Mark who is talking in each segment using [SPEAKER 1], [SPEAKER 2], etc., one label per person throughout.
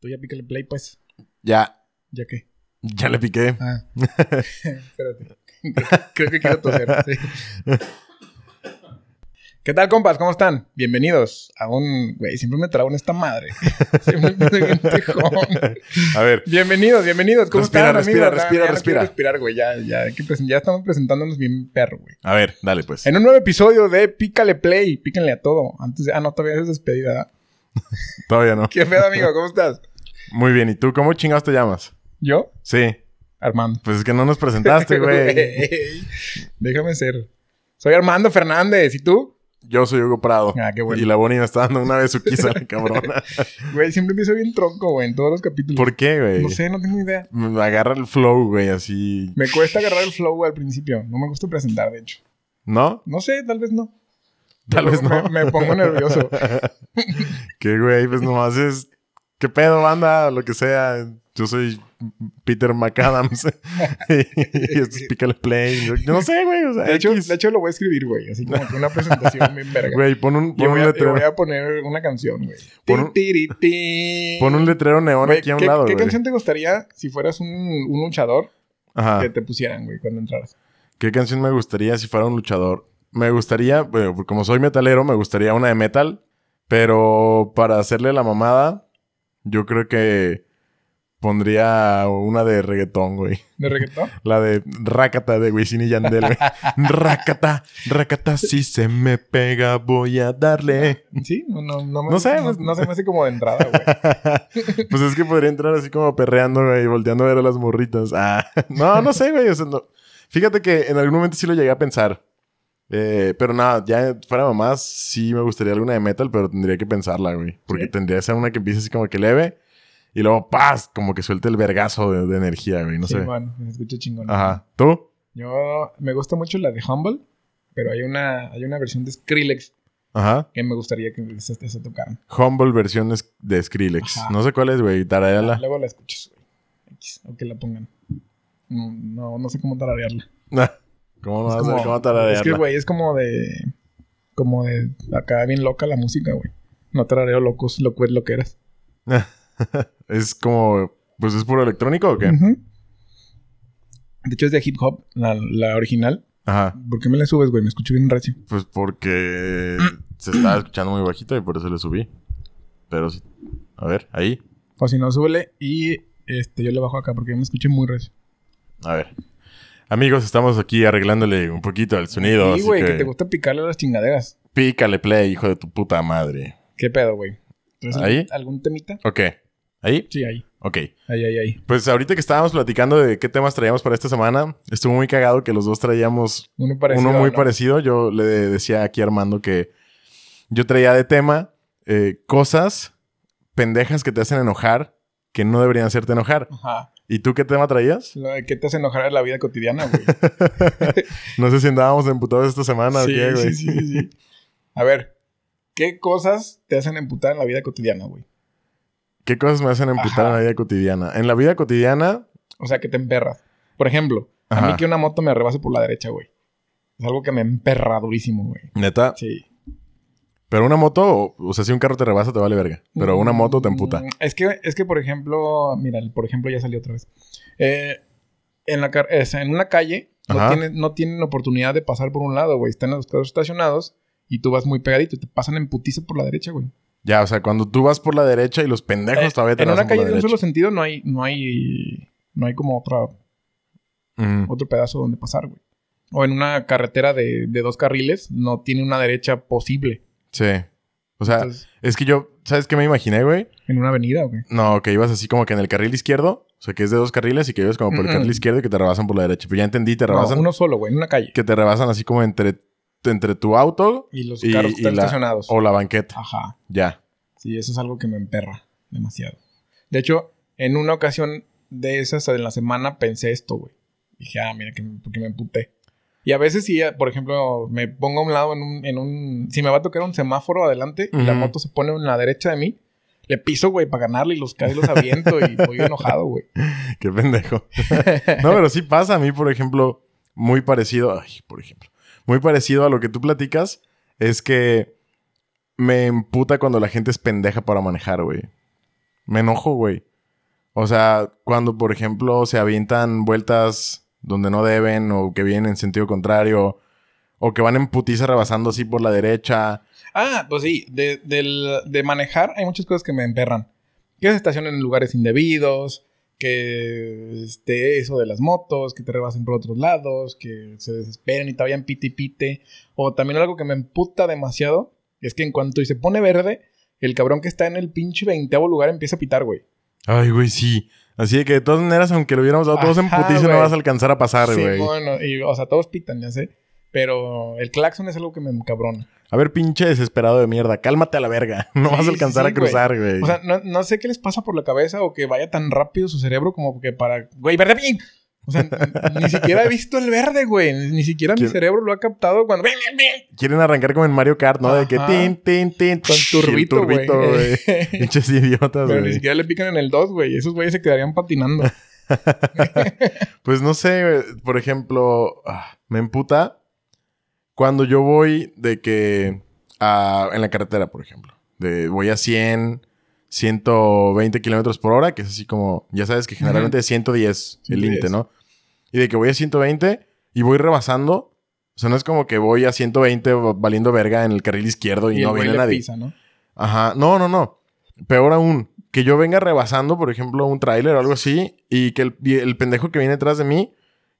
[SPEAKER 1] Tú ya pícale play, pues.
[SPEAKER 2] Ya,
[SPEAKER 1] ¿Ya qué?
[SPEAKER 2] ya le piqué.
[SPEAKER 1] Ah. Espérate. Creo que quiero toser. sí. ¿Qué tal, compas? ¿Cómo están? Bienvenidos a un... Güey, siempre me trago en esta madre. Siempre me soy bien tejón.
[SPEAKER 2] A ver,
[SPEAKER 1] Bienvenidos, bienvenidos. ¿Cómo
[SPEAKER 2] Respira,
[SPEAKER 1] están,
[SPEAKER 2] respira,
[SPEAKER 1] amigos? Ah, Ya,
[SPEAKER 2] respira,
[SPEAKER 1] ya no quiero
[SPEAKER 2] respira.
[SPEAKER 1] respirar, güey. Ya, ya, hay que presen- ya estamos presentándonos bien perro, güey.
[SPEAKER 2] a ver, dale pues.
[SPEAKER 1] En un nuevo episodio de Pícale Play. Pícale a todo. Antes... de- Ah, no, todavía es despedida.
[SPEAKER 2] Todavía no.
[SPEAKER 1] ¿Qué pedo, amigo? ¿Cómo estás?
[SPEAKER 2] Muy bien, ¿y tú cómo chingados te llamas?
[SPEAKER 1] ¿Yo?
[SPEAKER 2] Sí,
[SPEAKER 1] Armando.
[SPEAKER 2] pues es que no nos presentaste, güey.
[SPEAKER 1] Güey, Déjame ser. Soy Armando Fernández. ¿Y tú?
[SPEAKER 2] Yo soy Hugo Prado.
[SPEAKER 1] Ah, qué bueno.
[SPEAKER 2] Y la Bonnie me está dando una vez su quisa, la cabrona.
[SPEAKER 1] Güey, siempre empiezo bien tronco, güey, en todos los capítulos.
[SPEAKER 2] ¿Por qué, güey?
[SPEAKER 1] No sé, no tengo idea.
[SPEAKER 2] Me agarra el flow, güey, así.
[SPEAKER 1] Me cuesta agarrar el flow al principio. No me gusta presentar, de hecho.
[SPEAKER 2] ¿No?
[SPEAKER 1] No sé, tal vez no.
[SPEAKER 2] Tal vez no.
[SPEAKER 1] Me, me pongo nervioso.
[SPEAKER 2] Que, güey, pues nomás es. ¿Qué pedo, banda? Lo que sea. Yo soy Peter McAdams. y esto es Pícale Play. Yo, yo no sé, güey. O sea,
[SPEAKER 1] De hecho,
[SPEAKER 2] X.
[SPEAKER 1] de hecho lo voy a escribir, güey. Así como que una presentación bien verga.
[SPEAKER 2] Güey, pon un,
[SPEAKER 1] Y
[SPEAKER 2] pon un
[SPEAKER 1] voy, a, y
[SPEAKER 2] letrero.
[SPEAKER 1] voy a poner una canción, güey.
[SPEAKER 2] Pon un-
[SPEAKER 1] Ti, ti, ti.
[SPEAKER 2] Pon un letrero neón
[SPEAKER 1] Güey,
[SPEAKER 2] aquí a un
[SPEAKER 1] ¿qué,
[SPEAKER 2] lado,
[SPEAKER 1] ¿Qué
[SPEAKER 2] güey.
[SPEAKER 1] canción te gustaría si fueras un, un luchador
[SPEAKER 2] Ajá.
[SPEAKER 1] que te pusieran, güey, cuando entraras?
[SPEAKER 2] ¿Qué canción me gustaría si fuera un luchador? Me gustaría, bueno, como soy metalero, me gustaría una de metal. Pero para hacerle la mamada, yo creo que pondría una de reggaetón, güey.
[SPEAKER 1] ¿De reggaetón?
[SPEAKER 2] La de Rácata de Wisin y Yandel, güey. Rácata, Rácata, si se me pega voy a darle.
[SPEAKER 1] Sí, no, no, no, me,
[SPEAKER 2] No sé,
[SPEAKER 1] no,
[SPEAKER 2] pues-
[SPEAKER 1] no se me hace como de entrada, güey.
[SPEAKER 2] pues es que podría entrar así como perreando, güey, volteando a ver a las morritas. Ah, no, no sé, güey. o sea, no. Fíjate que en algún momento sí lo llegué a pensar. Eh, pero nada, ya fuera mamás, sí me gustaría alguna de metal, pero tendría que pensarla, güey. Porque
[SPEAKER 1] Sí.
[SPEAKER 2] tendría que ser una que empiece así como que leve y luego, ¡paz! Como que suelte el vergazo de, de energía, güey. No
[SPEAKER 1] sí,
[SPEAKER 2] sé.
[SPEAKER 1] man, me escucha chingón.
[SPEAKER 2] Ajá. ¿Tú?
[SPEAKER 1] Yo me gusta mucho la de Humble, pero hay una, hay una versión de Skrillex
[SPEAKER 2] Ajá.
[SPEAKER 1] que me gustaría que se, se tocaran.
[SPEAKER 2] Humble versiones de Skrillex.
[SPEAKER 1] Ajá.
[SPEAKER 2] No sé cuál es, güey.
[SPEAKER 1] Ah,
[SPEAKER 2] Tarareala.
[SPEAKER 1] Luego la escuchas, güey. X, o que la pongan. No, no, no sé cómo tararearla.
[SPEAKER 2] ¿Cómo no
[SPEAKER 1] Es
[SPEAKER 2] vas a
[SPEAKER 1] como-
[SPEAKER 2] saber cómo tararearla?
[SPEAKER 1] Es que, güey, es como de. Como de. Acá bien loca la música, güey. No tarareo locos, lo que lo que eras.
[SPEAKER 2] es como... Pues es puro electrónico o qué?
[SPEAKER 1] De hecho, es de hip hop, la, la original.
[SPEAKER 2] Ajá.
[SPEAKER 1] ¿Por qué me la subes, güey? Me escucho bien recio.
[SPEAKER 2] Pues porque se estaba escuchando muy bajito y por eso le subí. Pero sí. A ver, ahí.
[SPEAKER 1] O si no, súbele y este, yo le bajo acá porque me escuché muy recio.
[SPEAKER 2] A ver. Amigos, estamos aquí arreglándole un poquito el sonido.
[SPEAKER 1] Sí,
[SPEAKER 2] así
[SPEAKER 1] güey, que...
[SPEAKER 2] que
[SPEAKER 1] te gusta picarle a las chingaderas.
[SPEAKER 2] Pícale play, hijo de tu puta madre.
[SPEAKER 1] ¿Qué pedo, güey? ¿Traes algún-
[SPEAKER 2] ¿Ahí?
[SPEAKER 1] ¿Algún temita?
[SPEAKER 2] Ok. ¿Ahí?
[SPEAKER 1] Sí, ahí.
[SPEAKER 2] Ok.
[SPEAKER 1] Ahí, ahí, ahí.
[SPEAKER 2] Pues ahorita que estábamos platicando de qué temas traíamos para esta semana, estuvo muy cagado que los dos traíamos
[SPEAKER 1] Uno parecido.
[SPEAKER 2] uno muy
[SPEAKER 1] ¿no?
[SPEAKER 2] parecido. Yo le decía aquí a Armando que yo traía de tema eh, cosas pendejas que te hacen enojar que no deberían hacerte enojar.
[SPEAKER 1] Ajá.
[SPEAKER 2] ¿Y tú qué tema traías?
[SPEAKER 1] Lo de que te hace enojar en la vida cotidiana, güey.
[SPEAKER 2] No sé si andábamos emputados esta semana
[SPEAKER 1] sí,
[SPEAKER 2] o qué, güey.
[SPEAKER 1] sí, sí, sí, sí. A ver, ¿qué cosas te hacen emputar en la vida cotidiana, güey?
[SPEAKER 2] ¿Qué cosas me hacen emputar en
[SPEAKER 1] Ajá.
[SPEAKER 2] la vida cotidiana? En la vida cotidiana,
[SPEAKER 1] O sea, que te emperras. Por ejemplo, a mí
[SPEAKER 2] Ajá.
[SPEAKER 1] que una moto me rebase por la derecha, güey. Es algo que me emperra durísimo, güey.
[SPEAKER 2] neta,
[SPEAKER 1] Sí.
[SPEAKER 2] pero una moto, o- o sea, si un carro te rebasa, te vale verga. Pero una moto te emputa.
[SPEAKER 1] Mm, Es que, es que por ejemplo, mira, el por ejemplo ya salió otra vez. Eh, en, la car- es- en una calle no
[SPEAKER 2] Ajá.
[SPEAKER 1] tienen, no tienen oportunidad de pasar por un lado, güey. Están los carros estacionados y tú vas muy pegadito. Te pasan en putiza por la derecha, güey.
[SPEAKER 2] Ya, o sea, cuando tú vas por la derecha y los pendejos
[SPEAKER 1] Eh,
[SPEAKER 2] todavía te
[SPEAKER 1] en una
[SPEAKER 2] rebasan por
[SPEAKER 1] calle
[SPEAKER 2] la
[SPEAKER 1] de un
[SPEAKER 2] derecha.
[SPEAKER 1] solo sentido no hay, no hay, no hay como otra,
[SPEAKER 2] Ujú.
[SPEAKER 1] otro pedazo donde pasar, güey. O en una carretera de, de dos carriles no tiene una derecha posible.
[SPEAKER 2] Sí. O sea,
[SPEAKER 1] Entonces,
[SPEAKER 2] es que yo, ¿sabes qué me imaginé, güey?
[SPEAKER 1] en una avenida, güey.
[SPEAKER 2] No, que ibas así como que en el carril izquierdo. O sea, que es de dos carriles y que ibas como por el
[SPEAKER 1] Mm-mm.
[SPEAKER 2] carril izquierdo y que te rebasan por la derecha. Pero ya entendí, te
[SPEAKER 1] No,
[SPEAKER 2] rebasan.
[SPEAKER 1] uno solo, güey, en una calle.
[SPEAKER 2] Que te rebasan así como entre, entre tu auto
[SPEAKER 1] Y los
[SPEAKER 2] Y-
[SPEAKER 1] carros
[SPEAKER 2] y
[SPEAKER 1] están
[SPEAKER 2] la-
[SPEAKER 1] estacionados.
[SPEAKER 2] o la banqueta.
[SPEAKER 1] Ajá.
[SPEAKER 2] Ya.
[SPEAKER 1] Sí, eso es algo que me emperra demasiado. De hecho, en una ocasión de esas, en la semana, pensé esto, güey. Dije, ah, mira, que, que me emputé. Y a veces, si, por ejemplo, me pongo a un lado en un... en un- si me va a tocar un semáforo adelante y la
[SPEAKER 2] Ujú.
[SPEAKER 1] moto se pone en la derecha de mí, le piso, güey, para ganarle y los caes los aviento y voy enojado, güey.
[SPEAKER 2] Qué pendejo. no, pero sí pasa. A mí, por ejemplo, muy parecido. Ay, por ejemplo. Muy parecido a lo que tú platicas es que me emputa cuando la gente es pendeja para manejar, güey. Me enojo, güey. O sea, cuando, por ejemplo, se avientan vueltas donde no deben o que vienen en sentido contrario o que van en putiza rebasando así por la derecha.
[SPEAKER 1] Ah, pues sí, de, del- de manejar hay muchas cosas que me emperran. Que se estacionen en lugares indebidos, que este, eso de las motos, que te rebasen por otros lados, que se desesperen y te vayan pite y pite. O también algo que me emputa demasiado es que en cuanto y se pone verde, el cabrón que está en el pinche veinteavo lugar empieza a pitar, güey.
[SPEAKER 2] Ay, güey, sí. Así de que de todas maneras, aunque lo hubiéramos dado todos en
[SPEAKER 1] Ajá,
[SPEAKER 2] putiza,
[SPEAKER 1] güey.
[SPEAKER 2] no vas a alcanzar a pasar,
[SPEAKER 1] sí,
[SPEAKER 2] güey.
[SPEAKER 1] bueno, y, o sea, todos pitan, ya sé. Pero el claxon es algo que me cabrona.
[SPEAKER 2] A ver, pinche desesperado de mierda, cálmate a la verga. No
[SPEAKER 1] Sí,
[SPEAKER 2] vas a alcanzar
[SPEAKER 1] sí,
[SPEAKER 2] a cruzar, güey.
[SPEAKER 1] O sea, no, no sé qué les pasa por la cabeza o que vaya tan rápido su cerebro como que para. Güey, verde bien. O sea, n- ni siquiera he visto el verde, güey. Ni siquiera mi
[SPEAKER 2] ¿Quién?
[SPEAKER 1] cerebro lo ha captado cuando. ¡Bien, bien, bien!
[SPEAKER 2] Quieren arrancar como en Mario Kart, ¿no? De que
[SPEAKER 1] Ajá.
[SPEAKER 2] tin, tin, tin.
[SPEAKER 1] Con
[SPEAKER 2] psh, el
[SPEAKER 1] turbito, güey.
[SPEAKER 2] turbito, güey. Pinches idiotas,
[SPEAKER 1] Pero ni
[SPEAKER 2] güey.
[SPEAKER 1] siquiera le pican en el 2, güey. Esos güeyes se quedarían patinando.
[SPEAKER 2] Pues no sé, güey. por ejemplo, ah, me emputa cuando yo voy de que a- en la carretera, por ejemplo, de voy a 100, 120 kilómetros por hora, que es así como, ya sabes que generalmente es 110
[SPEAKER 1] 110.
[SPEAKER 2] el límite, ¿no? Y de que voy a 120 y voy rebasando, o sea, no es como que voy a 120 valiendo verga en el carril izquierdo y,
[SPEAKER 1] y
[SPEAKER 2] no
[SPEAKER 1] el güey
[SPEAKER 2] viene
[SPEAKER 1] le
[SPEAKER 2] nadie.
[SPEAKER 1] pisa, ¿no?
[SPEAKER 2] Ajá, no, no, no. Peor aún, que yo venga rebasando, por ejemplo, un tráiler o algo así, y que el, y el pendejo que viene atrás de mí,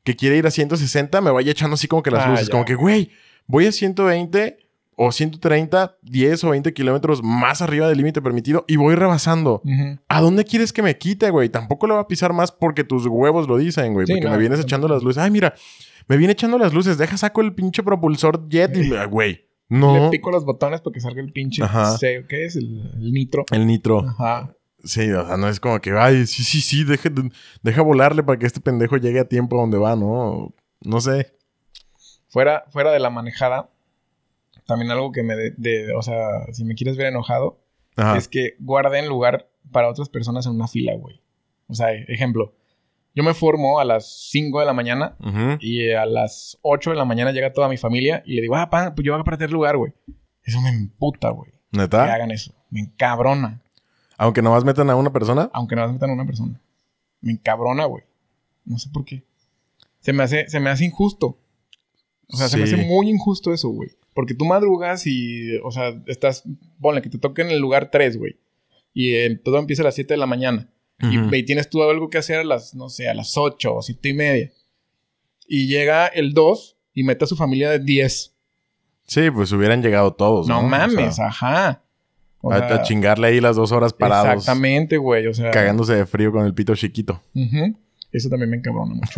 [SPEAKER 2] que quiere ir a 160, me vaya echando así como que las
[SPEAKER 1] Ah,
[SPEAKER 2] luces,
[SPEAKER 1] ya.
[SPEAKER 2] como que, güey, voy a 120 o 130, 10 o 20 kilómetros más arriba del límite permitido y voy rebasando.
[SPEAKER 1] Ujú.
[SPEAKER 2] ¿A dónde quieres que me quite, güey? Tampoco le va a pisar más porque tus huevos lo dicen, güey.
[SPEAKER 1] Sí,
[SPEAKER 2] porque
[SPEAKER 1] no,
[SPEAKER 2] me vienes echando las luces. Ay, mira, me viene echando las luces. Deja saco el pinche propulsor jet y, ah, güey, no.
[SPEAKER 1] Le pico los botones para que salga el pinche.
[SPEAKER 2] Ajá.
[SPEAKER 1] sé, ¿Qué es? El, el nitro.
[SPEAKER 2] El nitro.
[SPEAKER 1] Ajá.
[SPEAKER 2] Sí, o sea, no es como que, ay, sí, sí, sí, deja, deja volarle para que este pendejo llegue a tiempo a donde va, ¿no? No sé.
[SPEAKER 1] Fuera, fuera de la manejada, también algo que me. de- de, o sea, si me quieres ver enojado,
[SPEAKER 2] Ajá.
[SPEAKER 1] es que guarden lugar para otras personas en una fila, güey. O sea, e- ejemplo, yo me formo a las 5 de la mañana
[SPEAKER 2] Ujú.
[SPEAKER 1] y eh, a las 8 de la mañana llega toda mi familia y le digo, ah, pa, pues yo voy a perder lugar, güey. Eso me emputa, güey. Que
[SPEAKER 2] ¿Neta?
[SPEAKER 1] hagan eso. Me encabrona.
[SPEAKER 2] Aunque nomás metan a una persona.
[SPEAKER 1] Aunque no metan a una persona. Me encabrona, güey. No sé por qué. Se me hace, se me hace injusto. O sea, se me
[SPEAKER 2] Sí.
[SPEAKER 1] hace muy injusto eso, güey. Porque tú madrugas y, o sea, estás, ponle que te toque en el lugar 3, güey. Y eh, todo empieza a las 7 de la mañana. Y,
[SPEAKER 2] Ujú.
[SPEAKER 1] y tienes tú algo que hacer a las, no sé, a las 8 o 7 y media. Y llega el 2 y mete a su familia de 10.
[SPEAKER 2] Sí, pues hubieran llegado todos. No,
[SPEAKER 1] No,
[SPEAKER 2] O
[SPEAKER 1] mames,
[SPEAKER 2] sea,
[SPEAKER 1] ajá. O
[SPEAKER 2] a,
[SPEAKER 1] sea,
[SPEAKER 2] a chingarle ahí las dos horas parados.
[SPEAKER 1] Exactamente, güey. O sea,
[SPEAKER 2] Cagándose de frío con el pito chiquito.
[SPEAKER 1] ujú. eso también me encabrona mucho.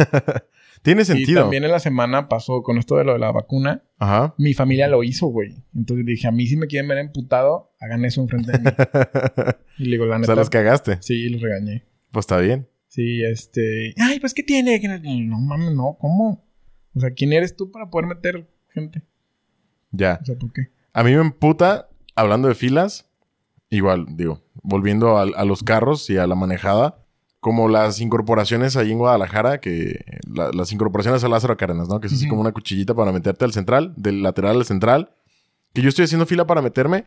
[SPEAKER 2] Tiene
[SPEAKER 1] Y
[SPEAKER 2] sentido.
[SPEAKER 1] también en la semana pasó con esto de lo de la vacuna.
[SPEAKER 2] Ajá.
[SPEAKER 1] Mi familia lo hizo, güey. Entonces dije, a mí si me quieren ver emputado, hagan eso enfrente de mí.
[SPEAKER 2] o
[SPEAKER 1] Y le digo, la neta.
[SPEAKER 2] sea, las cagaste.
[SPEAKER 1] Sí, los regañé.
[SPEAKER 2] Pues está bien.
[SPEAKER 1] Sí, este. Ay, pues, ¿qué tiene? Que No no mames, no, ¿cómo? O sea, ¿quién eres tú para poder meter gente?
[SPEAKER 2] Ya.
[SPEAKER 1] O sea, ¿por qué?
[SPEAKER 2] A mí me emputa, hablando de filas, igual, digo, volviendo al- a, los carros y a la manejada, como las incorporaciones ahí en Guadalajara, que la- las incorporaciones a Lázaro Cárdenas, ¿no? Que es así
[SPEAKER 1] Ujú.
[SPEAKER 2] como una cuchillita para meterte al central, del lateral al central, que yo estoy haciendo fila para meterme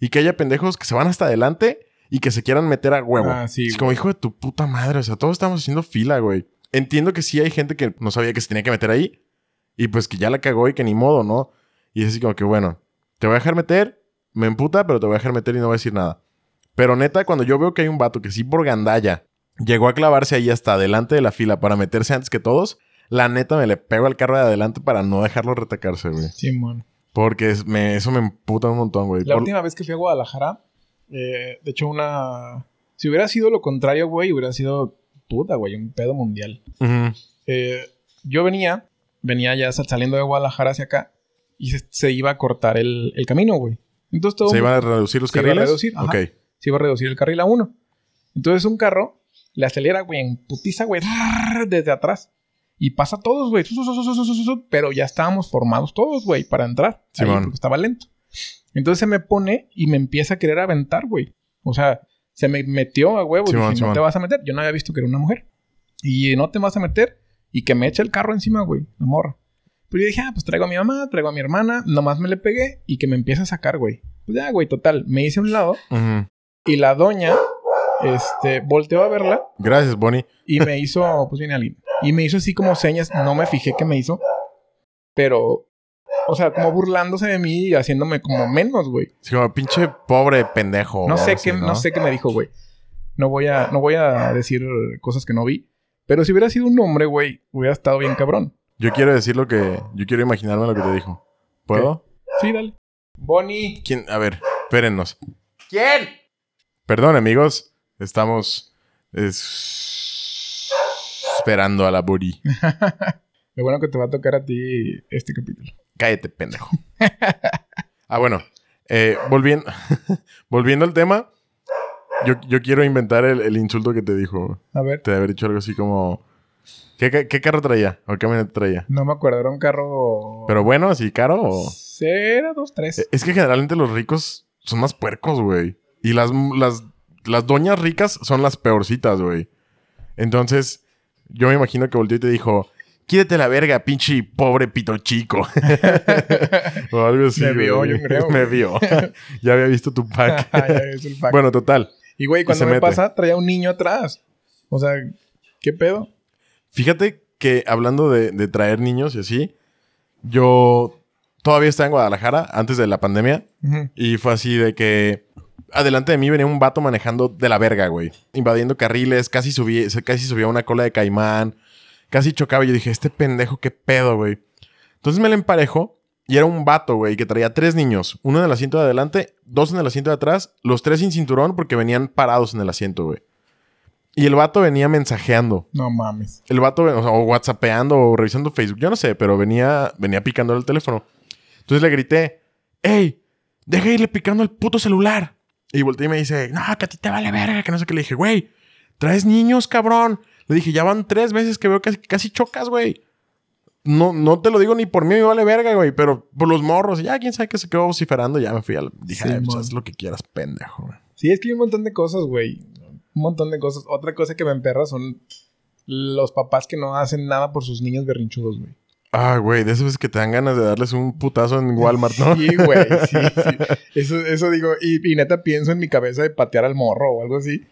[SPEAKER 2] y que haya pendejos que se van hasta adelante y que se quieran meter a huevo.
[SPEAKER 1] Ah, sí,
[SPEAKER 2] es como hijo de tu puta madre, o sea, todos estamos haciendo fila, güey. Entiendo que sí hay gente que no sabía que se tenía que meter ahí y pues que ya la cagó y que ni modo, ¿no? Y es así como que, bueno, te voy a dejar meter, me emputa, pero te voy a dejar meter y no voy a decir nada. Pero neta, cuando yo veo que hay un vato que sí por gandalla llegó a clavarse ahí hasta delante de la fila para meterse antes que todos, la neta me le pego al carro de adelante para no dejarlo retacarse, güey.
[SPEAKER 1] Sí, bueno.
[SPEAKER 2] Porque es- me- eso me emputa un montón, güey.
[SPEAKER 1] La
[SPEAKER 2] Por-
[SPEAKER 1] última vez que fui a Guadalajara, eh, de hecho, una. Si hubiera sido lo contrario, güey, hubiera sido puta, güey, un pedo mundial.
[SPEAKER 2] Ujú.
[SPEAKER 1] Eh, yo venía, venía ya sal- saliendo de Guadalajara hacia acá y se, se iba a cortar el, el camino, güey. Entonces todo
[SPEAKER 2] ¿Se iban a reducir los
[SPEAKER 1] se iba a
[SPEAKER 2] carriles?
[SPEAKER 1] reducir, ajá.
[SPEAKER 2] Ok.
[SPEAKER 1] se iba a reducir el carril a uno. Entonces un carro le acelera, güey, en putiza, güey, desde atrás. Y pasa todos, güey. su, su, su, su, su, su, su, su, Pero ya estábamos formados todos, güey, para entrar. ahí,
[SPEAKER 2] Simón.
[SPEAKER 1] porque estaba lento. Entonces se me pone y me empieza a querer aventar, güey. O sea, se me metió a huevo.
[SPEAKER 2] Simón,
[SPEAKER 1] dije, no
[SPEAKER 2] Simón.
[SPEAKER 1] te vas a meter. Yo no había visto que era una mujer. Y no te vas a meter. Y que me echa el carro encima, güey. La morra. Pero yo dije, ah, pues traigo a mi mamá, traigo a mi hermana. Nomás me le pegué y que me empieza a sacar, güey. Pues ya, güey, total. Me hice a un lado.
[SPEAKER 2] Ujú.
[SPEAKER 1] Y la doña Este, volteó a verla
[SPEAKER 2] Gracias, Bonnie.
[SPEAKER 1] y me hizo, pues viene alguien. Y me hizo así como señas, no me fijé que me hizo, pero, o sea, como burlándose de mí y haciéndome como menos, güey.
[SPEAKER 2] Sí, como pinche pobre pendejo.
[SPEAKER 1] No
[SPEAKER 2] o
[SPEAKER 1] sé
[SPEAKER 2] algo
[SPEAKER 1] qué,
[SPEAKER 2] así,
[SPEAKER 1] no. sé qué me dijo, güey. No voy a, no voy a decir cosas que no vi. Pero si hubiera sido un hombre, güey, hubiera estado bien cabrón.
[SPEAKER 2] Yo quiero decir lo que. Yo quiero imaginarme lo que te dijo. ¿Puedo?
[SPEAKER 1] Sí, dale. Bonnie.
[SPEAKER 2] ¿Quién? A ver, espérennos. ¿Quién? Perdón, amigos. Estamos. es- Esperando a la Bonnie.
[SPEAKER 1] Lo bueno que te va a tocar a ti este capítulo.
[SPEAKER 2] Cállate, pendejo. ah, bueno. eh, volviendo, volviendo al tema, yo, yo quiero inventar el, el insulto que te dijo.
[SPEAKER 1] A ver,
[SPEAKER 2] Te debe haber dicho algo así como... ¿Qué, ca- qué carro traía? ¿O qué camioneta traía?
[SPEAKER 1] no me acuerdo, era un carro.
[SPEAKER 2] ¿Pero bueno, así caro o...?
[SPEAKER 1] Era dos, tres.
[SPEAKER 2] Eh, Es que generalmente los ricos son más puercos, güey. Y las, las, las doñas ricas son las peorcitas, güey. Entonces, yo me imagino que volteó y te dijo... Quítate la verga, pinche pobre pito chico. o algo así.
[SPEAKER 1] Me vio,
[SPEAKER 2] güey.
[SPEAKER 1] yo creo,
[SPEAKER 2] Me
[SPEAKER 1] güey.
[SPEAKER 2] vio. ya había visto tu pack.
[SPEAKER 1] Ay, es el pack.
[SPEAKER 2] bueno, total.
[SPEAKER 1] y güey,
[SPEAKER 2] se
[SPEAKER 1] cuando me
[SPEAKER 2] mete.
[SPEAKER 1] pasa, traía un niño atrás. O sea, ¿qué pedo?
[SPEAKER 2] Fíjate que hablando de, de traer niños y así, yo todavía estaba en Guadalajara antes de la pandemia
[SPEAKER 1] Ujú.
[SPEAKER 2] y fue así de que adelante de mí venía un vato manejando de la verga, güey, invadiendo carriles, casi subí, se- casi subía una cola de caimán, casi chocaba y yo dije, este pendejo, qué pedo, güey. Entonces me le emparejo y era un vato, güey, que traía tres niños, uno en el asiento de adelante, dos en el asiento de atrás, los tres sin cinturón porque venían parados en el asiento, güey. Y el vato venía mensajeando.
[SPEAKER 1] No mames.
[SPEAKER 2] El vato, o, sea, o whatsappeando o revisando Facebook, yo no sé, pero venía, venía picando el teléfono. Entonces le grité, ¡Ey! Deja de irle picando el puto celular. Y volteé y me dice, no, que a ti te vale verga, que no sé qué. Le dije, güey, traes niños, cabrón. Le dije, ya van tres veces que veo que casi chocas, güey. No, no te lo digo ni por mí, me vale verga, güey, pero por los morros. Y Ya, quién sabe que se quedó vociferando. Ya me fui al... Dije,
[SPEAKER 1] Sí,
[SPEAKER 2] "Ay, pues,
[SPEAKER 1] mon.
[SPEAKER 2] haz lo que quieras, pendejo, güey.
[SPEAKER 1] Sí, es que hay un montón de cosas, güey. Un montón de cosas. Otra cosa que me emperra son los papás que no hacen nada por sus niños berrinchudos, güey.
[SPEAKER 2] Ah, güey, de esas veces que te dan ganas de darles un putazo en Walmart, ¿no?
[SPEAKER 1] Sí, güey. Sí, sí. Eso, eso digo. Y, y neta pienso en mi cabeza de patear al morro o algo así.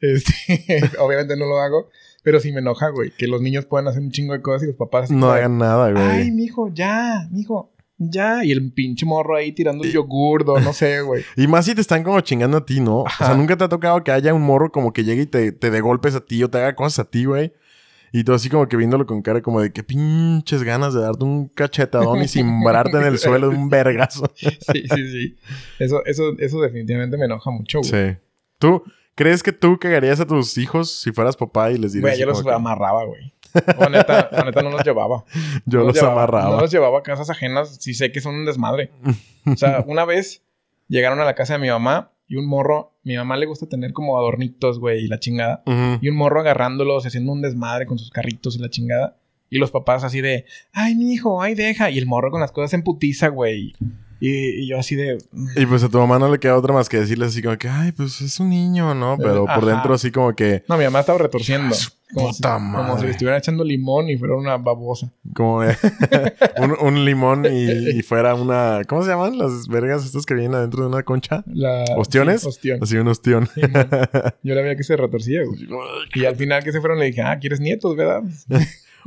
[SPEAKER 1] Este, obviamente no lo hago. Pero sí me enoja, güey. Que los niños puedan hacer un chingo de cosas y los papás...
[SPEAKER 2] No
[SPEAKER 1] como de,
[SPEAKER 2] hagan nada, güey.
[SPEAKER 1] Ay, mijo, ya. Mijo, ya. Y el pinche morro ahí tirando el yogurdo. No sé, güey.
[SPEAKER 2] Y más si te están como chingando a ti, ¿no? O
[SPEAKER 1] Ajá.
[SPEAKER 2] sea, nunca te ha tocado que haya un morro como que llegue y te, te dé golpes a ti o te haga cosas a ti, güey. Y tú así como que viéndolo con cara como de que pinches ganas de darte un cachetadón y simbrarte en el suelo de un vergazo.
[SPEAKER 1] Sí, sí, sí. Eso, eso, eso definitivamente me enoja mucho, güey.
[SPEAKER 2] Sí. ¿Tú crees que tú cagarías a tus hijos si fueras papá y les dirías
[SPEAKER 1] Güey,
[SPEAKER 2] así
[SPEAKER 1] yo los
[SPEAKER 2] como que-
[SPEAKER 1] amarraba, güey. O neta, o neta no los llevaba.
[SPEAKER 2] yo
[SPEAKER 1] No
[SPEAKER 2] los
[SPEAKER 1] llevaba-
[SPEAKER 2] amarraba?
[SPEAKER 1] No los llevaba a casas ajenas si sé que son un desmadre. O sea, una vez llegaron a la casa de mi mamá y un morro... Mi mamá le gusta tener como adornitos, güey, y la chingada.
[SPEAKER 2] Ujú.
[SPEAKER 1] Y un morro agarrándolos, haciendo un desmadre con sus carritos y la chingada. Y los papás así de... Ay, mi hijo, ay, deja. Y el morro con las cosas en putiza, güey. Y, y yo así de... "Mm,
[SPEAKER 2] Y pues a tu mamá no le queda otra más que decirles así como que, ay, pues es un niño, ¿no? Pero por
[SPEAKER 1] Eh, Ajá.
[SPEAKER 2] dentro así como que,
[SPEAKER 1] No, mi mamá estaba retorciendo.
[SPEAKER 2] Su
[SPEAKER 1] Como si,
[SPEAKER 2] puta
[SPEAKER 1] como si
[SPEAKER 2] madre.
[SPEAKER 1] le estuvieran echando limón y fuera una babosa.
[SPEAKER 2] Como eh, un, un limón y, y fuera una. ¿Cómo se llaman las vergas estas que vienen adentro de una concha?
[SPEAKER 1] La,
[SPEAKER 2] ¿Ostiones? Pues-
[SPEAKER 1] sí, ostión.
[SPEAKER 2] Así un ostión.
[SPEAKER 1] Sí, man. Yo la veía que se retorcía, güey. Y al final que se fueron le dije, ah, ¿quieres nietos, verdad?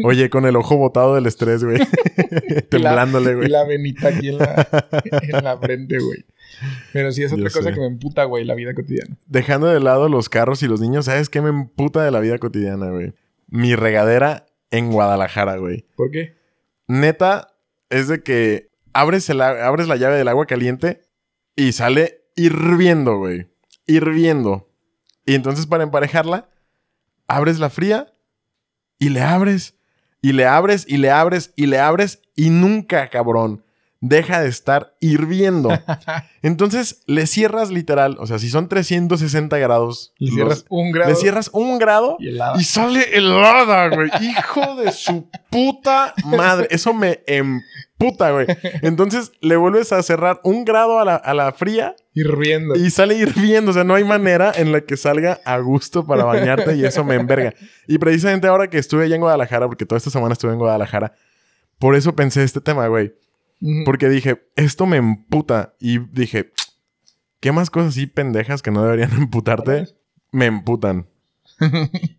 [SPEAKER 2] Oye, con el ojo botado del estrés, güey. Temblándole,
[SPEAKER 1] Y
[SPEAKER 2] güey.
[SPEAKER 1] la venita aquí en la, en la frente, güey. Pero sí, es otra
[SPEAKER 2] Yo
[SPEAKER 1] cosa
[SPEAKER 2] sé.
[SPEAKER 1] que me emputa, güey, la vida cotidiana.
[SPEAKER 2] Dejando de lado los carros y los niños, ¿sabes qué me emputa de la vida cotidiana, güey? Mi regadera en Guadalajara, güey.
[SPEAKER 1] ¿Por qué?
[SPEAKER 2] Neta, es de que abres, el a- abres la llave del agua caliente y sale hirviendo, güey. Hirviendo. Y entonces para emparejarla, abres la fría y le abres. Y le abres y le abres y le abres y nunca, cabrón, deja de estar hirviendo. Entonces le cierras literal, o sea, si son 360 grados,
[SPEAKER 1] Le
[SPEAKER 2] los-
[SPEAKER 1] cierras un grado
[SPEAKER 2] le cierras un grado
[SPEAKER 1] y helada.
[SPEAKER 2] y sale helada, güey. Hijo de su puta madre. Eso me emputa, güey. Entonces le vuelves a cerrar un grado a la, a la fría
[SPEAKER 1] Hirviendo.
[SPEAKER 2] y sale hirviendo. O sea, no hay manera en la que salga a gusto para bañarte y eso me enverga. Y precisamente ahora que estuve allá en Guadalajara, porque toda esta semana estuve en Guadalajara, por eso pensé este tema, güey.
[SPEAKER 1] Ujú.
[SPEAKER 2] Porque dije, esto me emputa. Y dije, ¿qué más cosas así pendejas que no deberían emputarte? me emputan.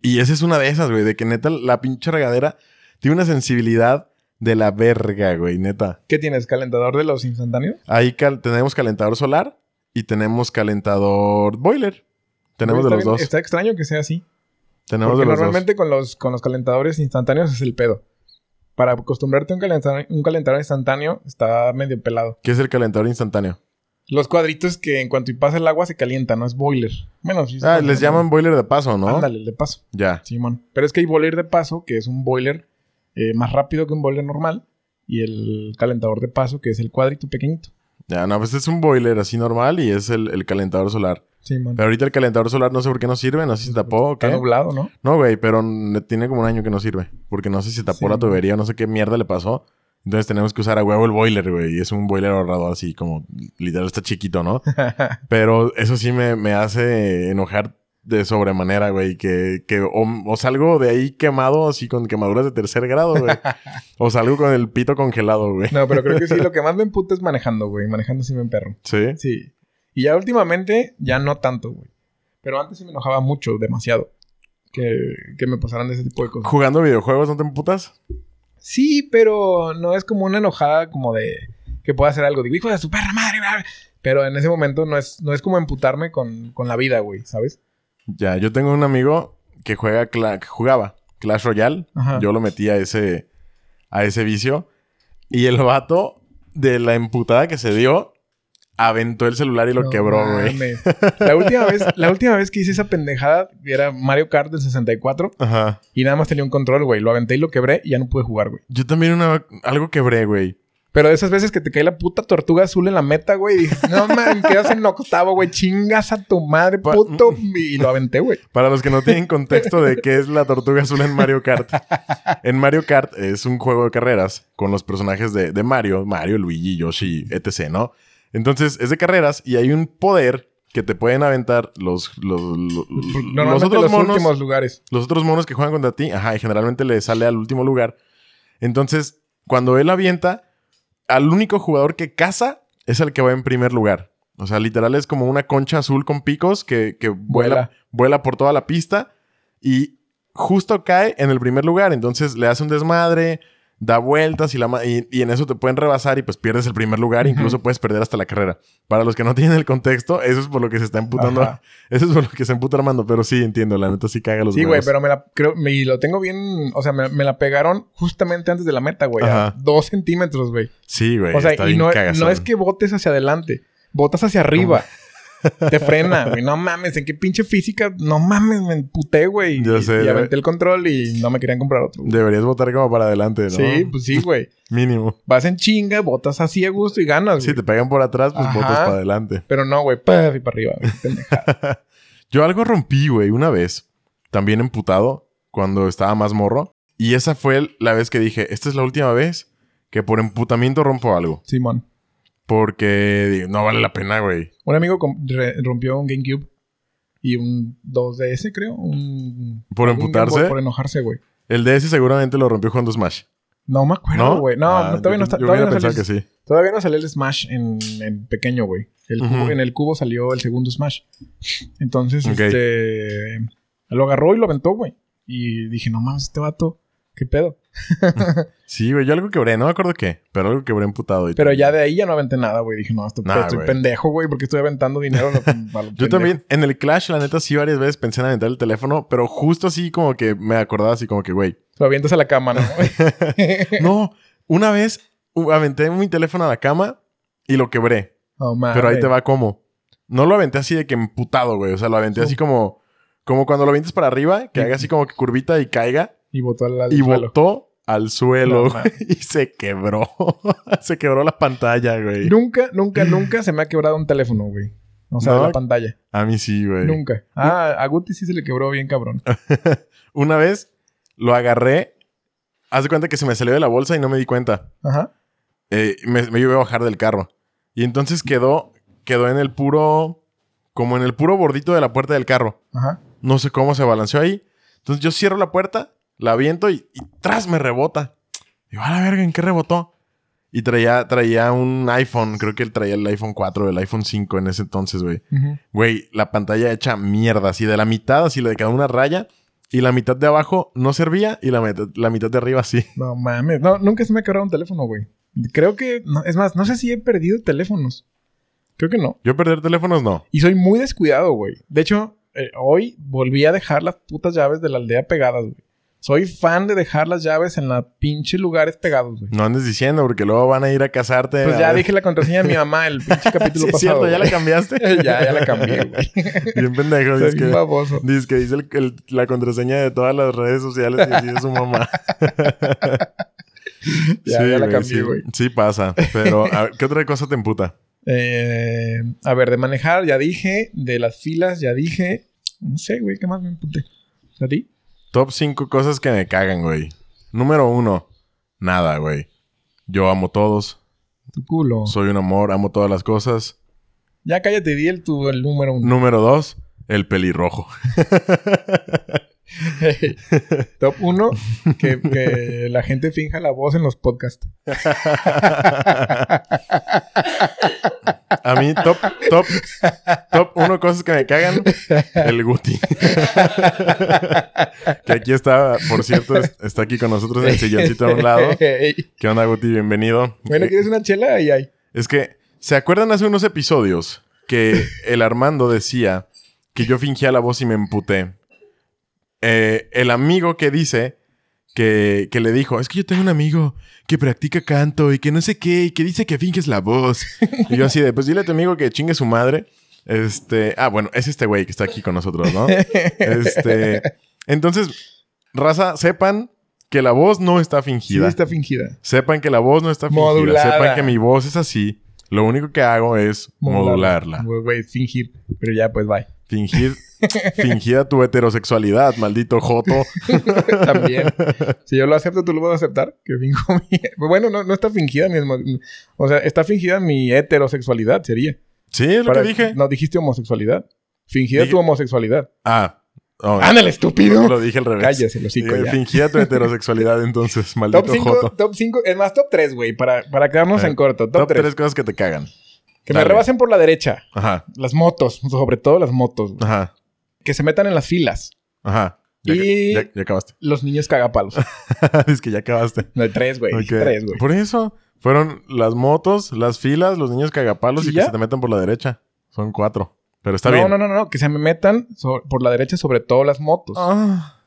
[SPEAKER 2] y esa es una de esas, güey, de que neta la pinche regadera tiene una sensibilidad de la verga, güey, neta.
[SPEAKER 1] ¿Qué tienes? ¿Calentador de los instantáneos?
[SPEAKER 2] Ahí cal- tenemos calentador solar y tenemos calentador boiler. Tenemos
[SPEAKER 1] Güey, está
[SPEAKER 2] de los
[SPEAKER 1] bien-
[SPEAKER 2] dos.
[SPEAKER 1] Está extraño que sea así.
[SPEAKER 2] Tenemos de
[SPEAKER 1] Porque
[SPEAKER 2] los
[SPEAKER 1] normalmente Con, los, con los calentadores instantáneos es el pedo. Para acostumbrarte a un, calenta- un calentador instantáneo está medio pelado.
[SPEAKER 2] dos. ¿Qué es el calentador instantáneo?
[SPEAKER 1] Los cuadritos que en cuanto y pasa el agua se calienta, no es boiler. Bueno, sí.
[SPEAKER 2] Ah,
[SPEAKER 1] sí,
[SPEAKER 2] les
[SPEAKER 1] sí,
[SPEAKER 2] llaman boiler de paso, ¿no?
[SPEAKER 1] Ándale, de paso.
[SPEAKER 2] Ya.
[SPEAKER 1] Simón. Pero es que hay boiler de paso, que es un boiler eh, más rápido que un boiler normal. Y el calentador de paso, que es el cuadrito pequeñito.
[SPEAKER 2] Ya, no, pues es un boiler así normal y es el, el calentador solar.
[SPEAKER 1] Simón.
[SPEAKER 2] Pero ahorita el calentador solar no sé por qué no sirve, no sé si se tapó o
[SPEAKER 1] Está
[SPEAKER 2] qué.
[SPEAKER 1] nublado, ¿no?
[SPEAKER 2] No, güey, pero n- tiene como un año que no sirve. Porque no sé si se tapó
[SPEAKER 1] Sí.
[SPEAKER 2] la tubería o no sé qué mierda le pasó. Entonces tenemos que usar a huevo el boiler, güey. Y es un boiler ahorrado así como literal está chiquito, ¿no? Pero eso sí me, me hace enojar de sobremanera, güey. Que, que o, o salgo de ahí quemado así con quemaduras de tercer grado, güey. o salgo con el pito congelado, güey.
[SPEAKER 1] no, pero creo que sí. Lo que más me emputa es manejando, güey. Manejando sí me emperro.
[SPEAKER 2] Sí.
[SPEAKER 1] Sí. Y ya últimamente, ya no tanto, güey. Pero antes sí me enojaba mucho, demasiado. Que, que me pasaran ese tipo de cosas.
[SPEAKER 2] ¿Jugando videojuegos no te emputas?
[SPEAKER 1] Sí, pero no es como una enojada como de que pueda hacer algo. Digo, hijo de su perra madre, bla, bla". Pero en ese momento no es, no es como emputarme con, con la vida, güey, ¿sabes?
[SPEAKER 2] Ya, yo tengo un amigo que juega cla- que jugaba Clash Royale.
[SPEAKER 1] Ajá.
[SPEAKER 2] Yo lo metí a ese, a ese vicio. Y el vato, de la emputada que se dio, aventó el celular y lo
[SPEAKER 1] No
[SPEAKER 2] quebró, güey.
[SPEAKER 1] mames. La última, vez, la última vez que hice esa pendejada era Mario Kart del 64
[SPEAKER 2] Ajá.
[SPEAKER 1] y nada más tenía un control, güey. Lo aventé y lo quebré y ya no pude jugar, güey.
[SPEAKER 2] Yo también una, algo quebré, güey.
[SPEAKER 1] Pero de esas veces que te cae la puta tortuga azul en la meta, güey, y dices, no man, quedas en octavo, güey, chingas a tu madre,
[SPEAKER 2] Pa-
[SPEAKER 1] puto. Y lo aventé, güey.
[SPEAKER 2] Para los que no tienen contexto de qué es la tortuga azul en Mario Kart. En Mario Kart es un juego de carreras con los personajes de, de Mario, Mario, Luigi, Yoshi, etc., ¿no? Entonces es de carreras y hay un poder que te pueden aventar los, los, los,
[SPEAKER 1] Normalmente
[SPEAKER 2] los otros
[SPEAKER 1] los
[SPEAKER 2] Pues, monos.
[SPEAKER 1] últimos lugares.
[SPEAKER 2] Los otros monos que juegan contra ti, ajá, y generalmente le sale al último lugar. Entonces, cuando él avienta, al único jugador que caza es el que va en primer lugar. O sea, literal es como una concha azul con picos que, que vuela, vuela.
[SPEAKER 1] Vuela.
[SPEAKER 2] por toda la pista y justo cae en el primer lugar. Entonces le hace un desmadre, da vueltas y, la ma- y, y en eso te pueden rebasar y pues pierdes el primer lugar. Incluso puedes perder hasta la carrera. Para los que no tienen el contexto, eso es por lo que se está emputando.
[SPEAKER 1] Ajá.
[SPEAKER 2] Eso es por lo que se emputa Armando, pero sí entiendo, la neta sí caga los
[SPEAKER 1] Sí, güey,
[SPEAKER 2] huevos.
[SPEAKER 1] pero me la creo, me- y lo tengo bien, o sea, me, me la pegaron justamente antes de la meta, güey.
[SPEAKER 2] Ajá.
[SPEAKER 1] a Dos centímetros, güey.
[SPEAKER 2] Sí, güey,
[SPEAKER 1] O sea,
[SPEAKER 2] está
[SPEAKER 1] y
[SPEAKER 2] bien
[SPEAKER 1] no,
[SPEAKER 2] cagazón.
[SPEAKER 1] no es que botes hacia adelante, botas hacia arriba. Te frena, güey. No mames, ¿en qué pinche física? No mames, me emputé, güey.
[SPEAKER 2] Ya
[SPEAKER 1] Y-
[SPEAKER 2] sé,
[SPEAKER 1] Y
[SPEAKER 2] güey.
[SPEAKER 1] aventé el control y no me querían comprar otro. güey.
[SPEAKER 2] Deberías votar como para adelante, ¿no?
[SPEAKER 1] Sí, pues sí, güey.
[SPEAKER 2] Mínimo.
[SPEAKER 1] Vas en chinga, botas así a gusto y ganas, güey.
[SPEAKER 2] Si te pegan por atrás, pues
[SPEAKER 1] Ajá.
[SPEAKER 2] votas para adelante.
[SPEAKER 1] Pero no, güey, paf, y para arriba. güey, pendeja.
[SPEAKER 2] Yo algo rompí, güey, una vez. También emputado, cuando estaba más morro. Y esa fue el- la vez que dije, esta es la última vez que por emputamiento rompo algo.
[SPEAKER 1] Simón.
[SPEAKER 2] Porque digo, no vale la pena, güey.
[SPEAKER 1] Un amigo com- re- rompió un GameCube y un 2DS, creo. Un,
[SPEAKER 2] ¿Por
[SPEAKER 1] un Game Boy
[SPEAKER 2] emputarse?
[SPEAKER 1] por enojarse, güey.
[SPEAKER 2] El DS seguramente lo rompió jugando Smash.
[SPEAKER 1] No me acuerdo,
[SPEAKER 2] ¿No?
[SPEAKER 1] güey. No,
[SPEAKER 2] Ah,
[SPEAKER 1] no, todavía,
[SPEAKER 2] yo-
[SPEAKER 1] no, está-
[SPEAKER 2] Yo
[SPEAKER 1] todavía,
[SPEAKER 2] hubiera
[SPEAKER 1] no salió,
[SPEAKER 2] pensado que sí.
[SPEAKER 1] todavía no salió el Smash en, en pequeño, güey. El cubo-
[SPEAKER 2] Ujú.
[SPEAKER 1] En el cubo salió el segundo Smash. Entonces,
[SPEAKER 2] Ok.
[SPEAKER 1] este. Lo agarró y lo aventó, güey. Y dije, no mames, este vato, qué pedo.
[SPEAKER 2] Sí, güey, yo algo quebré, no me acuerdo qué, pero algo quebré emputado. y-
[SPEAKER 1] Pero ya de ahí ya no aventé nada, güey. Dije, no, esto-
[SPEAKER 2] Nah,
[SPEAKER 1] estoy
[SPEAKER 2] güey.
[SPEAKER 1] pendejo, güey, porque estoy aventando dinero. a lo- a lo
[SPEAKER 2] Yo
[SPEAKER 1] pendejo.
[SPEAKER 2] también, en el Clash, la neta, sí varias veces pensé en aventar el teléfono, pero justo así como que me acordaba así como que, güey,
[SPEAKER 1] Lo avientas a la cama, ¿no?
[SPEAKER 2] no, una vez u- aventé mi teléfono a la cama y lo quebré,
[SPEAKER 1] No mames.
[SPEAKER 2] pero ahí te va como. No lo aventé así de que emputado, güey, o sea, lo aventé así como, como cuando lo avientes para arriba, que
[SPEAKER 1] Y-
[SPEAKER 2] haga así como que curvita y caiga,
[SPEAKER 1] Y botó al, al
[SPEAKER 2] y
[SPEAKER 1] suelo.
[SPEAKER 2] botó al suelo
[SPEAKER 1] No
[SPEAKER 2] güey,
[SPEAKER 1] mames.
[SPEAKER 2] y se quebró, se quebró la pantalla, güey.
[SPEAKER 1] Nunca, nunca, nunca se me ha quebrado un teléfono, güey. O sea,
[SPEAKER 2] No.
[SPEAKER 1] la pantalla.
[SPEAKER 2] A mí sí, Ah. güey.
[SPEAKER 1] Nunca. Ah, a Guti sí se le quebró bien, cabrón.
[SPEAKER 2] Una vez lo agarré, haz de cuenta que se me salió de la bolsa y no me di cuenta.
[SPEAKER 1] Ajá.
[SPEAKER 2] eh, me, me iba a bajar del carro. Y entonces quedó, quedó en el puro, como en el puro bordito de la puerta del carro.
[SPEAKER 1] Ajá.
[SPEAKER 2] No sé cómo se balanceó ahí. Entonces yo cierro la puerta, la aviento y, y tras me rebota. Digo, a la verga, ¿en qué rebotó? Y traía, traía un iPhone, creo que él traía el iPhone 4 o el iPhone 5 en ese entonces, güey.
[SPEAKER 1] Ujú.
[SPEAKER 2] Güey, la pantalla hecha mierda, así de la mitad, así le quedaba una raya. Y la mitad de abajo no servía y la, mitad- la mitad de arriba sí.
[SPEAKER 1] No mames. No, nunca se me ha quebrado un teléfono, güey. Creo que. no, es más, no sé si he perdido teléfonos. Creo que no.
[SPEAKER 2] Yo perder teléfonos no.
[SPEAKER 1] Y soy muy descuidado, güey. De hecho, eh, hoy volví a dejar las putas llaves de la aldea pegadas, güey. Soy fan de dejar las llaves en la pinche lugares pegados, güey.
[SPEAKER 2] No andes diciendo porque luego van a ir a casarte.
[SPEAKER 1] Pues
[SPEAKER 2] a
[SPEAKER 1] ya
[SPEAKER 2] ver.
[SPEAKER 1] dije la contraseña de mi mamá el pinche capítulo
[SPEAKER 2] Sí, es
[SPEAKER 1] pasado.
[SPEAKER 2] cierto, ya la
[SPEAKER 1] güey.
[SPEAKER 2] cambiaste.
[SPEAKER 1] ya, ya la cambié, güey.
[SPEAKER 2] Bien pendejo.
[SPEAKER 1] Soy
[SPEAKER 2] Dice
[SPEAKER 1] bien
[SPEAKER 2] que,
[SPEAKER 1] baboso.
[SPEAKER 2] dice que dice el- el- la contraseña de todas las redes sociales y así es su mamá.
[SPEAKER 1] Ya, ya la
[SPEAKER 2] güey,
[SPEAKER 1] cambié,
[SPEAKER 2] sí.
[SPEAKER 1] güey.
[SPEAKER 2] Sí, pasa. Pero, a ver, ¿qué otra cosa te emputa?
[SPEAKER 1] Eh, a ver, de manejar, ya dije. De las filas, ya dije. No sé, güey, ¿qué más me emputé? ¿A ti?
[SPEAKER 2] Top 5 cosas que me cagan, güey. Número 1. Nada, güey. Yo amo todos.
[SPEAKER 1] Tu culo.
[SPEAKER 2] Soy un amor, amo todas las cosas.
[SPEAKER 1] Ya cállate, di el, tu, el número uno.
[SPEAKER 2] Número 2. El pelirrojo.
[SPEAKER 1] Top uno, que, que la gente finja la voz en los podcasts.
[SPEAKER 2] A mí, top, top, top uno cosas que me cagan, el Guti. que aquí está, por cierto, es- está aquí con nosotros en el silloncito a un lado.
[SPEAKER 1] Ey.
[SPEAKER 2] ¿Qué onda, Guti? Bienvenido.
[SPEAKER 1] Bueno, ¿quieres una chela? Ahí hay.
[SPEAKER 2] Es que, ¿se acuerdan hace unos episodios que el Armando decía que yo fingía la voz y me emputé? Eh, el amigo que dice que, que le dijo, es que yo tengo un amigo que practica canto y que no sé qué, y que dice que finges la voz. Y yo así de, pues dile a tu amigo que chingue su madre. Este, ah, bueno, es este güey que está aquí con nosotros, ¿no? Este, entonces, raza, sepan que la voz no está
[SPEAKER 1] Sí,
[SPEAKER 2] fingida.
[SPEAKER 1] está fingida.
[SPEAKER 2] Sepan que la voz no está fingida.
[SPEAKER 1] Modulada.
[SPEAKER 2] Sepan que mi voz es así. Lo único que hago es modularla.
[SPEAKER 1] Güey, güey, fingir. Pero ya, pues, bye.
[SPEAKER 2] Fingir. fingida tu heterosexualidad, maldito Joto.
[SPEAKER 1] También. Si yo lo acepto, tú lo vas a aceptar. Que finjo mi... Bueno, no, no está fingida mi... homo- O sea, está fingida mi heterosexualidad, sería.
[SPEAKER 2] Sí, es lo
[SPEAKER 1] Para-
[SPEAKER 2] que dije.
[SPEAKER 1] No, dijiste homosexualidad. Fingida
[SPEAKER 2] Dije-
[SPEAKER 1] tu homosexualidad.
[SPEAKER 2] Ah, no,
[SPEAKER 1] ¡Ándale, estúpido!
[SPEAKER 2] lo dije al revés.
[SPEAKER 1] Cállese, los hocico
[SPEAKER 2] Eh,
[SPEAKER 1] ya.
[SPEAKER 2] fingida tu heterosexualidad, entonces, maldito
[SPEAKER 1] Top 5,
[SPEAKER 2] Joto.
[SPEAKER 1] top 5, es más, top 3, güey, para, para quedarnos
[SPEAKER 2] Eh,
[SPEAKER 1] en corto. Top,
[SPEAKER 2] Top
[SPEAKER 1] 3.
[SPEAKER 2] 3 cosas que te cagan.
[SPEAKER 1] Que me
[SPEAKER 2] dale.
[SPEAKER 1] rebasen por la derecha.
[SPEAKER 2] Ajá,
[SPEAKER 1] Las motos, sobre todo las motos. güey.
[SPEAKER 2] ajá,
[SPEAKER 1] Que se metan en las filas.
[SPEAKER 2] ajá. Ya,
[SPEAKER 1] Y-
[SPEAKER 2] ya- ya acabaste.
[SPEAKER 1] Los niños cagapalos.
[SPEAKER 2] es que ya acabaste.
[SPEAKER 1] No, tres, güey.
[SPEAKER 2] Ok.
[SPEAKER 1] Tres, güey.
[SPEAKER 2] Por eso fueron las motos, las filas, los niños cagapalos
[SPEAKER 1] ¿Sí,
[SPEAKER 2] y que
[SPEAKER 1] ya?
[SPEAKER 2] se te metan por la derecha. Son cuatro. Pero está
[SPEAKER 1] no,
[SPEAKER 2] bien.
[SPEAKER 1] no, no, no. Que se me metan so- por la derecha, sobre todo las motos.
[SPEAKER 2] Ah,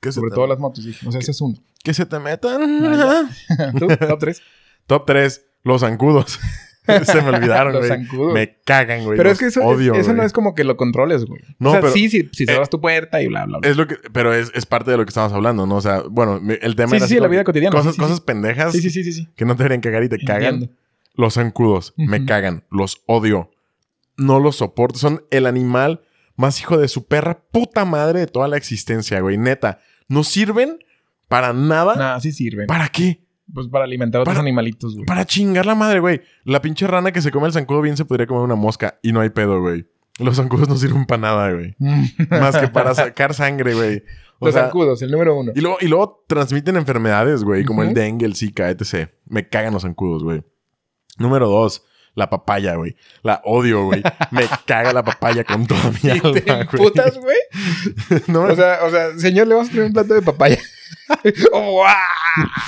[SPEAKER 2] que, se
[SPEAKER 1] sobre
[SPEAKER 2] te,
[SPEAKER 1] todo las motos, dije. O sea, ese es uno.
[SPEAKER 2] que se te metan.
[SPEAKER 1] Ah, ¿Tú? Top tres.
[SPEAKER 2] Top 3, los zancudos. se me olvidaron,
[SPEAKER 1] Los
[SPEAKER 2] güey.
[SPEAKER 1] zancudos.
[SPEAKER 2] Me cagan, güey.
[SPEAKER 1] Pero
[SPEAKER 2] Los
[SPEAKER 1] es que eso,
[SPEAKER 2] odio,
[SPEAKER 1] eso no
[SPEAKER 2] güey.
[SPEAKER 1] es como que lo controles, güey.
[SPEAKER 2] No,
[SPEAKER 1] o sea,
[SPEAKER 2] pero-
[SPEAKER 1] sí, sí, si
[SPEAKER 2] eh,
[SPEAKER 1] cerras tu puerta y bla, bla, bla.
[SPEAKER 2] Es lo que, pero es, es parte de lo que estamos hablando, ¿no? O sea, bueno, mi- el tema
[SPEAKER 1] Sí,
[SPEAKER 2] era
[SPEAKER 1] sí, sí,
[SPEAKER 2] así
[SPEAKER 1] la
[SPEAKER 2] como
[SPEAKER 1] vida
[SPEAKER 2] que
[SPEAKER 1] cotidiana,
[SPEAKER 2] Cosas,
[SPEAKER 1] sí, sí,
[SPEAKER 2] cosas pendejas
[SPEAKER 1] sí, sí, sí, sí, sí.
[SPEAKER 2] que no te deberían cagar y te cagan.
[SPEAKER 1] Entiendo.
[SPEAKER 2] Los zancudos. Me
[SPEAKER 1] Ujú.
[SPEAKER 2] cagan. Los odio. No los soporto. Son el animal más hijo de su perra puta madre de toda la existencia, güey. Neta. No sirven para nada.
[SPEAKER 1] Nah, sí sirven.
[SPEAKER 2] ¿Para qué?
[SPEAKER 1] Pues para alimentar a otros
[SPEAKER 2] Para-
[SPEAKER 1] animalitos, güey.
[SPEAKER 2] Para chingar la madre, güey. La pinche rana que se come el zancudo bien se podría comer una mosca y no hay pedo, güey. Los zancudos no sirven para nada, güey. Más que para sacar sangre, güey. O
[SPEAKER 1] Los
[SPEAKER 2] sea,
[SPEAKER 1] zancudos, el número uno.
[SPEAKER 2] y luego, y luego transmiten enfermedades, güey, como el
[SPEAKER 1] Ujú.
[SPEAKER 2] dengue, el Zika, etc. Me cagan los zancudos, güey. Número dos, la papaya, güey. La odio, güey. Me caga la papaya con toda mi
[SPEAKER 1] Y te
[SPEAKER 2] alma, güey.
[SPEAKER 1] emputas, güey.
[SPEAKER 2] No,
[SPEAKER 1] O sea, o sea, señor, le vas a traer un plato de papaya.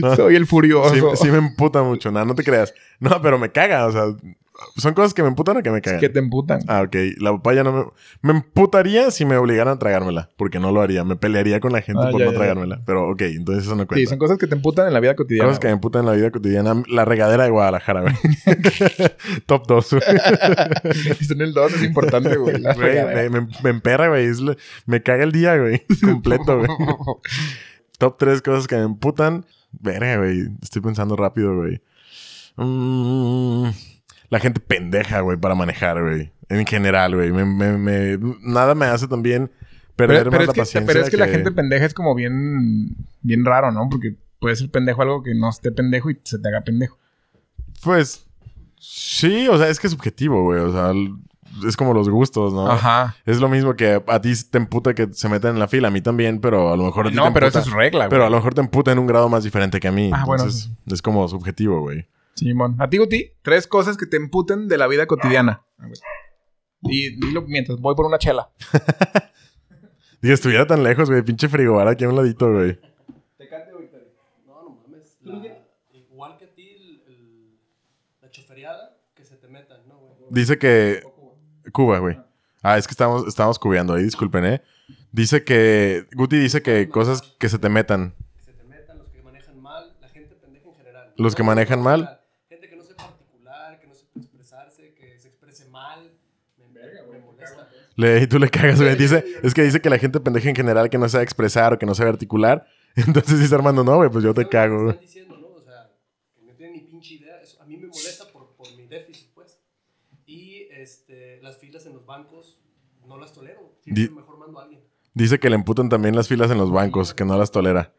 [SPEAKER 1] ¡Guau! Soy el
[SPEAKER 2] Ah. sí,
[SPEAKER 1] furioso.
[SPEAKER 2] sí me emputa mucho, nada, no te creas. No, pero me caga, o sea, son cosas que me emputan o que me cagan.
[SPEAKER 1] Que te emputan.
[SPEAKER 2] Ah, ok. La papaya no me... Me emputaría si me obligaran a tragármela. Porque no lo haría. Me pelearía con la gente
[SPEAKER 1] Ah,
[SPEAKER 2] por
[SPEAKER 1] ya,
[SPEAKER 2] no
[SPEAKER 1] ya,
[SPEAKER 2] tragármela. Pero ok, entonces eso no
[SPEAKER 1] Sí,
[SPEAKER 2] cuenta.
[SPEAKER 1] son cosas que te emputan en la vida cotidiana.
[SPEAKER 2] Cosas que me emputan en la vida cotidiana. La regadera de Guadalajara, güey. Top 2.
[SPEAKER 1] güey. Está en el 2 es importante, güey. La regadera.
[SPEAKER 2] me, me- me emperra, güey. Es lo- Me caga el día, güey. Completo, güey. Top 3 cosas que me emputan. Verga, güey. Estoy pensando rápido, güey. Mm, la gente pendeja, güey, para manejar, güey. En general, güey. Me- me- me- nada me hace también perder
[SPEAKER 1] Pero,
[SPEAKER 2] más
[SPEAKER 1] pero
[SPEAKER 2] la
[SPEAKER 1] es que,
[SPEAKER 2] paciencia.
[SPEAKER 1] pero es que la gente pendeja es como bien, bien raro, ¿no? Porque puede ser pendejo algo que no esté pendejo y se te haga pendejo.
[SPEAKER 2] Pues. Sí, o sea, es que es subjetivo, güey. O sea, l- es como los gustos, ¿no?
[SPEAKER 1] Ajá.
[SPEAKER 2] Es lo mismo que a ti te emputa que se metan en la fila, a mí también, pero a lo mejor a ti te
[SPEAKER 1] No, pero esa
[SPEAKER 2] emputa-
[SPEAKER 1] es regla, güey.
[SPEAKER 2] Pero a lo mejor te emputa en un grado más diferente que a mí.
[SPEAKER 1] Ah, bueno,
[SPEAKER 2] Entonces, es como subjetivo, güey.
[SPEAKER 1] Simón. A ti, Guti, tres cosas que te emputen de la vida cotidiana. Ah, güey. Y dilo mientras voy por una chela.
[SPEAKER 2] Digo, estuviera tan lejos, güey. Pinche frigobar aquí a un ladito, güey.
[SPEAKER 3] No, no mames. la- igual que a ti, el- el- la chofereada, que se te metan, ¿no, güey?
[SPEAKER 2] Dice que... Cuba, güey. Ah, es que estábamos, estábamos cubeando ahí, disculpen, ¿eh? Dice que... Guti dice que cosas que se te metan.
[SPEAKER 3] Que se te metan, los que manejan mal, la gente pendeja en general.
[SPEAKER 2] Los que manejan mal.
[SPEAKER 3] Gente que no sepa articular, que no sepa expresarse, que se exprese mal. Me, me molesta.
[SPEAKER 2] Le, y tú le cagas, güey. Dice, es que dice que la gente pendeja en general que no sabe expresar o que no sabe articular. Entonces dice Armando, no, güey, pues yo te cago,
[SPEAKER 3] Lo que
[SPEAKER 2] güey.
[SPEAKER 3] Están diciendo, ¿no? O sea, que no tienen ni pinche idea. Eso a mí me molesta por, por mi déficit, pues. Y este, las filas en los bancos no las tolero. Siempre
[SPEAKER 2] Di-
[SPEAKER 3] mejor mando a alguien.
[SPEAKER 2] Dice que le emputan también las filas en los bancos, que no las tolera.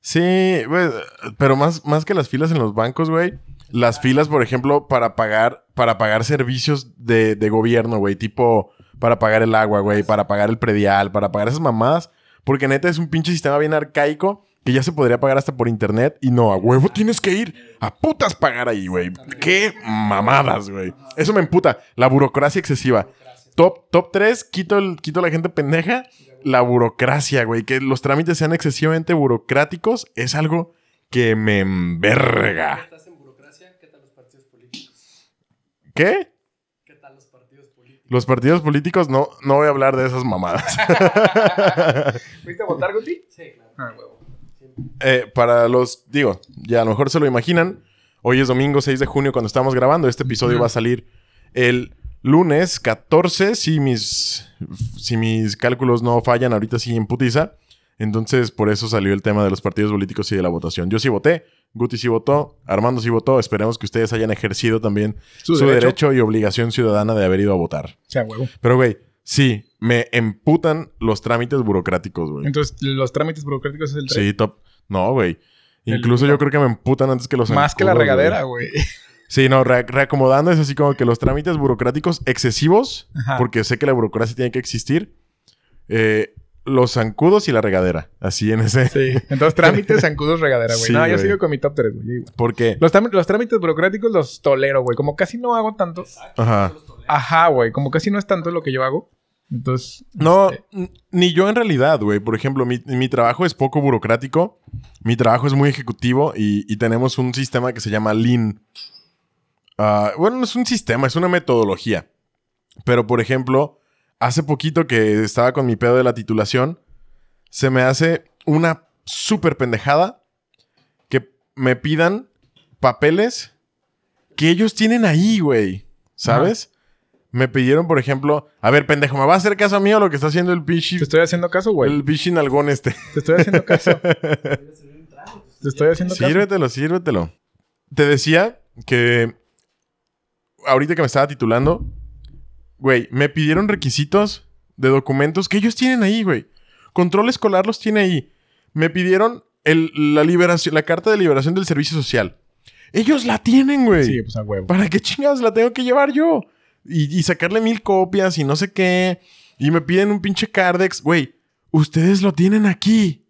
[SPEAKER 2] Sí, güey, pero más, más que las filas en los bancos, güey, las filas, por ejemplo, para pagar, para pagar servicios de, de gobierno, güey, tipo para pagar el agua, güey, para pagar el predial, para pagar esas mamadas, porque neta es un pinche sistema bien arcaico que ya se podría pagar hasta por internet y no, a huevo tienes que ir a putas pagar ahí, güey. Qué mamadas, güey. Eso me emputa, la burocracia excesiva. Top, top 3, quito, el, quito la gente pendeja, la burocracia, güey. Que los trámites sean excesivamente burocráticos es algo que me
[SPEAKER 3] ¿Qué
[SPEAKER 2] enverga.
[SPEAKER 3] estás en burocracia? ¿Qué tal los partidos políticos?
[SPEAKER 2] ¿Qué?
[SPEAKER 3] ¿Qué tal los partidos políticos?
[SPEAKER 2] Los partidos políticos, no, no voy a hablar de esas mamadas.
[SPEAKER 1] ¿Fuiste a votar, Guti?
[SPEAKER 3] Sí, claro.
[SPEAKER 1] Ah, huevo.
[SPEAKER 3] Siempre.
[SPEAKER 2] Eh, para los, digo, ya a lo mejor se lo imaginan, hoy es domingo 6 de junio cuando estamos grabando, este episodio
[SPEAKER 1] Ujú.
[SPEAKER 2] va a salir el lunes 14, si mis, si mis cálculos no fallan, ahorita sí en putiza. Entonces, por eso salió el tema de los partidos políticos y de la votación. Yo sí voté, Guti sí votó, Armando sí votó. Esperemos que ustedes hayan ejercido también
[SPEAKER 1] Su,
[SPEAKER 2] su
[SPEAKER 1] derecho.
[SPEAKER 2] derecho y obligación ciudadana de haber ido a votar.
[SPEAKER 1] O sea, huevo.
[SPEAKER 2] Pero, güey, sí, me emputan los trámites burocráticos, güey.
[SPEAKER 1] Entonces, los trámites burocráticos es el tres.
[SPEAKER 2] Sí, top. No, güey.
[SPEAKER 1] Eh, El
[SPEAKER 2] Incluso yo creo que me emputan antes que los
[SPEAKER 1] Más que la
[SPEAKER 2] zancudos,
[SPEAKER 1] regadera,
[SPEAKER 2] güey.
[SPEAKER 1] güey.
[SPEAKER 2] Sí, no, re- reacomodando es así como que los trámites burocráticos excesivos,
[SPEAKER 1] Ajá.
[SPEAKER 2] porque sé que la burocracia tiene que existir. eh, los zancudos y la regadera. Así en ese.
[SPEAKER 1] Sí. Entonces, trámites, zancudos, regadera, güey.
[SPEAKER 2] Sí,
[SPEAKER 1] no, yo
[SPEAKER 2] güey.
[SPEAKER 1] sigo con mi top 3, güey. Yo igual.
[SPEAKER 2] Porque.
[SPEAKER 1] Los, trámites- los trámites burocráticos los tolero, güey. Como casi no hago tanto.
[SPEAKER 3] Exacto.
[SPEAKER 2] Ajá.
[SPEAKER 3] Los tolero.
[SPEAKER 1] Ajá, güey. Como casi no es tanto lo que yo hago. Entonces.
[SPEAKER 2] No,
[SPEAKER 1] este,
[SPEAKER 2] n- ni yo en realidad, güey. Por ejemplo, mi, mi trabajo es poco burocrático, mi trabajo es muy ejecutivo y, y tenemos un sistema que se llama Lean. Ah, bueno, no es un sistema, es una metodología. Pero, por ejemplo, hace poquito que estaba con mi pedo de la titulación, se me hace una súper pendejada que me pidan papeles que ellos tienen ahí, güey. ¿Sabes? Me pidieron, por ejemplo, a ver, pendejo, ¿me va a hacer caso a mí o lo que está haciendo el pinche
[SPEAKER 1] te estoy haciendo caso, güey.
[SPEAKER 2] el pinche nalgón este.
[SPEAKER 1] Te estoy haciendo caso.
[SPEAKER 3] Debería servir un trago.
[SPEAKER 1] Te estoy haciendo caso.
[SPEAKER 2] Sírvetelo, sírvetelo. Te decía que ahorita que me estaba titulando, güey, me pidieron requisitos de documentos que ellos tienen ahí, güey. Control escolar los tiene ahí. Me pidieron el- la liberación, la carta de liberación del servicio social. Ellos la tienen, güey.
[SPEAKER 1] Sí, pues a huevo.
[SPEAKER 2] ¿Para qué chingados la tengo que llevar yo? Y, y sacarle mil copias y no sé qué. Y me piden un pinche Cardex. Güey, ustedes lo tienen aquí.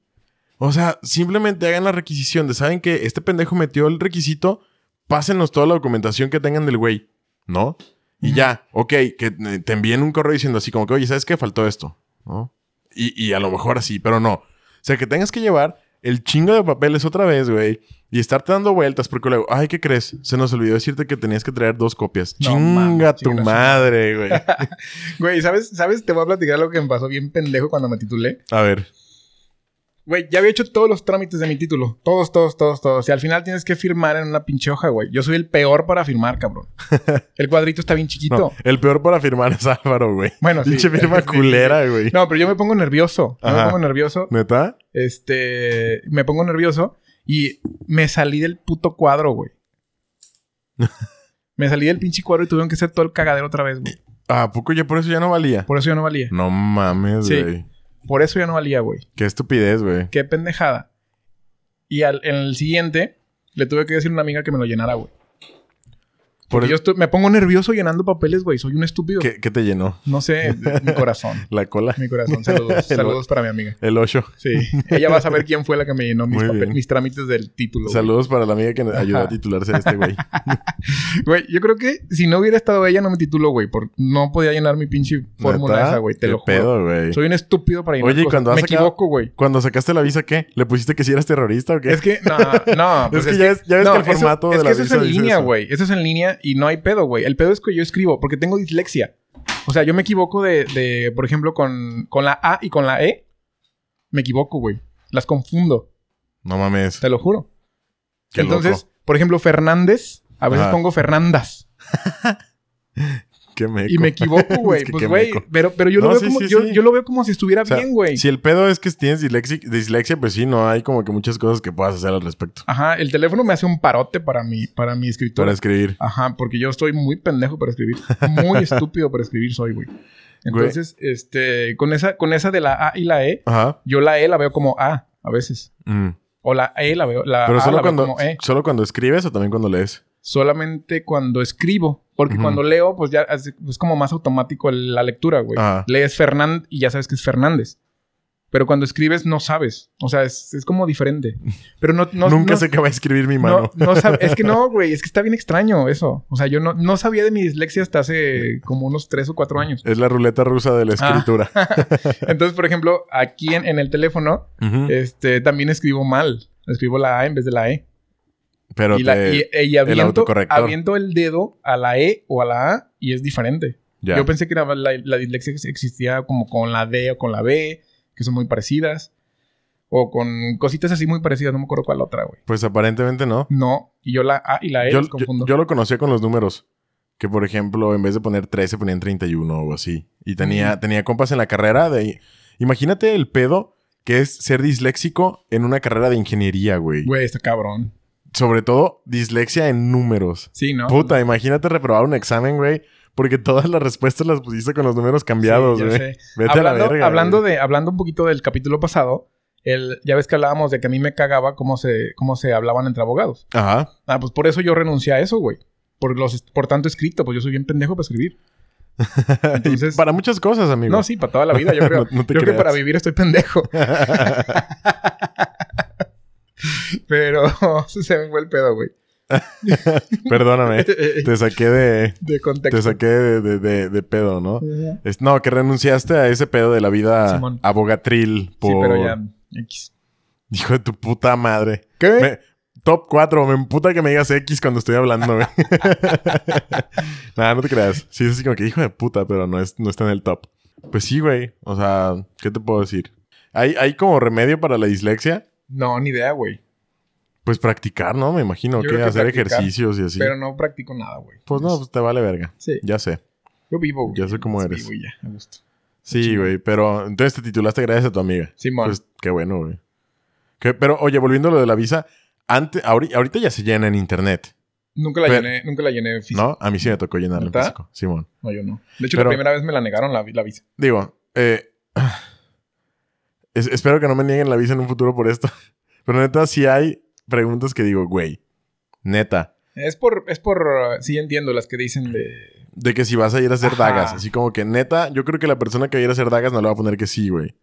[SPEAKER 2] O sea, simplemente hagan la requisición de, ¿saben que Este pendejo metió el requisito, pásenos toda la documentación que tengan del güey, ¿no? Y
[SPEAKER 1] Ujú.
[SPEAKER 2] ya, ok, que eh, te envíen un correo diciendo así como que, oye, ¿sabes qué? Faltó esto, ¿no? Y, y a lo mejor así, pero no. O sea, que tengas que llevar el chingo de papeles otra vez, güey, y estarte dando vueltas porque luego, ay, ¿qué crees? Se nos olvidó decirte que tenías que traer dos copias.
[SPEAKER 1] No
[SPEAKER 2] Chinga
[SPEAKER 1] mames,
[SPEAKER 2] tu
[SPEAKER 1] chingas.
[SPEAKER 2] madre, güey.
[SPEAKER 1] Güey, ¿sabes? ¿sabes? Te voy a platicar algo que me pasó bien pendejo cuando me titulé.
[SPEAKER 2] A ver,
[SPEAKER 1] Güey, ya había hecho todos los trámites de mi título. Todos, todos, todos, todos. Y al final tienes que firmar en una pinche hoja, güey. Yo soy el peor para firmar, cabrón. El cuadrito está bien chiquito.
[SPEAKER 2] no, el peor para firmar es Álvaro, güey.
[SPEAKER 1] Bueno, sí.
[SPEAKER 2] Pinche firma
[SPEAKER 1] Sí, sí, sí.
[SPEAKER 2] culera, güey.
[SPEAKER 1] No, pero yo me pongo nervioso. Yo me
[SPEAKER 2] Ajá.
[SPEAKER 1] pongo nervioso.
[SPEAKER 2] ¿Neta?
[SPEAKER 1] Este. Me pongo nervioso y me salí del puto cuadro, güey. me salí del pinche cuadro y tuvieron que hacer todo el cagadero otra vez, güey.
[SPEAKER 2] ¿A poco ya por eso ya no valía?
[SPEAKER 1] Por eso ya no valía.
[SPEAKER 2] No mames,
[SPEAKER 1] Sí.
[SPEAKER 2] güey.
[SPEAKER 1] Por eso ya no valía, güey.
[SPEAKER 2] Qué estupidez, güey.
[SPEAKER 1] Qué pendejada. Y al, en el siguiente, le tuve que decir a una amiga que me lo llenara, güey. Porque
[SPEAKER 2] el-
[SPEAKER 1] yo estoy- me pongo nervioso llenando papeles, güey. Soy un estúpido.
[SPEAKER 2] ¿Qué, qué te llenó?
[SPEAKER 1] No sé, mi corazón.
[SPEAKER 2] La cola.
[SPEAKER 1] Mi corazón. Saludos. Saludos para mi amiga.
[SPEAKER 2] El 8.
[SPEAKER 1] Sí. Ella va a saber quién fue la que me llenó mis,
[SPEAKER 2] Muy
[SPEAKER 1] papel-
[SPEAKER 2] bien.
[SPEAKER 1] mis trámites del título. güey.
[SPEAKER 2] Saludos para la amiga que nos ayudó a
[SPEAKER 1] Ajá.
[SPEAKER 2] titularse a este güey.
[SPEAKER 1] Güey, yo creo que si no hubiera estado ella, no me titulo, güey. Por... No podía llenar mi pinche fórmula
[SPEAKER 2] ¿Neta?
[SPEAKER 1] esa, güey. Te
[SPEAKER 2] Qué
[SPEAKER 1] lo juro.
[SPEAKER 2] pedo, güey.
[SPEAKER 1] Soy un estúpido para llenar
[SPEAKER 2] Oye, ¿y
[SPEAKER 1] cosas.
[SPEAKER 2] cuando has
[SPEAKER 1] Me
[SPEAKER 2] sacado-
[SPEAKER 1] equivoco, güey.
[SPEAKER 2] Cuando sacaste la visa, ¿qué? ¿Le pusiste que si eras terrorista o qué?
[SPEAKER 1] Es que, no, no. pues
[SPEAKER 2] Es que ya es- ya ves que el
[SPEAKER 1] eso-
[SPEAKER 2] formato
[SPEAKER 1] es
[SPEAKER 2] de
[SPEAKER 1] que
[SPEAKER 2] la
[SPEAKER 1] eso es
[SPEAKER 2] visa
[SPEAKER 1] en
[SPEAKER 2] dice
[SPEAKER 1] línea,
[SPEAKER 2] eso.
[SPEAKER 1] güey. Eso es en línea y no hay pedo, güey. El pedo es que yo escribo porque tengo dislexia. O sea, yo me equivoco de, de, por ejemplo, con, con la A y con la E. Me equivoco, güey. Las confundo,
[SPEAKER 2] No mames.
[SPEAKER 1] te lo juro.
[SPEAKER 2] Qué
[SPEAKER 1] Entonces,
[SPEAKER 2] loco.
[SPEAKER 1] por ejemplo, Fernández, a veces
[SPEAKER 2] Ajá.
[SPEAKER 1] pongo Fernandas.
[SPEAKER 2] Qué meco.
[SPEAKER 1] Y me equivoco, güey.
[SPEAKER 2] Es que
[SPEAKER 1] pues,
[SPEAKER 2] qué
[SPEAKER 1] güey,
[SPEAKER 2] meco.
[SPEAKER 1] pero, pero yo,
[SPEAKER 2] No,
[SPEAKER 1] lo veo
[SPEAKER 2] sí,
[SPEAKER 1] como,
[SPEAKER 2] sí,
[SPEAKER 1] yo,
[SPEAKER 2] sí.
[SPEAKER 1] yo lo veo como si estuviera
[SPEAKER 2] O sea,
[SPEAKER 1] bien, güey.
[SPEAKER 2] Si el pedo es que tienes dislexi- dislexia, pues sí, no hay como que muchas cosas que puedas hacer al respecto.
[SPEAKER 1] Ajá, el teléfono me hace un parote para mi, para mi escritura.
[SPEAKER 2] Para escribir.
[SPEAKER 1] Ajá, porque yo estoy muy pendejo para escribir. Muy estúpido para escribir soy, güey. Entonces, este, con esa, con esa de la A y la E,
[SPEAKER 2] Ajá.
[SPEAKER 1] yo la E la veo como A a veces.
[SPEAKER 2] Mm.
[SPEAKER 1] O la E la veo, la
[SPEAKER 2] Pero
[SPEAKER 1] A
[SPEAKER 2] solo
[SPEAKER 1] la
[SPEAKER 2] cuando,
[SPEAKER 1] veo como E.
[SPEAKER 2] solo cuando escribes o también cuando lees.
[SPEAKER 1] Solamente cuando escribo. Porque
[SPEAKER 2] Ujú.
[SPEAKER 1] cuando leo, pues ya es, es como más automático la lectura, güey.
[SPEAKER 2] Ajá.
[SPEAKER 1] Lees Fernández y ya sabes que es Fernández. Pero cuando escribes, no sabes. O sea, es, es como diferente. Pero no... no
[SPEAKER 2] Nunca
[SPEAKER 1] no-
[SPEAKER 2] sé qué va a escribir mi mano.
[SPEAKER 1] No, no sab- es que no, güey, es que está bien extraño eso. O sea, yo no, no sabía de mi dislexia hasta hace como unos tres o cuatro años.
[SPEAKER 2] Es la ruleta rusa de la
[SPEAKER 1] Ah.
[SPEAKER 2] escritura.
[SPEAKER 1] Entonces, por ejemplo, aquí en, en el teléfono,
[SPEAKER 2] Ujú.
[SPEAKER 1] este, también escribo mal. Escribo la A en vez de la E.
[SPEAKER 2] Pero
[SPEAKER 1] Y, la-
[SPEAKER 2] te-
[SPEAKER 1] y- y aviento,
[SPEAKER 2] autocorrector.
[SPEAKER 1] aviento el dedo a la E o a la A y es diferente.
[SPEAKER 2] ya.
[SPEAKER 1] Yo pensé que era la, la dislexia que existía como con la D o con la B, que son muy parecidas. O con cositas así muy parecidas, no me acuerdo cuál otra, güey.
[SPEAKER 2] Pues aparentemente no.
[SPEAKER 1] No, y yo la A y la E
[SPEAKER 2] yo,
[SPEAKER 1] los
[SPEAKER 2] yo-
[SPEAKER 1] confundo.
[SPEAKER 2] yo lo conocía con los números. Que por ejemplo, en vez de poner 13, ponían 31 o así. Y tenía, tenía compas en la carrera de. Imagínate el pedo que es ser disléxico en una carrera de ingeniería, güey.
[SPEAKER 1] Güey, está cabrón.
[SPEAKER 2] Sobre todo dislexia en números.
[SPEAKER 1] Sí, ¿no?
[SPEAKER 2] Puta, imagínate reprobar un examen, güey. Porque todas las respuestas las pusiste con los números cambiados,
[SPEAKER 1] Sí, ya
[SPEAKER 2] güey.
[SPEAKER 1] sé.
[SPEAKER 2] Vete a
[SPEAKER 1] hablando,
[SPEAKER 2] la verga.
[SPEAKER 1] hablando
[SPEAKER 2] güey.
[SPEAKER 1] de, hablando un poquito del capítulo pasado, el, ya ves que hablábamos de que a mí me cagaba cómo se, cómo se hablaban entre abogados.
[SPEAKER 2] Ajá.
[SPEAKER 1] Ah, pues por eso yo renuncié a eso, güey. Por, los, por tanto escrito, pues yo soy bien pendejo para escribir. Entonces-
[SPEAKER 2] Y para muchas cosas, amigo.
[SPEAKER 1] No, sí, para toda la vida, yo creo.
[SPEAKER 2] No- no te
[SPEAKER 1] creo que
[SPEAKER 2] creas.
[SPEAKER 1] para vivir estoy pendejo. Pero se me fue el pedo, güey.
[SPEAKER 2] Perdóname.
[SPEAKER 1] De
[SPEAKER 2] Eh, Te saqué de. Te
[SPEAKER 1] contexto.
[SPEAKER 2] saqué de, de- de- de pedo, ¿no?
[SPEAKER 1] Sí,
[SPEAKER 2] Es- no, que renunciaste a ese pedo de la vida
[SPEAKER 1] Simón.
[SPEAKER 2] abogatril por...
[SPEAKER 1] pero ya. X.
[SPEAKER 2] Hijo de tu puta madre.
[SPEAKER 1] ¿Qué?
[SPEAKER 2] Me- top 4. Me emputa que me digas X cuando estoy hablando, güey. Nada, no te creas. Sí, es así como que hijo de puta, pero no, es, no está en el top. Pues sí, güey. O sea, ¿qué te puedo decir? ¿Hay, ¿Hay como remedio para la dislexia?
[SPEAKER 1] No, ni idea, güey.
[SPEAKER 2] Pues practicar, ¿no? Me imagino.
[SPEAKER 1] Yo
[SPEAKER 2] que
[SPEAKER 1] creo que
[SPEAKER 2] Hacer
[SPEAKER 1] practicar,
[SPEAKER 2] ejercicios y así.
[SPEAKER 1] Pero no practico nada, güey.
[SPEAKER 2] Pues no, pues te vale verga.
[SPEAKER 1] Sí.
[SPEAKER 2] Ya sé.
[SPEAKER 1] Yo vivo, güey.
[SPEAKER 2] Ya sé cómo
[SPEAKER 1] Pues
[SPEAKER 2] eres.
[SPEAKER 1] Vivo y ya, a gusto.
[SPEAKER 2] Sí,
[SPEAKER 1] Chido.
[SPEAKER 2] güey. Pero entonces te titulaste gracias a tu amiga.
[SPEAKER 1] Simón.
[SPEAKER 2] Pues qué bueno, güey. Que- pero, oye, volviendo a lo de la visa, antes, ahori- ahorita ya se llena en internet,
[SPEAKER 1] nunca, la
[SPEAKER 2] pero-
[SPEAKER 1] llené, nunca la llené físico.
[SPEAKER 2] ¿no? A mí sí me tocó llenarla en
[SPEAKER 1] ¿Neta?
[SPEAKER 2] físico, Simón.
[SPEAKER 1] No, yo no. De hecho,
[SPEAKER 2] Pero-
[SPEAKER 1] la primera vez me la negaron la, vi- la visa.
[SPEAKER 2] Digo, eh, es- espero que no me nieguen la visa en un futuro por esto. Pero neta, sí hay preguntas que digo, güey, neta,
[SPEAKER 1] Es por, es por, uh, sí entiendo las que dicen de...
[SPEAKER 2] de que si vas a ir a hacer
[SPEAKER 1] Ajá.
[SPEAKER 2] dagas, así como que neta, yo creo que la persona que va a ir a hacer dagas no le va a poner que sí, güey.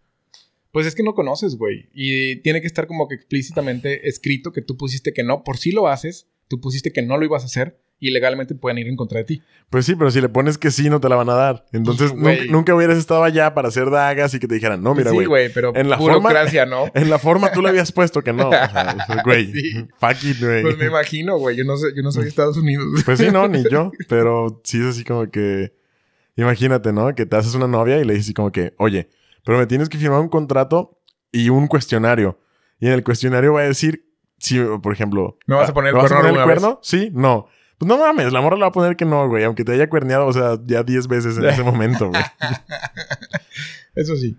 [SPEAKER 1] Pues es que no conoces, güey. Y tiene que estar como que explícitamente escrito que tú pusiste que no. Por si lo haces, tú pusiste que no lo ibas a hacer y legalmente pueden ir en contra de ti.
[SPEAKER 2] Pues sí, pero si le pones que sí, no te la van a dar. Entonces,
[SPEAKER 1] Hijo,
[SPEAKER 2] nunca,
[SPEAKER 1] güey.
[SPEAKER 2] nunca hubieras estado allá para hacer dagas y que te dijeran, no, mira,
[SPEAKER 1] sí,
[SPEAKER 2] güey,
[SPEAKER 1] güey, pero
[SPEAKER 2] en la forma-
[SPEAKER 1] burocracia, ¿no?
[SPEAKER 2] En la forma tú le habías puesto que no. O sea, güey.
[SPEAKER 1] Sí.
[SPEAKER 2] Fuck it, güey.
[SPEAKER 1] Pues me imagino, güey. Yo no sé, yo no soy de Estados Unidos.
[SPEAKER 2] Pues sí, no, ni yo. Pero sí es así como que. Imagínate, ¿no? Que te haces una novia y le dices así como que, oye, pero me tienes que firmar un contrato y un cuestionario. Y en el cuestionario va a decir, si, por ejemplo.
[SPEAKER 1] ¿Me vas a
[SPEAKER 2] ah,
[SPEAKER 1] poner el
[SPEAKER 2] ¿me vas a
[SPEAKER 1] cuerno
[SPEAKER 2] poner el
[SPEAKER 1] alguna
[SPEAKER 2] cuerno? Sí, no. Pues no mames, la morra le va a poner que no, güey. Aunque te haya cuerneado, o sea, ya 10 veces en ese momento, güey.
[SPEAKER 1] Eso sí.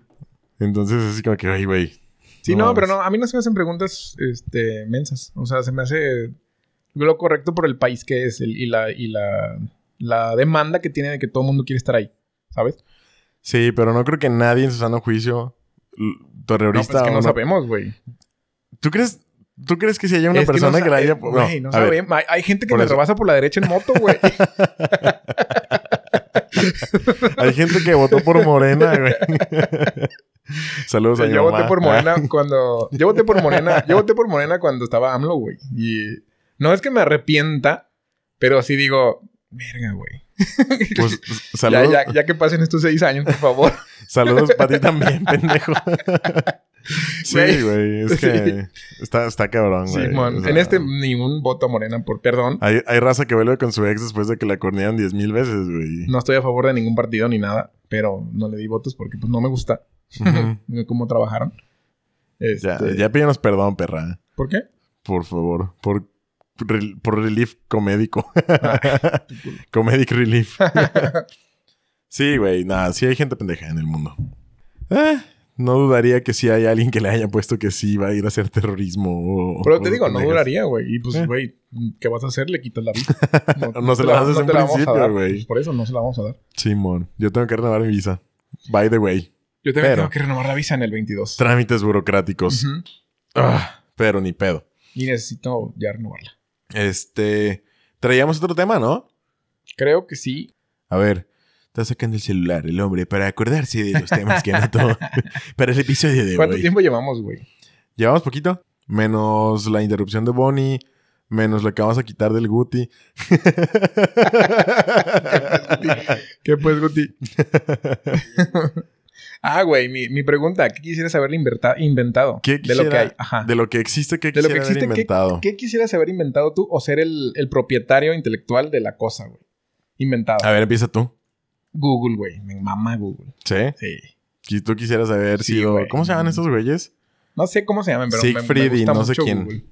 [SPEAKER 2] Entonces, así como que, ay, güey.
[SPEAKER 1] Sí,
[SPEAKER 2] No
[SPEAKER 1] no, pero
[SPEAKER 2] mames.
[SPEAKER 1] no, a mí no se me hacen preguntas este, mensas. O sea, se me hace lo correcto por el país que es el- y, la, y la, la demanda que tiene de que todo el mundo quiere estar ahí, ¿sabes?
[SPEAKER 2] Sí, pero no creo que nadie en su sano juicio, l-
[SPEAKER 1] No, pues
[SPEAKER 2] terrorista
[SPEAKER 1] es que
[SPEAKER 2] o
[SPEAKER 1] no
[SPEAKER 2] no-
[SPEAKER 1] sabemos, güey.
[SPEAKER 2] ¿Tú crees? ¿Tú crees que si haya una
[SPEAKER 1] Es
[SPEAKER 2] persona que,
[SPEAKER 1] no
[SPEAKER 2] la
[SPEAKER 1] sa-
[SPEAKER 2] haya... pues,
[SPEAKER 1] eh, güey, no
[SPEAKER 2] a ver,
[SPEAKER 1] sabemos. Hay, hay gente que
[SPEAKER 2] Por
[SPEAKER 1] me
[SPEAKER 2] eso.
[SPEAKER 1] rebasa por la derecha en moto, güey.
[SPEAKER 2] Hay gente que votó por Morena, güey. Saludos a mi
[SPEAKER 1] yo
[SPEAKER 2] mamá.
[SPEAKER 1] voté por Morena cuando. Yo voté por Morena. Yo voté por Morena cuando estaba AMLO, güey. Y. No es que me arrepienta, pero sí digo. Verga, güey.
[SPEAKER 2] Ah, pues,
[SPEAKER 1] Ya,
[SPEAKER 2] saludos,
[SPEAKER 1] ya, ya que pasen estos seis años, por favor.
[SPEAKER 2] saludos para ti también, pendejo. sí,
[SPEAKER 1] Güey.
[SPEAKER 2] güey. Es que está, está cabrón, güey.
[SPEAKER 1] Simón.
[SPEAKER 2] O sea,
[SPEAKER 1] en este, ni un voto a Morena, por perdón.
[SPEAKER 2] Hay, hay raza que vuelve con su ex después de que la cornean 10 mil veces, güey.
[SPEAKER 1] No estoy a favor de ningún partido ni nada, pero no le di votos porque pues no me gusta
[SPEAKER 2] Ujú.
[SPEAKER 1] cómo trabajaron. Este,
[SPEAKER 2] ya, ya pídanos perdón, perra.
[SPEAKER 1] ¿Por qué?
[SPEAKER 2] Por favor. Por, rel- por relief comédico. Comedic relief. sí, güey. Nada, sí hay gente pendeja en el mundo. Eh, no dudaría que sí hay alguien que le haya puesto que sí va a ir a hacer terrorismo. o-
[SPEAKER 1] Pero te
[SPEAKER 2] cosas
[SPEAKER 1] digo, no
[SPEAKER 2] pendejas.
[SPEAKER 1] duraría, güey. Y pues,
[SPEAKER 2] Eh.
[SPEAKER 1] güey, ¿qué vas a hacer? Le quitas la vida.
[SPEAKER 2] No se
[SPEAKER 1] te
[SPEAKER 2] la das desde
[SPEAKER 1] no
[SPEAKER 2] un
[SPEAKER 1] te vamos a
[SPEAKER 2] principio,
[SPEAKER 1] dar.
[SPEAKER 2] güey.
[SPEAKER 1] Pues por eso no se la vamos a dar.
[SPEAKER 2] Simón, yo tengo que renovar mi visa. By the way,
[SPEAKER 1] Yo también
[SPEAKER 2] Pero-
[SPEAKER 1] tengo que renovar la visa en el 22.
[SPEAKER 2] trámites burocráticos.
[SPEAKER 1] Ujú.
[SPEAKER 2] Ah, pero ni pedo.
[SPEAKER 1] Y necesito ya renovarla.
[SPEAKER 2] Este, traíamos otro tema, ¿no?
[SPEAKER 1] Creo que sí.
[SPEAKER 2] A ver, está sacando el celular el hombre para acordarse de los temas que anotó para el episodio de
[SPEAKER 1] ¿Cuánto
[SPEAKER 2] hoy.
[SPEAKER 1] tiempo llevamos, güey?
[SPEAKER 2] Llevamos poquito. Menos la interrupción de Bonnie. Menos lo que vamos a quitar del Guti.
[SPEAKER 1] ¿Qué pues, Guti? ah, güey, mi, mi pregunta. ¿Qué quisieras haber inverta- inventado?
[SPEAKER 2] ¿Qué
[SPEAKER 1] de lo que
[SPEAKER 2] quisiera-
[SPEAKER 1] hay. Ajá.
[SPEAKER 2] de lo que existe, que
[SPEAKER 1] De lo
[SPEAKER 2] quisiera
[SPEAKER 1] que
[SPEAKER 2] haber
[SPEAKER 1] existe, ¿qué,
[SPEAKER 2] inventado.
[SPEAKER 1] qué quisieras haber inventado tú o ser el, el propietario intelectual de la cosa, güey? Inventado.
[SPEAKER 2] A ver, empieza tú.
[SPEAKER 1] Google, güey. Me mama Google.
[SPEAKER 2] ¿Sí?
[SPEAKER 1] Sí.
[SPEAKER 2] Si tú quisieras haber
[SPEAKER 1] Sí,
[SPEAKER 2] sido...
[SPEAKER 1] güey. Mm.
[SPEAKER 2] ¿Cómo se llaman estos güeyes?
[SPEAKER 1] No sé cómo se llaman, pero me- me,
[SPEAKER 2] Siegfried y
[SPEAKER 1] gusta
[SPEAKER 2] no sé
[SPEAKER 1] mucho
[SPEAKER 2] quién.
[SPEAKER 1] Google.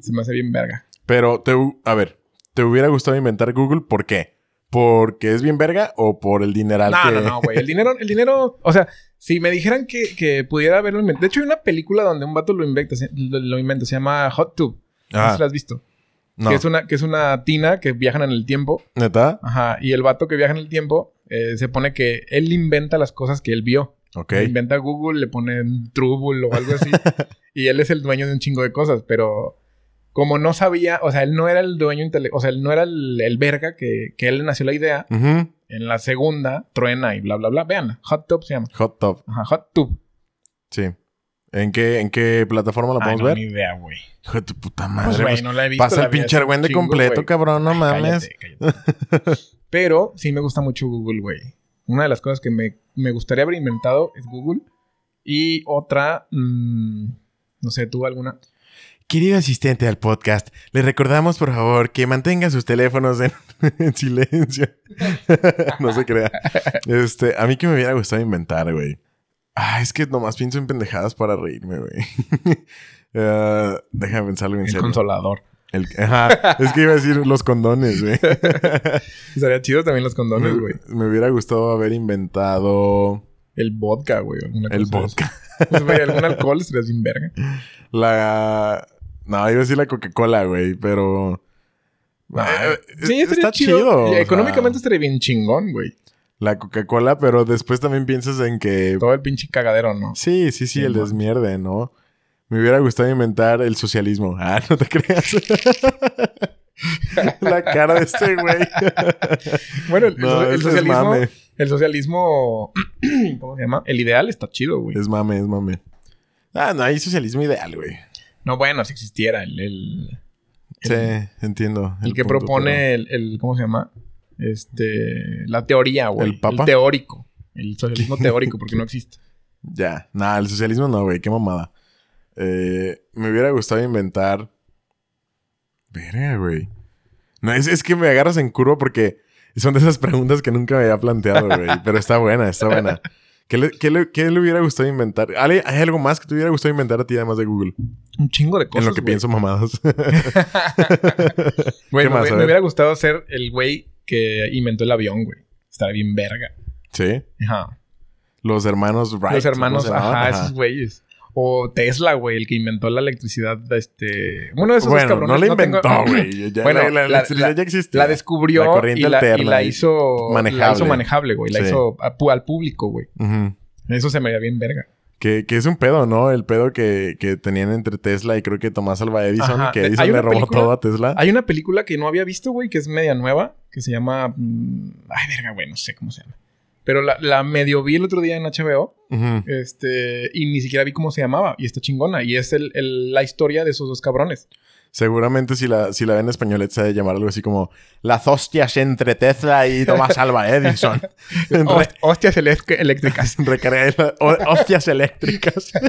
[SPEAKER 1] Se me hace bien verga.
[SPEAKER 2] Pero, te, hu- a ver. ¿Te hubiera gustado inventar Google? ¿Por qué? ¿Porque es bien verga o por el dineral
[SPEAKER 1] No,
[SPEAKER 2] que...
[SPEAKER 1] no, no, güey. El dinero, el dinero, o sea, si me dijeran que, que pudiera haberlo inventado. De hecho, hay una película donde un vato lo inventa, se- lo, lo inventa, se llama Hot Tube. No sé
[SPEAKER 2] Ah,
[SPEAKER 1] si la has visto.
[SPEAKER 2] no.
[SPEAKER 1] Que, es una, que es una tina que viajan en el tiempo.
[SPEAKER 2] ¿Neta?
[SPEAKER 1] Ajá. Y el vato que viaja en el tiempo eh, se pone que él inventa las cosas que él vio.
[SPEAKER 2] Ok.
[SPEAKER 1] Le Inventa Google, le ponen Trouble o algo así. y él es el dueño de un chingo de cosas, pero como no sabía, o sea, él no era el dueño, intele- o sea, él no era el, el verga que, que él le nació la idea.
[SPEAKER 2] Ujú.
[SPEAKER 1] En la segunda, truena y bla, bla, bla. Vean, Hot Tub se llama.
[SPEAKER 2] Hot Top.
[SPEAKER 1] Ajá, Hot Tub.
[SPEAKER 2] Sí. ¿En qué, ¿En qué plataforma la
[SPEAKER 1] Ay,
[SPEAKER 2] podemos
[SPEAKER 1] Ah, no,
[SPEAKER 2] ver?
[SPEAKER 1] ni idea, güey.
[SPEAKER 2] Hijo de tu puta madre.
[SPEAKER 1] Pues,
[SPEAKER 2] pues,
[SPEAKER 1] güey, no la he visto.
[SPEAKER 2] Pasa
[SPEAKER 1] la
[SPEAKER 2] el
[SPEAKER 1] vi hace
[SPEAKER 2] pinche
[SPEAKER 1] un
[SPEAKER 2] argüende
[SPEAKER 1] chingo,
[SPEAKER 2] completo,
[SPEAKER 1] güey.
[SPEAKER 2] cabrón, no mames.
[SPEAKER 1] Cállate, cállate. Pero sí me gusta mucho Google, güey. Una de las cosas que me, me gustaría haber inventado es Google. Y otra, mm, no sé, ¿tú alguna?
[SPEAKER 2] Querido asistente al podcast, le recordamos por favor que mantenga sus teléfonos en, en silencio. no se crea. Este, a mí que me hubiera gustado inventar, güey. Ah, es que nomás pienso en pendejadas para reírme, güey. Eh, déjame pensarlo en
[SPEAKER 1] El
[SPEAKER 2] serio.
[SPEAKER 1] consolador.
[SPEAKER 2] El- ajá, es que iba a decir los condones, güey.
[SPEAKER 1] Estaría chido también los
[SPEAKER 2] me,
[SPEAKER 1] condones, güey.
[SPEAKER 2] me hubiera gustado haber inventado
[SPEAKER 1] El vodka, güey. alguna
[SPEAKER 2] el
[SPEAKER 1] cosa de
[SPEAKER 2] vodka.
[SPEAKER 1] esas. Pues, güey, algún alcohol sería sin verga.
[SPEAKER 2] La. No, iba a decir la Coca-Cola, güey, pero. Eh,
[SPEAKER 1] sí,
[SPEAKER 2] es-
[SPEAKER 1] estaría chido.
[SPEAKER 2] o
[SPEAKER 1] Y
[SPEAKER 2] sea,
[SPEAKER 1] Económicamente estaría bien chingón, güey.
[SPEAKER 2] la Coca-Cola, pero después también piensas en que.
[SPEAKER 1] Todo el pinche cagadero, ¿no?
[SPEAKER 2] Sí, sí, sí,
[SPEAKER 1] Sí,
[SPEAKER 2] el
[SPEAKER 1] man.
[SPEAKER 2] desmierde, ¿no? Me hubiera gustado inventar el socialismo. Ah, no te creas. la cara de este güey.
[SPEAKER 1] Bueno, el,
[SPEAKER 2] No,
[SPEAKER 1] el
[SPEAKER 2] eso es
[SPEAKER 1] socialismo...
[SPEAKER 2] mame.
[SPEAKER 1] El socialismo... ¿Cómo se llama? El ideal está chido, güey.
[SPEAKER 2] Es mame, es mame. Ah, no, hay socialismo ideal, güey.
[SPEAKER 1] No, bueno, si existiera el... El, el-
[SPEAKER 2] Sí, entiendo.
[SPEAKER 1] el que
[SPEAKER 2] punto,
[SPEAKER 1] propone el, el- ¿Cómo se llama? Este... La teoría, güey.
[SPEAKER 2] ¿El Papa?
[SPEAKER 1] teórico. El socialismo teórico, porque no existe.
[SPEAKER 2] pero- Ya. Nah, el socialismo no, güey. Qué mamada. Eh, me hubiera gustado inventar. Verga, güey. No, es, es que me agarras en curva porque son de esas preguntas que nunca me había planteado, güey. Pero está buena, está buena. ¿Qué le, qué le- qué le hubiera gustado inventar? Ale, ¿Hay algo más que te hubiera gustado inventar a ti además de Google?
[SPEAKER 1] Un chingo de cosas,
[SPEAKER 2] en lo que
[SPEAKER 1] güey.
[SPEAKER 2] pienso, mamadas.
[SPEAKER 1] Güey,
[SPEAKER 2] ¿Qué
[SPEAKER 1] me,
[SPEAKER 2] más?
[SPEAKER 1] hubie-
[SPEAKER 2] A
[SPEAKER 1] me
[SPEAKER 2] ver.
[SPEAKER 1] hubiera gustado ser el güey que inventó el avión, güey. Estaría bien verga.
[SPEAKER 2] sí.
[SPEAKER 1] Ajá.
[SPEAKER 2] Los hermanos Wright.
[SPEAKER 1] Los hermanos,
[SPEAKER 2] ¿cómo se
[SPEAKER 1] ajá,
[SPEAKER 2] llamaban?
[SPEAKER 1] esos güeyes. O Tesla, güey, el que inventó la electricidad, este... Bueno, de esos dos
[SPEAKER 2] Bueno,
[SPEAKER 1] cabrones.
[SPEAKER 2] no la
[SPEAKER 1] tengo-
[SPEAKER 2] inventó, güey. Ya-
[SPEAKER 1] Bueno,
[SPEAKER 2] la,
[SPEAKER 1] la-
[SPEAKER 2] la electricidad
[SPEAKER 1] la-
[SPEAKER 2] ya existía.
[SPEAKER 1] La descubrió
[SPEAKER 2] La corriente
[SPEAKER 1] y, la, y
[SPEAKER 2] alterna
[SPEAKER 1] la
[SPEAKER 2] y
[SPEAKER 1] hizo
[SPEAKER 2] manejable.
[SPEAKER 1] manejable, la hizo manejable, güey. La
[SPEAKER 2] Sí.
[SPEAKER 1] hizo a pu- al público, güey.
[SPEAKER 2] Ujú.
[SPEAKER 1] Eso se me veía bien verga.
[SPEAKER 2] Que, que es un pedo, ¿no? El pedo que, que tenían entre Tesla y creo que Tomás Alva Edison,
[SPEAKER 1] Ajá.
[SPEAKER 2] que
[SPEAKER 1] De-
[SPEAKER 2] Edison
[SPEAKER 1] hay
[SPEAKER 2] le
[SPEAKER 1] una
[SPEAKER 2] robó
[SPEAKER 1] película-
[SPEAKER 2] todo a Tesla.
[SPEAKER 1] Hay una película que no había visto, güey, que es media nueva, que se llama... mm, Ay, verga, güey, no sé cómo se llama. Pero la, la medio vi el otro día en HBO,
[SPEAKER 2] Ujú.
[SPEAKER 1] este, y ni siquiera vi cómo se llamaba, y está chingona, y es el- el- la historia de esos dos cabrones.
[SPEAKER 2] Seguramente si la, si la ven en español se ha de llamar algo así como las hostias entre Tesla y Tomás Alva Edison. En re-
[SPEAKER 1] Host- Hostias elec- eléctricas.
[SPEAKER 2] Recarga de la- ho- hostias eléctricas.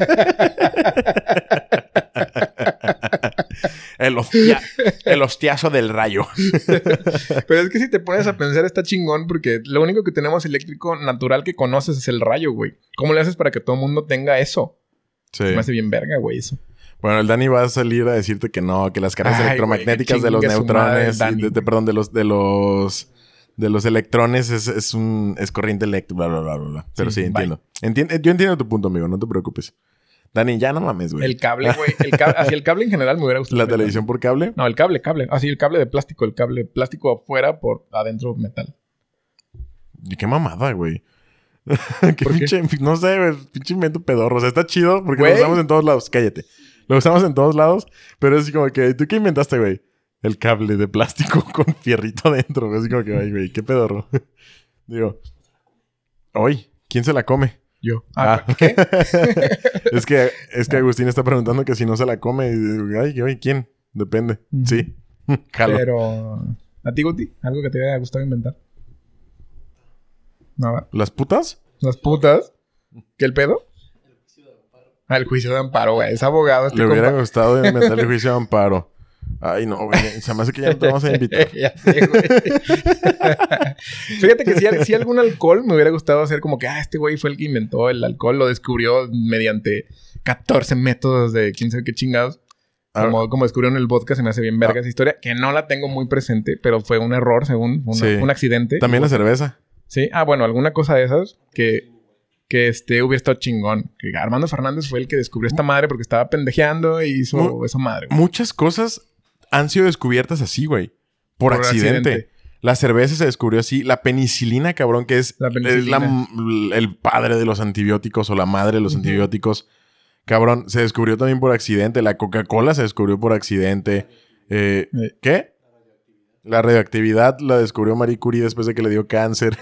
[SPEAKER 2] el, hostia- el hostiazo del rayo.
[SPEAKER 1] Pero es que si te pones a pensar está chingón porque lo único que tenemos eléctrico natural que conoces es el rayo, güey. ¿Cómo le haces para que todo el mundo tenga eso?
[SPEAKER 2] Sí.
[SPEAKER 1] Se Me hace bien verga, güey, eso.
[SPEAKER 2] Bueno, el Dani va a salir a decirte que no, que las cargas
[SPEAKER 1] Ay,
[SPEAKER 2] electromagnéticas
[SPEAKER 1] güey,
[SPEAKER 2] de los
[SPEAKER 1] chingue su madre el
[SPEAKER 2] neutrones,
[SPEAKER 1] Dani,
[SPEAKER 2] y de- de-
[SPEAKER 1] güey.
[SPEAKER 2] perdón, de los de los de los electrones es, es un es corriente eléctrica, bla bla bla bla. bla. Pero sí,
[SPEAKER 1] Sí, bye.
[SPEAKER 2] entiendo. Entien- yo entiendo tu punto, amigo, no te preocupes. Dani, ya no mames, güey.
[SPEAKER 1] El cable, güey. El cable, así el cable en general me hubiera gustado.
[SPEAKER 2] La
[SPEAKER 1] metal.
[SPEAKER 2] televisión por cable,
[SPEAKER 1] No, el cable, cable. Así el cable de plástico, el cable plástico afuera por adentro metal.
[SPEAKER 2] Y qué mamada, güey. Qué
[SPEAKER 1] ¿Por qué?
[SPEAKER 2] pinche, no sé, güey, pinche invento pedorro. O sea, está chido porque
[SPEAKER 1] Güey.
[SPEAKER 2] lo usamos en todos lados. Cállate. Lo usamos en todos lados, pero es así como que, ¿tú qué inventaste, güey? El cable de plástico con fierrito adentro. güey. Así como que, ay, güey, qué pedorro. Digo, hoy, ¿quién se la come?
[SPEAKER 1] Yo. Ah,
[SPEAKER 2] Ah.
[SPEAKER 1] ¿qué?
[SPEAKER 2] es que, es que Agustín está preguntando que si no se la come. Y digo, ay, güey, ¿quién? Depende.
[SPEAKER 1] Ujú.
[SPEAKER 2] Sí. Jalo.
[SPEAKER 1] Pero. ¿A ti, Guti? ¿Algo que te haya gustado inventar? Nada.
[SPEAKER 2] ¿Las putas?
[SPEAKER 1] Las putas. ¿Qué el pedo? Ah, el juicio de amparo, güey. Es abogado. Este
[SPEAKER 2] Le hubiera
[SPEAKER 1] compa.
[SPEAKER 2] gustado inventar el juicio de amparo. Ay, no, güey. Se me hace que ya no te vamos a invitar.
[SPEAKER 1] Ya sé, güey. Fíjate que si, al- si algún alcohol me hubiera gustado hacer como que, ah, este güey fue el que inventó el alcohol, lo descubrió mediante 14 métodos de quién sabe qué chingados.
[SPEAKER 2] Ah,
[SPEAKER 1] Como, como descubrieron el vodka, se me hace bien verga esa historia, que no la tengo muy presente, pero fue un error, según una-
[SPEAKER 2] Sí.
[SPEAKER 1] un accidente.
[SPEAKER 2] También la cerveza.
[SPEAKER 1] Sí, ah, bueno, alguna cosa de esas que, que este, hubiera estado chingón. Que Armando Fernández fue el que descubrió esta madre porque estaba pendejeando y hizo
[SPEAKER 2] Mu-
[SPEAKER 1] esa madre. güey.
[SPEAKER 2] Muchas cosas han sido descubiertas así, güey. Por,
[SPEAKER 1] Por
[SPEAKER 2] accidente.
[SPEAKER 1] accidente.
[SPEAKER 2] La cerveza se descubrió así. La penicilina, cabrón, que es,
[SPEAKER 1] La
[SPEAKER 2] es la-
[SPEAKER 1] penicilina.
[SPEAKER 2] el padre de los antibióticos o la madre de los
[SPEAKER 1] Ujú.
[SPEAKER 2] antibióticos. Cabrón, se descubrió también por accidente. La Coca-Cola se descubrió por accidente. Eh,
[SPEAKER 1] Eh.
[SPEAKER 2] ¿Qué? La radioactividad la descubrió Marie Curie después de que le dio cáncer.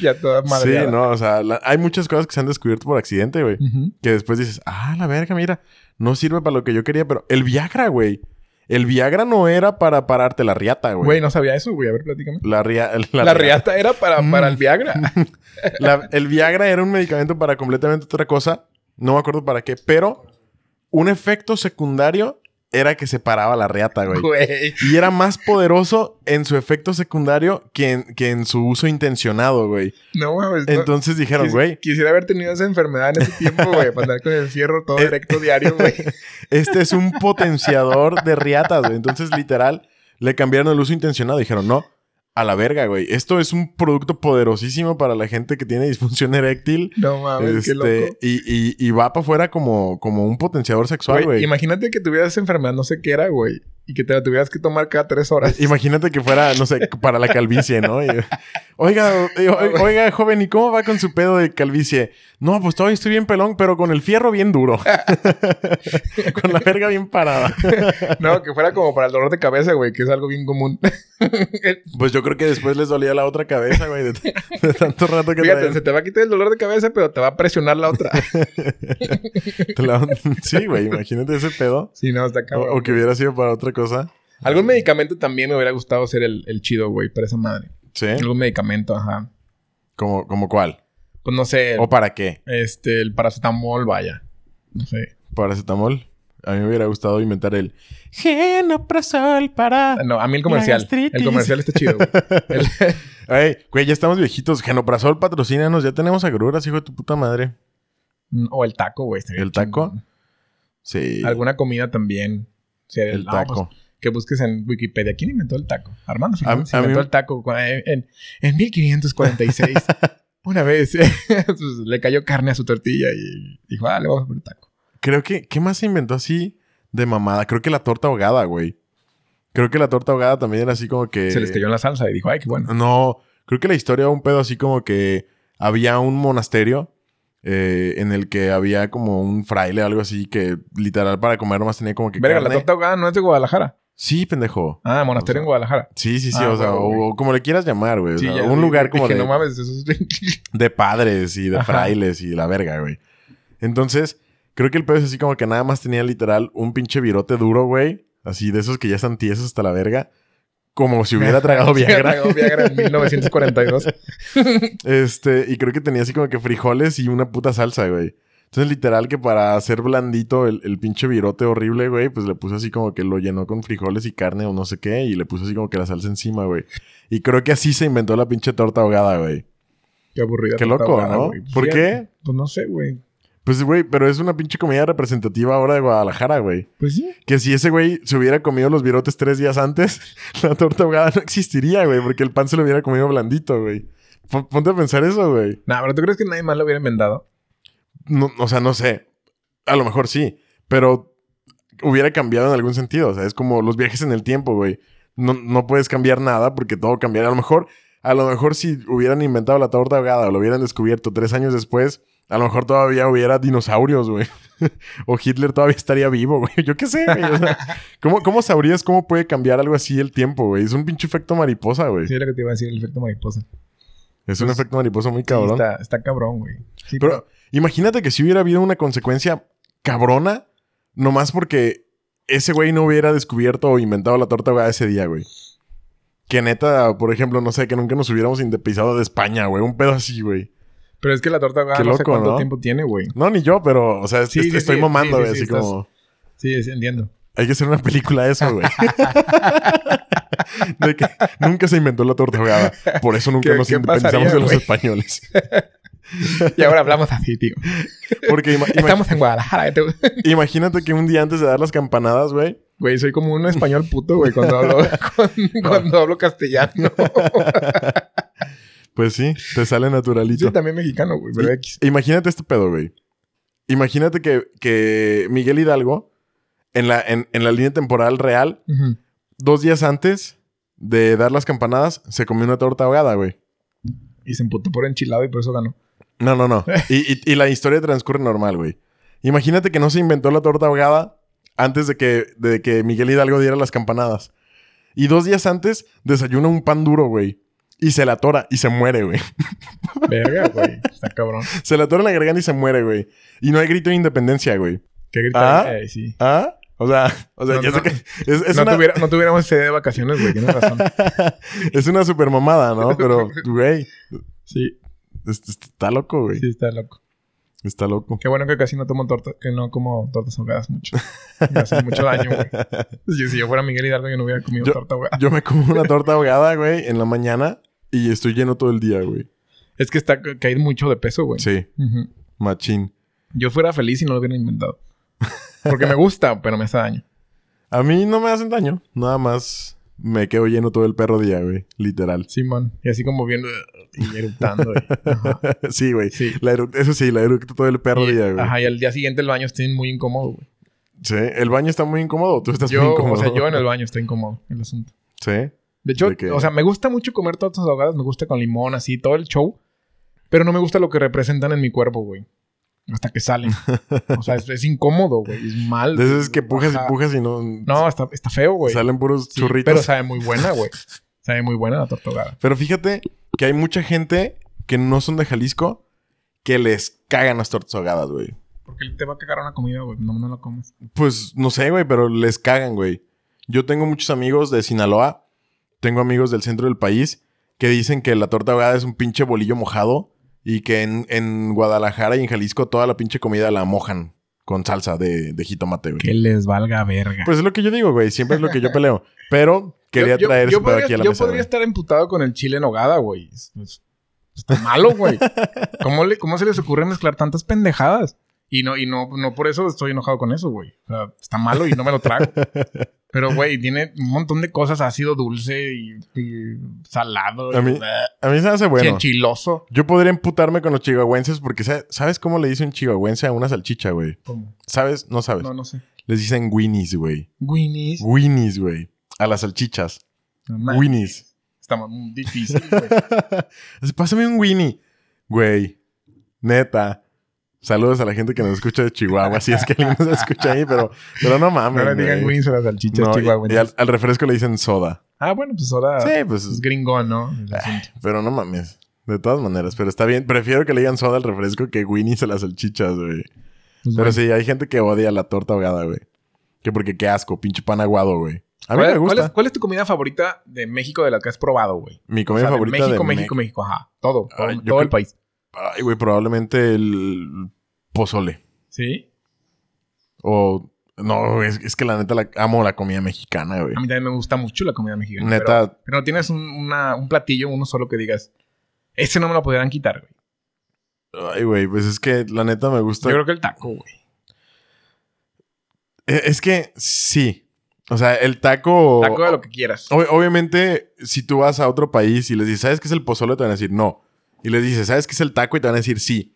[SPEAKER 1] Ya toda madre.
[SPEAKER 2] Sí, no, o sea, la- hay muchas cosas que se han descubierto por accidente, güey. Que después dices, ah, la verga, mira, no sirve para lo que yo quería, pero el Viagra, güey. El Viagra no era para pararte la riata, güey.
[SPEAKER 1] Güey, no sabía eso, güey. A ver, platícame.
[SPEAKER 2] La, ria-
[SPEAKER 1] La, riata era para,
[SPEAKER 2] Mm.
[SPEAKER 1] para el Viagra.
[SPEAKER 2] la- el Viagra era un medicamento para completamente otra cosa. No me acuerdo para qué, pero un efecto secundario era que se paraba la riata, güey.
[SPEAKER 1] Güey.
[SPEAKER 2] Y era más poderoso en su efecto secundario que en, que en su uso intencionado, güey.
[SPEAKER 1] No mames. no.
[SPEAKER 2] Entonces dijeron,
[SPEAKER 1] Quis-
[SPEAKER 2] güey,
[SPEAKER 1] Quisiera haber tenido esa enfermedad en ese tiempo, güey. Para andar con el fierro todo
[SPEAKER 2] Eh.
[SPEAKER 1] directo diario, güey.
[SPEAKER 2] Este es un potenciador de riatas, güey. Entonces, literal, le cambiaron el uso intencionado. Dijeron, no, a la verga, güey. Esto es un producto poderosísimo para la gente que tiene disfunción eréctil.
[SPEAKER 1] No mames, Ah, qué
[SPEAKER 2] Este,
[SPEAKER 1] loco.
[SPEAKER 2] y, y- y va para afuera como, como un potenciador sexual,
[SPEAKER 1] Güey,
[SPEAKER 2] güey.
[SPEAKER 1] imagínate que tuvieras esa enfermedad, no sé qué era, güey. Y que te la tuvieras que tomar cada tres horas.
[SPEAKER 2] Imagínate que fuera, no sé, para la calvicie, ¿no? Y- oiga, eh,
[SPEAKER 1] Ah,
[SPEAKER 2] o- oiga, joven, ¿y cómo va con su pedo de calvicie? No, pues todavía estoy bien pelón, pero con el fierro bien duro. con la verga bien parada.
[SPEAKER 1] No, que fuera como para el dolor de cabeza, güey, que es algo bien común.
[SPEAKER 2] Pues yo creo que después les dolía la otra cabeza, güey, de, t- de tanto rato que
[SPEAKER 1] Fíjate,
[SPEAKER 2] traían.
[SPEAKER 1] se te va a quitar el dolor de cabeza, pero te va a presionar la otra.
[SPEAKER 2] Te la- Sí, güey, imagínate ese pedo.
[SPEAKER 1] Sí, no, está
[SPEAKER 2] O,
[SPEAKER 1] cabrón.
[SPEAKER 2] o que hubiera sido para otra cosa.
[SPEAKER 1] Algún medicamento también me hubiera gustado ser el, el chido, güey, para esa madre.
[SPEAKER 2] Sí.
[SPEAKER 1] Algún medicamento, ajá.
[SPEAKER 2] ¿Como, como cuál?
[SPEAKER 1] Pues no sé. el-
[SPEAKER 2] ¿O para qué?
[SPEAKER 1] Este, el paracetamol, vaya. No sé.
[SPEAKER 2] ¿Paracetamol? A mí me hubiera gustado inventar el genoprazol para...
[SPEAKER 1] Ah, No, a mí el comercial.
[SPEAKER 2] gastritis.
[SPEAKER 1] El comercial está chido, güey. El-
[SPEAKER 2] Ey, güey, ya estamos viejitos. Genoprazol, patrocínanos. Ya tenemos agruras, hijo de tu puta madre.
[SPEAKER 1] o el taco, güey. estaría
[SPEAKER 2] ¿El taco?
[SPEAKER 1] chingón.
[SPEAKER 2] Sí.
[SPEAKER 1] Alguna comida también. Sí,
[SPEAKER 2] El
[SPEAKER 1] no,
[SPEAKER 2] taco.
[SPEAKER 1] pues, que busques en Wikipedia. ¿Quién inventó el taco? Armando Fernández
[SPEAKER 2] a mí-
[SPEAKER 1] inventó el taco cua- en, en- en 1546. Una vez pues, le cayó carne a su tortilla y dijo, ah, le vamos a poner taco.
[SPEAKER 2] Creo que... ¿Qué más se inventó así de mamada? Creo que la torta ahogada, güey. Creo que la torta ahogada también era así como que...
[SPEAKER 1] Se les cayó en la salsa y
[SPEAKER 2] ah,
[SPEAKER 1] dijo, ay, qué bueno.
[SPEAKER 2] No, creo que la historia va un pedo así como que había un monasterio eh, en el que había como un fraile o algo así que literal para comer nomás tenía como que.
[SPEAKER 1] Verga, la
[SPEAKER 2] carne.
[SPEAKER 1] torta ahogada no es de Guadalajara.
[SPEAKER 2] Sí, pendejo.
[SPEAKER 1] Ah, monasterio
[SPEAKER 2] O sea,
[SPEAKER 1] en Guadalajara.
[SPEAKER 2] Sí, sí, sí,
[SPEAKER 1] Ah,
[SPEAKER 2] o sea,
[SPEAKER 1] huevo,
[SPEAKER 2] o,
[SPEAKER 1] güey.
[SPEAKER 2] o como le quieras llamar, güey. o sea,
[SPEAKER 1] ya,
[SPEAKER 2] un
[SPEAKER 1] sí,
[SPEAKER 2] lugar como
[SPEAKER 1] dije,
[SPEAKER 2] de,
[SPEAKER 1] no mames, eso es...
[SPEAKER 2] de padres y de
[SPEAKER 1] Ajá.
[SPEAKER 2] frailes y la verga, güey. Entonces, creo que el pedo es así como que nada más tenía literal un pinche virote duro, güey. Así de esos que ya están tiesos hasta la verga. Como si hubiera tragado Viagra.
[SPEAKER 1] Viagra. Viagra en 1942.
[SPEAKER 2] Este, y creo que tenía así como que frijoles y una puta salsa, güey. Entonces, literal, que para hacer blandito el, el pinche virote horrible, güey, pues le puso así como que lo llenó con frijoles y carne o no sé qué, y le puso así como que la salsa encima, güey. Y creo que así se inventó la pinche torta ahogada, güey.
[SPEAKER 1] Qué aburrida.
[SPEAKER 2] Qué
[SPEAKER 1] torta
[SPEAKER 2] loco,
[SPEAKER 1] ahogada,
[SPEAKER 2] ¿no?
[SPEAKER 1] güey.
[SPEAKER 2] ¿Por
[SPEAKER 1] Sí,
[SPEAKER 2] qué?
[SPEAKER 1] Pues no sé, güey.
[SPEAKER 2] Pues, güey, pero es una pinche comida representativa ahora de Guadalajara, güey.
[SPEAKER 1] Pues sí.
[SPEAKER 2] Que si ese güey se hubiera comido los virotes tres días antes, la torta ahogada no existiría, güey, porque el pan se lo hubiera comido blandito, güey. P- Ponte a pensar eso, güey.
[SPEAKER 1] Nah, pero ¿tú crees que nadie más lo hubiera inventado?
[SPEAKER 2] No, o sea, no sé. A lo mejor sí, pero hubiera cambiado en algún sentido. O sea, es como los viajes en el tiempo, güey. No, no puedes cambiar nada porque todo cambiaría. A lo mejor, a lo mejor si hubieran inventado la torta ahogada o lo hubieran descubierto tres años después, a lo mejor todavía hubiera dinosaurios, güey. o Hitler todavía estaría vivo, güey. Yo qué sé, güey. O sea, ¿cómo, ¿Cómo sabrías cómo puede cambiar algo así el tiempo, güey? Es un pinche efecto mariposa, güey.
[SPEAKER 1] Sí, es lo que te iba a decir, el efecto mariposa.
[SPEAKER 2] es un
[SPEAKER 1] pues,
[SPEAKER 2] efecto mariposa muy cabrón.
[SPEAKER 1] Sí, está, está cabrón, güey. Sí,
[SPEAKER 2] Pero imagínate que si hubiera habido una consecuencia cabrona, nomás porque ese güey no hubiera descubierto o inventado la torta ahogada ese día, güey. Que neta, por ejemplo, no sé, que nunca nos hubiéramos indepizado de España, güey. Un pedo así, güey.
[SPEAKER 1] Pero es que la torta ahogada
[SPEAKER 2] Qué
[SPEAKER 1] no sé
[SPEAKER 2] loco,
[SPEAKER 1] cuánto
[SPEAKER 2] ¿no?
[SPEAKER 1] tiempo tiene, güey.
[SPEAKER 2] No, ni yo, pero, o sea, est-
[SPEAKER 1] Sí,
[SPEAKER 2] est-
[SPEAKER 1] sí,
[SPEAKER 2] estoy
[SPEAKER 1] sí.
[SPEAKER 2] momando,
[SPEAKER 1] Sí,
[SPEAKER 2] güey.
[SPEAKER 1] sí, sí,
[SPEAKER 2] así
[SPEAKER 1] estás-
[SPEAKER 2] como,
[SPEAKER 1] Sí, sí, entiendo.
[SPEAKER 2] hay que hacer una película de eso, güey. de que nunca se inventó la torta ahogada. Por eso nunca
[SPEAKER 1] ¿Qué-
[SPEAKER 2] nos
[SPEAKER 1] qué
[SPEAKER 2] independizamos
[SPEAKER 1] pasaría,
[SPEAKER 2] de los
[SPEAKER 1] güey?
[SPEAKER 2] españoles.
[SPEAKER 1] Y ahora hablamos así, tío.
[SPEAKER 2] Porque ima- ima-
[SPEAKER 1] Estamos en Guadalajara. eh, te-
[SPEAKER 2] imagínate que un día antes de dar las campanadas, güey,
[SPEAKER 1] Güey, soy como un español puto, güey, cuando hablo, cuando, cuando hablo castellano.
[SPEAKER 2] Pues sí, te sale naturalito.
[SPEAKER 1] Yo también mexicano, güey, pero X.
[SPEAKER 2] I- Imagínate este pedo, güey. Imagínate que, que Miguel Hidalgo, en la, en, en la línea temporal real,
[SPEAKER 1] Ujú.
[SPEAKER 2] dos días antes de dar las campanadas, se comió una torta ahogada, güey.
[SPEAKER 1] Y se emputó por enchilado y por eso ganó.
[SPEAKER 2] No, no, no. Y, y- y la historia transcurre normal, güey. Imagínate que no se inventó la torta ahogada antes de que, de que Miguel Hidalgo diera las campanadas. Y dos días antes desayuna un pan duro, güey. Y se la atora y se muere, güey.
[SPEAKER 1] Verga, güey. Está cabrón.
[SPEAKER 2] Se la atora en la garganta y se muere, güey. Y no hay grito de independencia, güey.
[SPEAKER 1] Qué gritar.
[SPEAKER 2] Ah.
[SPEAKER 1] Eh, sí.
[SPEAKER 2] ¿Ah? O sea, o sea
[SPEAKER 1] No,
[SPEAKER 2] ya
[SPEAKER 1] no.
[SPEAKER 2] sé que es, es
[SPEAKER 1] No,
[SPEAKER 2] una,
[SPEAKER 1] tuviera- no tuviéramos sede de vacaciones, güey. Tienes razón.
[SPEAKER 2] es una super mamada, ¿no? Pero, güey,
[SPEAKER 1] Sí,
[SPEAKER 2] es- es- está loco, güey.
[SPEAKER 1] sí, está loco.
[SPEAKER 2] Está loco.
[SPEAKER 1] Qué bueno que casi no tomo torta, que no como tortas ahogadas mucho. Me hacen mucho daño, güey. Si- Si yo fuera Miguel Hidalgo, yo no hubiera comido
[SPEAKER 2] Yo-
[SPEAKER 1] torta ahogada.
[SPEAKER 2] Yo me como una torta ahogada, güey, en la mañana y estoy lleno todo el día, güey.
[SPEAKER 1] Es que está ca- caído mucho de peso, güey.
[SPEAKER 2] Sí,
[SPEAKER 1] Ujú.
[SPEAKER 2] machín.
[SPEAKER 1] Yo fuera feliz si no lo hubiera inventado. Porque me gusta, pero me hace daño.
[SPEAKER 2] A mí no me hacen daño. Nada más me quedo lleno todo el perro día, güey. Literal.
[SPEAKER 1] Simón. Y así como viendo y eruptando.
[SPEAKER 2] sí, güey.
[SPEAKER 1] Ah. Sí.
[SPEAKER 2] La eruc- eso sí, la eructo todo el perro
[SPEAKER 1] Y-
[SPEAKER 2] día, güey.
[SPEAKER 1] Ajá, y al día siguiente el baño está muy incómodo, güey.
[SPEAKER 2] Sí. ¿El baño está muy incómodo? ¿Tú estás muy
[SPEAKER 1] Yo,
[SPEAKER 2] incómodo?
[SPEAKER 1] o sea, yo en el baño estoy incómodo el asunto.
[SPEAKER 2] Sí.
[SPEAKER 1] De hecho,
[SPEAKER 2] ¿De qué?
[SPEAKER 1] o sea, me gusta mucho comer tortas ahogadas, me gusta con limón, así, todo el show. Pero no me gusta lo que representan en mi cuerpo, güey. Hasta que salen. o sea, es, es incómodo, güey. Es mal.
[SPEAKER 2] De esas que pujas
[SPEAKER 1] Ajá.
[SPEAKER 2] y pujas y no...
[SPEAKER 1] No, está, está feo, güey.
[SPEAKER 2] Salen puros
[SPEAKER 1] Sí,
[SPEAKER 2] churritos.
[SPEAKER 1] Pero sabe muy buena, güey. Sabe muy buena la torta ahogada.
[SPEAKER 2] Pero fíjate que hay mucha gente que no son de Jalisco que les cagan las tortas ahogadas, güey.
[SPEAKER 1] Porque te va a cagar una comida, güey. No, no la comes.
[SPEAKER 2] Pues no sé, güey, pero les cagan, güey. Yo tengo muchos amigos de Sinaloa, tengo amigos del centro del país que dicen que la torta ahogada es un pinche bolillo mojado y que en, en Guadalajara y en Jalisco toda la pinche comida la mojan con salsa de, de jitomate, güey.
[SPEAKER 1] Que les valga verga.
[SPEAKER 2] Pues es lo que yo digo, güey. Siempre es lo que yo peleo. Pero quería
[SPEAKER 1] Yo- yo-
[SPEAKER 2] traer
[SPEAKER 1] yo
[SPEAKER 2] ese pedo
[SPEAKER 1] podría,
[SPEAKER 2] aquí a la
[SPEAKER 1] yo
[SPEAKER 2] mesa,
[SPEAKER 1] podría
[SPEAKER 2] güey.
[SPEAKER 1] estar emputado con el chile en hogada, güey. Es- es- Está malo, güey. ¿Cómo, le- ¿Cómo se les ocurre mezclar tantas pendejadas? Y no, y no, no por eso estoy enojado con eso, güey. O sea, está malo y no me lo trago. Pero, güey, tiene un montón de cosas ácido, dulce y, y salado.
[SPEAKER 2] A
[SPEAKER 1] y,
[SPEAKER 2] mí-
[SPEAKER 1] bleh,
[SPEAKER 2] A mí se me hace
[SPEAKER 1] y
[SPEAKER 2] bueno.
[SPEAKER 1] enchiloso.
[SPEAKER 2] Yo podría emputarme con los chihuahuenses porque sa- ¿sabes cómo le dice un chihuahuense a una salchicha, güey?
[SPEAKER 1] ¿Cómo?
[SPEAKER 2] ¿Sabes? No sabes.
[SPEAKER 1] No, no sé.
[SPEAKER 2] Les dicen winnies, güey.
[SPEAKER 1] Winnie's.
[SPEAKER 2] Winnies, güey. A las salchichas.
[SPEAKER 1] No mames.
[SPEAKER 2] Winnies.
[SPEAKER 1] Está muy difícil, güey.
[SPEAKER 2] Así, Pásame un winnie. Güey. Neta. Saludos a la gente que nos escucha de Chihuahua, si es que alguien nos escucha ahí, pero, pero no mames.
[SPEAKER 1] No le digan
[SPEAKER 2] güey.
[SPEAKER 1] Wings a las salchichas
[SPEAKER 2] No, y- y
[SPEAKER 1] chihuahuenses.
[SPEAKER 2] al, al refresco le dicen soda.
[SPEAKER 1] Ah, bueno, pues ahora
[SPEAKER 2] sí, Ah, pues
[SPEAKER 1] es gringón, ¿no? El asunto.
[SPEAKER 2] Pero no mames. De todas maneras, pero está bien. Prefiero que le digan soda al refresco que Winnie's a las salchichas, güey.
[SPEAKER 1] Pues
[SPEAKER 2] Pero
[SPEAKER 1] bueno.
[SPEAKER 2] sí, hay gente que odia la torta ahogada, güey. Que porque qué asco, pinche pan aguado, güey. A
[SPEAKER 1] ¿Cuál,
[SPEAKER 2] mí me
[SPEAKER 1] cuál
[SPEAKER 2] gusta.
[SPEAKER 1] es, cuál es tu comida favorita de México de la que has probado, güey?
[SPEAKER 2] Mi
[SPEAKER 1] O
[SPEAKER 2] comida
[SPEAKER 1] sea, de
[SPEAKER 2] favorita
[SPEAKER 1] México,
[SPEAKER 2] de
[SPEAKER 1] México,
[SPEAKER 2] Me-
[SPEAKER 1] México, ajá. Todo, todo,
[SPEAKER 2] Ay, yo
[SPEAKER 1] todo
[SPEAKER 2] creo-
[SPEAKER 1] el país.
[SPEAKER 2] Ay, güey, probablemente el pozole.
[SPEAKER 1] ¿Sí?
[SPEAKER 2] O... No, güey, es, es que la neta la, amo la comida mexicana, güey.
[SPEAKER 1] A mí también me gusta mucho la comida mexicana. Pero,
[SPEAKER 2] Neta,
[SPEAKER 1] pero no tienes un, una- un platillo, uno solo que digas, ese no me lo podrían quitar, güey.
[SPEAKER 2] ay, güey, pues es que la neta me gusta.
[SPEAKER 1] Yo creo que el taco, güey.
[SPEAKER 2] Eh, Es que sí. O sea, el taco.
[SPEAKER 1] Taco de lo que quieras.
[SPEAKER 2] Ob- obviamente, si tú vas a otro país y les dices, ¿sabes qué es el pozole? Te van a decir no. Y les dices, ¿sabes qué es el taco? Y te van a decir sí.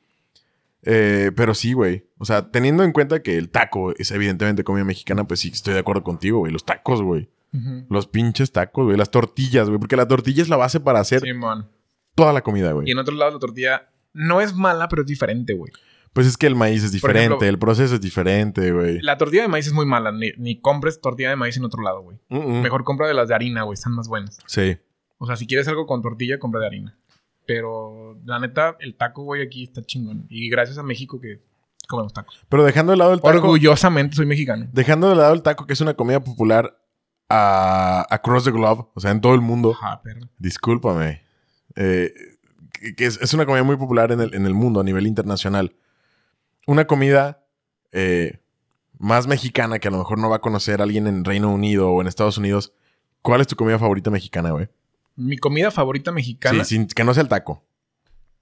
[SPEAKER 2] Eh, pero sí, güey. O sea, teniendo en cuenta que el taco es evidentemente comida mexicana, pues sí, estoy de acuerdo contigo, güey. Los tacos, güey.
[SPEAKER 1] Ujú.
[SPEAKER 2] Los pinches tacos, güey. Las tortillas, güey. Porque la tortilla es la base para hacer
[SPEAKER 1] Simón.
[SPEAKER 2] toda la comida,
[SPEAKER 1] Y
[SPEAKER 2] güey.
[SPEAKER 1] en otro lado la tortilla no es mala, pero es diferente, güey.
[SPEAKER 2] Pues es que el maíz es
[SPEAKER 1] Por
[SPEAKER 2] diferente,
[SPEAKER 1] ejemplo-
[SPEAKER 2] el proceso es diferente, güey.
[SPEAKER 1] La tortilla de maíz es muy mala. Ni, ni compres tortilla de maíz en otro lado, güey.
[SPEAKER 2] Mm, mm.
[SPEAKER 1] Mejor compra de las de harina, güey. Están más buenas.
[SPEAKER 2] Sí.
[SPEAKER 1] O sea, si quieres algo con tortilla, compra de harina. Pero la neta, el taco, güey, aquí está chingón. Y gracias a México que comemos tacos.
[SPEAKER 2] Pero dejando de lado el taco.
[SPEAKER 1] Orgullosamente soy mexicano.
[SPEAKER 2] Dejando de lado el taco, que es una comida popular a, across the globe, o sea, en todo el mundo.
[SPEAKER 1] Ajá, perro.
[SPEAKER 2] Discúlpame. Eh, que que es, es una comida muy popular en el, en el mundo, a nivel internacional. Una comida eh, más mexicana que a lo mejor no va a conocer alguien en Reino Unido o en Estados Unidos. ¿Cuál es tu comida favorita mexicana, güey?
[SPEAKER 1] Mi comida favorita mexicana
[SPEAKER 2] Sí, sin, que no sea el taco.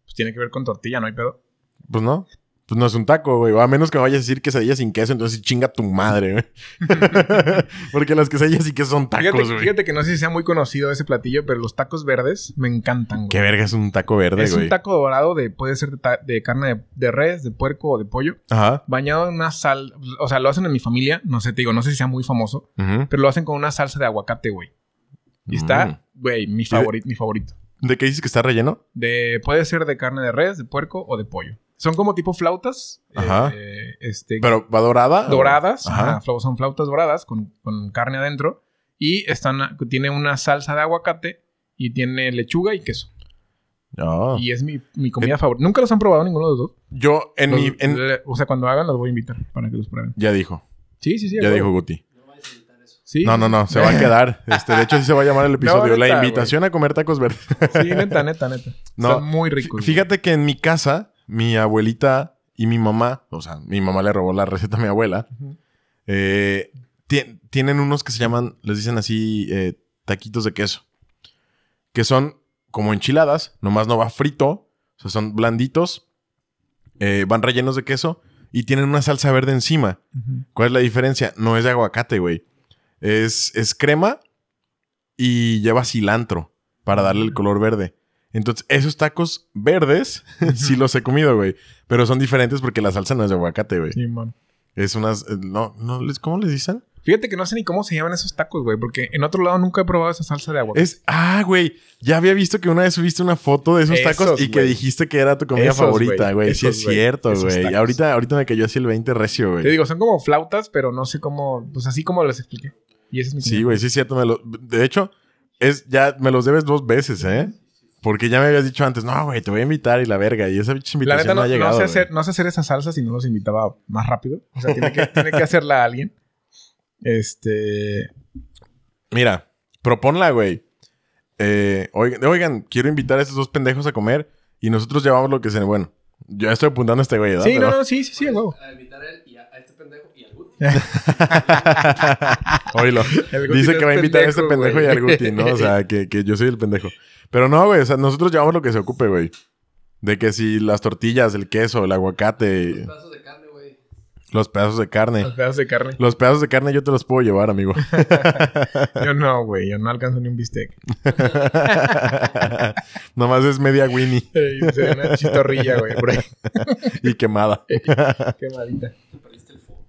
[SPEAKER 1] pues, tiene que ver con tortilla, no hay pedo.
[SPEAKER 2] Pues no. Pues no es un taco, güey. O a menos que me vayas a decir quesadilla sin queso, entonces sí chinga tu madre, güey. Porque las quesadillas sin queso son tacos,
[SPEAKER 1] fíjate,
[SPEAKER 2] güey.
[SPEAKER 1] fíjate que no sé si sea muy conocido ese platillo, pero los tacos verdes me encantan, güey.
[SPEAKER 2] ¿Qué verga es un taco verde,
[SPEAKER 1] es
[SPEAKER 2] güey?
[SPEAKER 1] un taco dorado de, puede ser de, ta- de carne de, de res, de puerco o de pollo,
[SPEAKER 2] Ajá.
[SPEAKER 1] bañado en una sal, o sea, lo hacen en mi familia, no sé, te digo, no sé si sea muy famoso,
[SPEAKER 2] Ujú.
[SPEAKER 1] pero lo hacen con una salsa de aguacate, güey. Y está, güey, mi favorito, mi favorito.
[SPEAKER 2] Mm. ¿De qué dices que está relleno?
[SPEAKER 1] De, puede ser de carne de res, de puerco o de pollo. Son como tipo flautas, eh,
[SPEAKER 2] Ajá.
[SPEAKER 1] este,
[SPEAKER 2] ¿Pero va dorada? o-
[SPEAKER 1] doradas,
[SPEAKER 2] Ajá.
[SPEAKER 1] ajá, flau- son flautas doradas con, con carne adentro y están, tiene una salsa de aguacate y tiene lechuga y queso.
[SPEAKER 2] No.
[SPEAKER 1] Y es mi, mi comida favorita. Nunca los han probado ninguno de los dos.
[SPEAKER 2] Oh. Yo en
[SPEAKER 1] Los-
[SPEAKER 2] mi... en-
[SPEAKER 1] le- o sea, cuando hagan los voy a invitar para que los prueben.
[SPEAKER 2] Ya dijo.
[SPEAKER 1] Sí, sí, sí.
[SPEAKER 2] Ya
[SPEAKER 1] güey.
[SPEAKER 2] dijo Guti.
[SPEAKER 3] No vayas a invitar eso.
[SPEAKER 1] Sí,
[SPEAKER 2] No,
[SPEAKER 1] sí,
[SPEAKER 2] no,
[SPEAKER 1] sí.
[SPEAKER 2] no. Se va a quedar. Este, de hecho, sí se va a llamar el episodio. La
[SPEAKER 1] neta,
[SPEAKER 2] invitación a comer tacos verdes.
[SPEAKER 1] Sí, neta, neta, neta.
[SPEAKER 2] No.
[SPEAKER 1] Están muy ricos.
[SPEAKER 2] Fíjate que en mi casa, mi abuelita y mi mamá... O sea, mi mamá le robó la receta a mi abuela.
[SPEAKER 1] Ujú.
[SPEAKER 2] eh, ti- tienen unos que se llaman... Les dicen así... eh, taquitos de queso. Que son como enchiladas. Nomás no va frito. O sea, son blanditos. eh, van rellenos de queso. Y tienen una salsa verde encima.
[SPEAKER 1] güey. Ujú.
[SPEAKER 2] ¿Cuál es la diferencia? No es de aguacate, güey. Es, es crema y lleva cilantro para darle
[SPEAKER 1] Mm.
[SPEAKER 2] el color verde. Entonces, esos tacos verdes sí los he comido, güey. Pero son diferentes porque la salsa no es de aguacate, güey.
[SPEAKER 1] Sí, man.
[SPEAKER 2] Es unas... eh, No, no, les- ¿cómo les dicen?
[SPEAKER 1] Fíjate que no sé ni cómo se llaman esos tacos, güey, porque en otro lado nunca he probado esa salsa de aguacate.
[SPEAKER 2] Es... Ah, güey. Ya había visto que una vez subiste una foto de esos tacos
[SPEAKER 1] Esos,
[SPEAKER 2] y que
[SPEAKER 1] güey.
[SPEAKER 2] dijiste que era tu comida
[SPEAKER 1] Esos,
[SPEAKER 2] favorita,
[SPEAKER 1] güey.
[SPEAKER 2] güey. Sí
[SPEAKER 1] Esos,
[SPEAKER 2] es
[SPEAKER 1] güey.
[SPEAKER 2] cierto,
[SPEAKER 1] Esos
[SPEAKER 2] güey.
[SPEAKER 1] tacos.
[SPEAKER 2] Ahorita, ahorita me cayó así el 20 recio, güey.
[SPEAKER 1] Te digo, son como flautas, pero no sé cómo, pues así como les expliqué. Y ese es mi
[SPEAKER 2] Sí, güey, sí es cierto. me lo- de hecho, es, ya me los debes dos veces, ¿eh? Porque ya me habías dicho antes, no, güey, te voy a invitar y la verga. Y esa pinche
[SPEAKER 1] La
[SPEAKER 2] invitación
[SPEAKER 1] neta
[SPEAKER 2] no,
[SPEAKER 1] no,
[SPEAKER 2] ha
[SPEAKER 1] no
[SPEAKER 2] llegado.
[SPEAKER 1] sé
[SPEAKER 2] güey.
[SPEAKER 1] hacer, no sé hacer esa salsa si no los invitaba más rápido. O sea, tiene que, tiene que hacerla alguien. Este.
[SPEAKER 2] Mira, proponla, güey. Eh, oigan, oigan, quiero invitar a estos dos pendejos a comer y nosotros llevamos lo que se. Bueno, yo estoy apuntando a este güey, ¿verdad?
[SPEAKER 1] Sí, no,
[SPEAKER 2] Pero-
[SPEAKER 1] no, sí, sí, sí, a huevo.
[SPEAKER 3] A invitar a él y a, a este pendejo y al Guti.
[SPEAKER 2] Oílo.
[SPEAKER 1] El Guti no
[SPEAKER 2] Dice
[SPEAKER 1] es
[SPEAKER 2] que va a invitar a este pendejo
[SPEAKER 1] güey.
[SPEAKER 2] y al Guti, ¿no? O sea, que, que yo soy el pendejo. Pero no, güey, o sea, nosotros llevamos lo que se ocupe, güey. De que si las tortillas, el queso, el aguacate,
[SPEAKER 3] Los pedazos de carne, güey.
[SPEAKER 2] los pedazos de carne.
[SPEAKER 1] Los pedazos de carne.
[SPEAKER 2] Los pedazos de carne yo te los puedo llevar, amigo.
[SPEAKER 1] Yo no, güey, yo no alcanzo ni un bistec.
[SPEAKER 2] Nomás es media Winnie
[SPEAKER 1] Ey, sería una chistorrilla, güey, por ahí.
[SPEAKER 2] y quemada.
[SPEAKER 1] Quemadita.
[SPEAKER 3] Te perdiste el foco.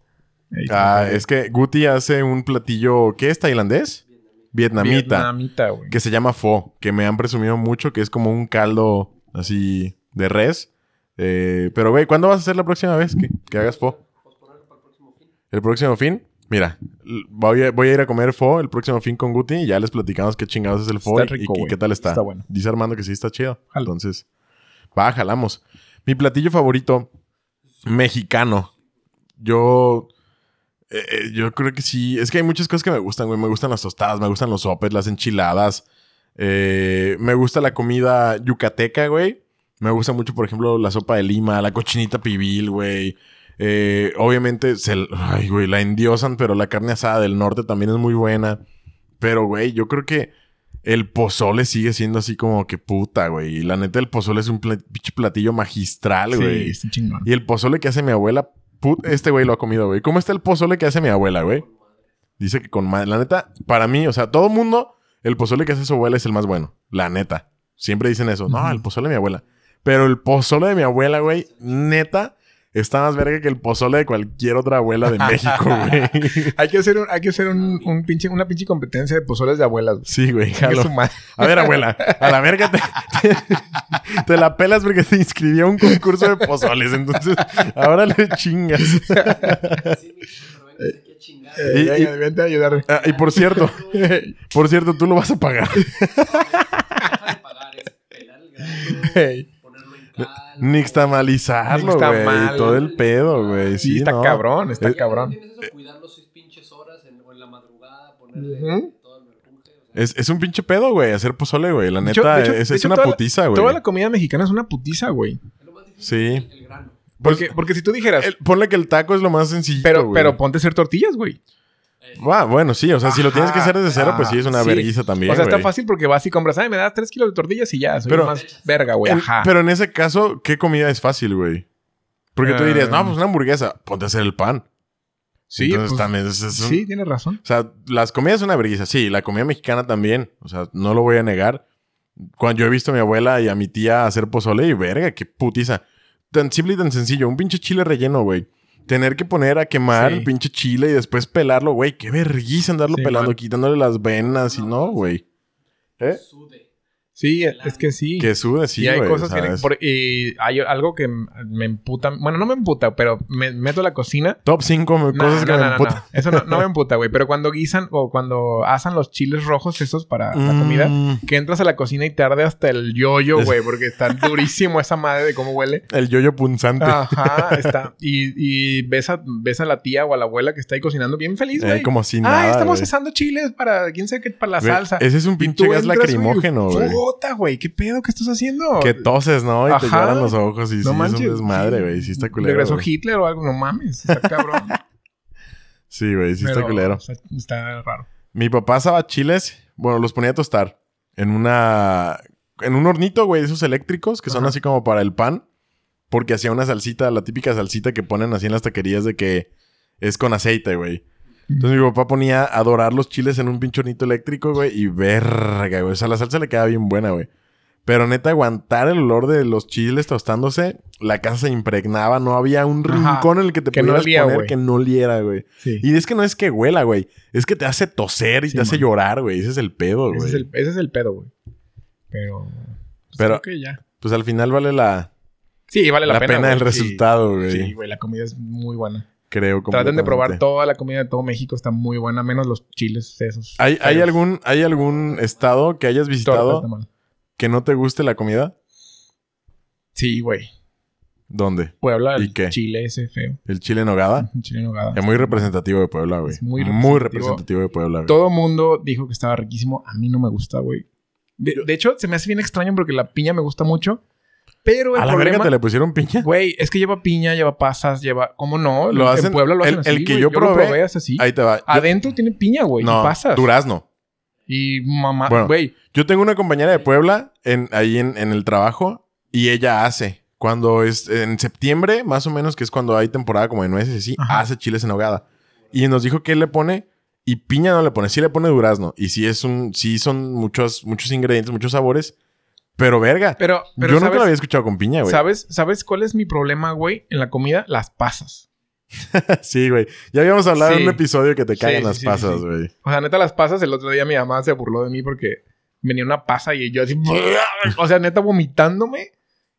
[SPEAKER 1] Ey,
[SPEAKER 2] Ah, es que Guti hace un platillo que es tailandés, vietnamita,
[SPEAKER 1] Vietnamita, güey.
[SPEAKER 2] que se llama pho, que me han presumido mucho, que es como un caldo así de res, Eh, pero, güey, ¿cuándo vas a hacer la próxima vez que, que hagas fo?
[SPEAKER 3] Posponerlo para el próximo fin.
[SPEAKER 2] El próximo fin, mira, l- voy a, voy a ir a comer fo el próximo fin con Guti y ya les platicamos qué chingados es el fo y,
[SPEAKER 1] Está rico,
[SPEAKER 2] y- y
[SPEAKER 1] güey.
[SPEAKER 2] qué tal está.
[SPEAKER 1] Está bueno.
[SPEAKER 2] Dice Armando que sí está chido.
[SPEAKER 1] Jalo.
[SPEAKER 2] Entonces, va, jalamos. Mi platillo favorito mexicano. Yo eh, eh, yo creo que sí. Es que hay muchas cosas que me gustan, güey. Me gustan las tostadas, me gustan los sopes, las enchiladas. Eh, me gusta la comida yucateca, güey. Me gusta mucho, por ejemplo, la sopa de lima, la cochinita pibil, güey. Eh, obviamente, se- ay, güey, la endiosan, pero la carne asada del norte también es muy buena. Pero, güey, yo creo que el pozole sigue siendo así como que puta, güey. Y la neta, el pozole es un pla- pinche platillo magistral, güey.
[SPEAKER 1] Sí, está chingón.
[SPEAKER 2] Y el pozole que hace mi abuela, put- este güey lo ha comido, güey. ¿Cómo está el pozole que hace mi abuela, güey? Dice que con madre. La neta, para mí, o sea, todo mundo, el pozole que hace su abuela es el más bueno. La neta. Siempre dicen eso. No,
[SPEAKER 1] Ujú.
[SPEAKER 2] el pozole de mi abuela. Pero el pozole de mi abuela, güey, neta, está más verga que el pozole de cualquier otra abuela de México, güey.
[SPEAKER 1] Hay que hacer, un, hay que hacer un, un pinche, una pinche competencia de pozoles de abuelas. güey.
[SPEAKER 2] Sí, güey,
[SPEAKER 1] Chingue
[SPEAKER 2] jalo.
[SPEAKER 1] su madre.
[SPEAKER 2] A ver, abuela, a la verga te, te, te la pelas porque te inscribió a un concurso de pozoles. Entonces, ahora le chingas.
[SPEAKER 3] Sí, mi hijo, pero venga, aquí a chingar.
[SPEAKER 1] Eh,
[SPEAKER 2] Y-
[SPEAKER 1] venga, vente a ayudarme.
[SPEAKER 2] Ah, y por cierto, por cierto, tú lo vas a pagar.
[SPEAKER 3] Deja de pagar, es pelar el grano,
[SPEAKER 1] Ey,
[SPEAKER 3] ponerlo en calma.
[SPEAKER 2] Nixtamalizarlo,
[SPEAKER 1] Nixtamal.
[SPEAKER 2] güey. Todo el pedo, güey.
[SPEAKER 1] sí,
[SPEAKER 2] Sí,
[SPEAKER 1] está
[SPEAKER 2] ¿no? Eh,
[SPEAKER 1] cabrón, está
[SPEAKER 3] Ya
[SPEAKER 1] cabrón.
[SPEAKER 3] tienes eso, cuidar los seis pinches horas en, o en la madrugada, ponerle
[SPEAKER 1] Ujú. Eh,
[SPEAKER 3] todo el mercunje. O sea,
[SPEAKER 2] Es, es un pinche pedo, güey. Hacer pozole, güey. La
[SPEAKER 1] De
[SPEAKER 2] neta,
[SPEAKER 1] hecho- de hecho-
[SPEAKER 2] es,
[SPEAKER 1] de
[SPEAKER 2] es
[SPEAKER 1] hecho,
[SPEAKER 2] una
[SPEAKER 1] toda la-
[SPEAKER 2] putiza, güey.
[SPEAKER 1] Toda la comida mexicana es una putiza, güey.
[SPEAKER 3] es lo más difícil,
[SPEAKER 2] Sí.
[SPEAKER 3] el, el grano.
[SPEAKER 2] Pues,
[SPEAKER 1] Porque, porque si tú dijeras,
[SPEAKER 2] el- ponle que el taco es lo más sencillo,
[SPEAKER 1] pero,
[SPEAKER 2] güey.
[SPEAKER 1] pero ponte a hacer tortillas, güey.
[SPEAKER 3] Eh,
[SPEAKER 2] Ah, bueno, sí. O sea, si lo tienes que hacer desde cero,
[SPEAKER 1] Ajá,
[SPEAKER 2] pues sí, es una
[SPEAKER 1] sí.
[SPEAKER 2] vergüenza también,
[SPEAKER 1] o sea, está
[SPEAKER 2] güey.
[SPEAKER 1] fácil porque vas y compras, ay, me das 3 kilos de tortillas y ya, soy
[SPEAKER 2] Pero-
[SPEAKER 1] más verga, güey.
[SPEAKER 2] En-
[SPEAKER 1] Ajá.
[SPEAKER 2] pero en ese caso, ¿qué comida es fácil, güey? Porque tú dirías,
[SPEAKER 1] Eh.
[SPEAKER 2] no, pues una hamburguesa. Ponte a hacer el pan.
[SPEAKER 1] sí,
[SPEAKER 2] Entonces
[SPEAKER 1] pues,
[SPEAKER 2] también es, es un-
[SPEAKER 1] sí, tienes razón.
[SPEAKER 2] O sea, las comidas son una vergüenza. Sí, la comida mexicana también. O sea, no lo voy a negar. Cuando yo he visto a mi abuela y a mi tía hacer pozole y verga, qué putiza. Tan simple y tan sencillo. Un pinche chile relleno, güey. Tener que poner a quemar
[SPEAKER 1] Sí.
[SPEAKER 2] el pinche chile y después pelarlo, güey. Qué vergüenza andarlo
[SPEAKER 1] Sí,
[SPEAKER 2] pelando,
[SPEAKER 1] man.
[SPEAKER 2] quitándole las venas y no, güey. ¿Eh?
[SPEAKER 3] Sude.
[SPEAKER 1] Sí, es que sí.
[SPEAKER 2] Que sude, sí,
[SPEAKER 1] y hay
[SPEAKER 2] güey,
[SPEAKER 1] cosas que...
[SPEAKER 2] ¿sabes?
[SPEAKER 1] por- y hay algo que m- me emputa... Bueno, no me emputa, pero me meto a la cocina...
[SPEAKER 2] Top 5
[SPEAKER 1] No,
[SPEAKER 2] cosas que
[SPEAKER 1] no,
[SPEAKER 2] me
[SPEAKER 1] no, no,
[SPEAKER 2] emputan.
[SPEAKER 1] no. Eso no, no me emputa, güey. Pero cuando guisan o cuando asan los chiles rojos esos para la comida...
[SPEAKER 2] Mm,
[SPEAKER 1] Que entras a la cocina y tarde hasta el yoyo, güey. Porque está durísimo esa madre de cómo huele.
[SPEAKER 2] El yoyo punzante.
[SPEAKER 1] Ah, Ajá, está. Y, y ves, a, ves a la tía o a la abuela que está ahí cocinando bien feliz,
[SPEAKER 2] Eh,
[SPEAKER 1] güey.
[SPEAKER 2] como si
[SPEAKER 1] ah,
[SPEAKER 2] nada.
[SPEAKER 1] estamos
[SPEAKER 2] güey.
[SPEAKER 1] asando chiles para quién sabe qué, para la
[SPEAKER 2] Güey,
[SPEAKER 1] salsa.
[SPEAKER 2] Ese es un pinche gas lacrimógeno, güey.
[SPEAKER 1] Puta, güey. ¿Qué pedo que estás haciendo?
[SPEAKER 2] Que toses, ¿no? Y te
[SPEAKER 1] Ajá.
[SPEAKER 2] lloran los ojos y sí,
[SPEAKER 1] no manches.
[SPEAKER 2] es un desmadre, güey. Sí está culero.
[SPEAKER 1] Regresó
[SPEAKER 2] güey.
[SPEAKER 1] Hitler o algo. No mames. Está cabrón.
[SPEAKER 2] Sí, güey, sí está
[SPEAKER 1] Pero
[SPEAKER 2] culero.
[SPEAKER 1] Está, está raro.
[SPEAKER 2] Mi papá asaba chiles, bueno, los ponía a tostar en una en un hornito, güey, esos eléctricos que son
[SPEAKER 1] Ajá.
[SPEAKER 2] así como para el pan, porque hacía una salsita, la típica salsita que ponen así en las taquerías de que es con aceite, güey. Entonces mi papá ponía a dorar los chiles en un pinche hornito eléctrico, güey, y verga, güey. O sea, la salsa le queda bien buena, güey. Pero neta, aguantar el olor de los chiles tostándose, la casa se impregnaba, no había un
[SPEAKER 1] Ajá.
[SPEAKER 2] rincón en el que te
[SPEAKER 1] Que no
[SPEAKER 2] pudieras
[SPEAKER 1] olía,
[SPEAKER 2] poner
[SPEAKER 1] güey.
[SPEAKER 2] que no oliera, güey.
[SPEAKER 1] Sí.
[SPEAKER 2] Y es que no es que huela, güey. Es que te hace toser y
[SPEAKER 1] Sí,
[SPEAKER 2] te hace
[SPEAKER 1] man.
[SPEAKER 2] llorar, güey. Ese es el pedo, güey.
[SPEAKER 1] Ese es, el, ese es el pedo, güey. Pero. pues, creo
[SPEAKER 2] Pero-
[SPEAKER 1] que ya.
[SPEAKER 2] Pues al final vale la,
[SPEAKER 1] Sí, vale la,
[SPEAKER 2] la pena,
[SPEAKER 1] güey.
[SPEAKER 2] el
[SPEAKER 1] Sí.
[SPEAKER 2] resultado, güey.
[SPEAKER 1] Sí, güey, la comida es muy buena.
[SPEAKER 2] Creo.
[SPEAKER 1] Traten de probar
[SPEAKER 2] completamente.
[SPEAKER 1] toda la comida de todo México, está muy buena, menos los chiles esos.
[SPEAKER 2] ¿Hay, hay
[SPEAKER 1] feos.
[SPEAKER 2] algún, ¿Hay algún estado que hayas
[SPEAKER 1] Tortas
[SPEAKER 2] visitado
[SPEAKER 1] de tamal.
[SPEAKER 2] que no te guste la comida?
[SPEAKER 1] Sí, güey.
[SPEAKER 2] ¿Dónde?
[SPEAKER 1] Puebla,
[SPEAKER 2] ¿Y
[SPEAKER 1] el
[SPEAKER 2] qué?
[SPEAKER 1] chile ese feo.
[SPEAKER 2] ¿El chile en nogada?
[SPEAKER 1] Un Chile en nogada.
[SPEAKER 2] Es muy representativo de Puebla, güey.
[SPEAKER 1] Mm. Es
[SPEAKER 2] Muy
[SPEAKER 1] muy
[SPEAKER 2] representativo,
[SPEAKER 1] representativo.
[SPEAKER 2] de Puebla, güey.
[SPEAKER 1] Todo mundo dijo que estaba riquísimo. A mí no me gusta, güey. De, de hecho, se me hace bien extraño porque la piña me gusta mucho. Pero el
[SPEAKER 2] A la verga
[SPEAKER 1] problema...
[SPEAKER 2] te le pusieron piña.
[SPEAKER 1] Güey, es que lleva piña, lleva pasas, lleva... ¿Cómo no?
[SPEAKER 2] Lo hacen-
[SPEAKER 1] En Puebla lo hacen
[SPEAKER 2] el-
[SPEAKER 1] así,
[SPEAKER 2] el que
[SPEAKER 1] güey.
[SPEAKER 2] yo
[SPEAKER 1] lo
[SPEAKER 2] probé-
[SPEAKER 1] probé es así.
[SPEAKER 2] Ahí te va. Yo-
[SPEAKER 1] Adentro tiene piña, güey.
[SPEAKER 2] no,
[SPEAKER 1] y pasas.
[SPEAKER 2] durazno.
[SPEAKER 1] Y mamá...
[SPEAKER 2] Bueno.
[SPEAKER 1] Güey,
[SPEAKER 2] Yo tengo una compañera de Puebla en, ahí en, en el trabajo y ella hace. Cuando es en septiembre, más o menos, que es cuando hay temporada como de nueces y así,
[SPEAKER 1] Ajá.
[SPEAKER 2] hace chiles en hogada. Y nos dijo que él le pone y piña no le pone, sí le pone durazno. Y sí es un, sí son muchos, muchos ingredientes, muchos sabores. Pero verga,
[SPEAKER 1] pero... pero
[SPEAKER 2] yo
[SPEAKER 1] ¿sabes?
[SPEAKER 2] nunca lo había escuchado con piña, güey.
[SPEAKER 1] ¿Sabes, ¿Sabes cuál es mi problema, güey? En la comida, las pasas.
[SPEAKER 2] sí, güey. Ya habíamos hablado en
[SPEAKER 1] Sí.
[SPEAKER 2] un episodio que te
[SPEAKER 1] Sí,
[SPEAKER 2] cagan
[SPEAKER 1] sí,
[SPEAKER 2] las
[SPEAKER 1] sí,
[SPEAKER 2] pasas,
[SPEAKER 1] sí.
[SPEAKER 2] güey.
[SPEAKER 1] O sea, neta, las pasas. El otro día mi mamá se burló de mí porque venía una pasa y yo así... O sea, neta, vomitándome.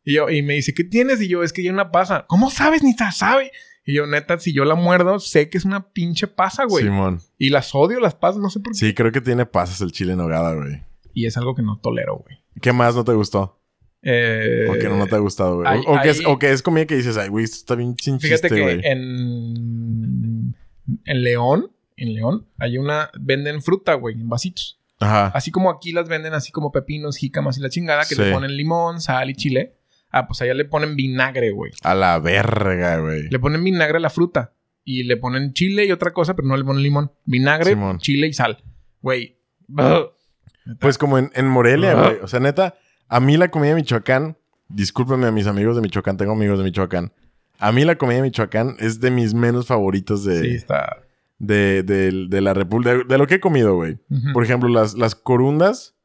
[SPEAKER 1] Y, yo, y me dice, ¿qué tienes? Y yo, es que hay una pasa. ¿Cómo sabes? Ni te sabe. Y yo, neta, si yo la muerdo, sé que es una pinche pasa, Ah, güey.
[SPEAKER 2] Simón.
[SPEAKER 1] Y las odio, las pasas, no sé por qué.
[SPEAKER 2] Sí, creo que tiene pasas el chile en nogada, güey.
[SPEAKER 1] Y es algo que no tolero, güey.
[SPEAKER 2] ¿Qué más no te gustó?
[SPEAKER 1] Eh,
[SPEAKER 2] ¿O que no, no te ha gustado, güey?
[SPEAKER 1] ahí-
[SPEAKER 2] O, o que es,
[SPEAKER 1] ahí-
[SPEAKER 2] o que es comida que dices, ay, güey, esto está bien sin
[SPEAKER 1] Fíjate
[SPEAKER 2] chiste,
[SPEAKER 1] que
[SPEAKER 2] güey.
[SPEAKER 1] en, en León, en León, hay una, venden fruta, güey, en vasitos.
[SPEAKER 2] Ajá.
[SPEAKER 1] Así como aquí las venden así como pepinos, jícamas y la chingada, que
[SPEAKER 2] Sí.
[SPEAKER 1] le ponen limón, sal y chile. Ah, pues allá le ponen vinagre, güey.
[SPEAKER 2] A la verga, güey.
[SPEAKER 1] Le ponen vinagre a la fruta. Y le ponen chile y otra cosa, pero no le ponen limón. Vinagre,
[SPEAKER 2] Simón.
[SPEAKER 1] chile y sal. Güey. Brr.
[SPEAKER 2] Pues como en, en Morelia,
[SPEAKER 1] Ajá.
[SPEAKER 2] güey. O sea, neta, a mí la comida de Michoacán, discúlpenme a mis amigos de Michoacán, tengo amigos de Michoacán. A mí la comida de Michoacán es de mis menos favoritas de,
[SPEAKER 1] Sí, está.
[SPEAKER 2] de, de- de la República, de, de lo que he comido, güey.
[SPEAKER 1] Ujú.
[SPEAKER 2] Por ejemplo, las, las corundas,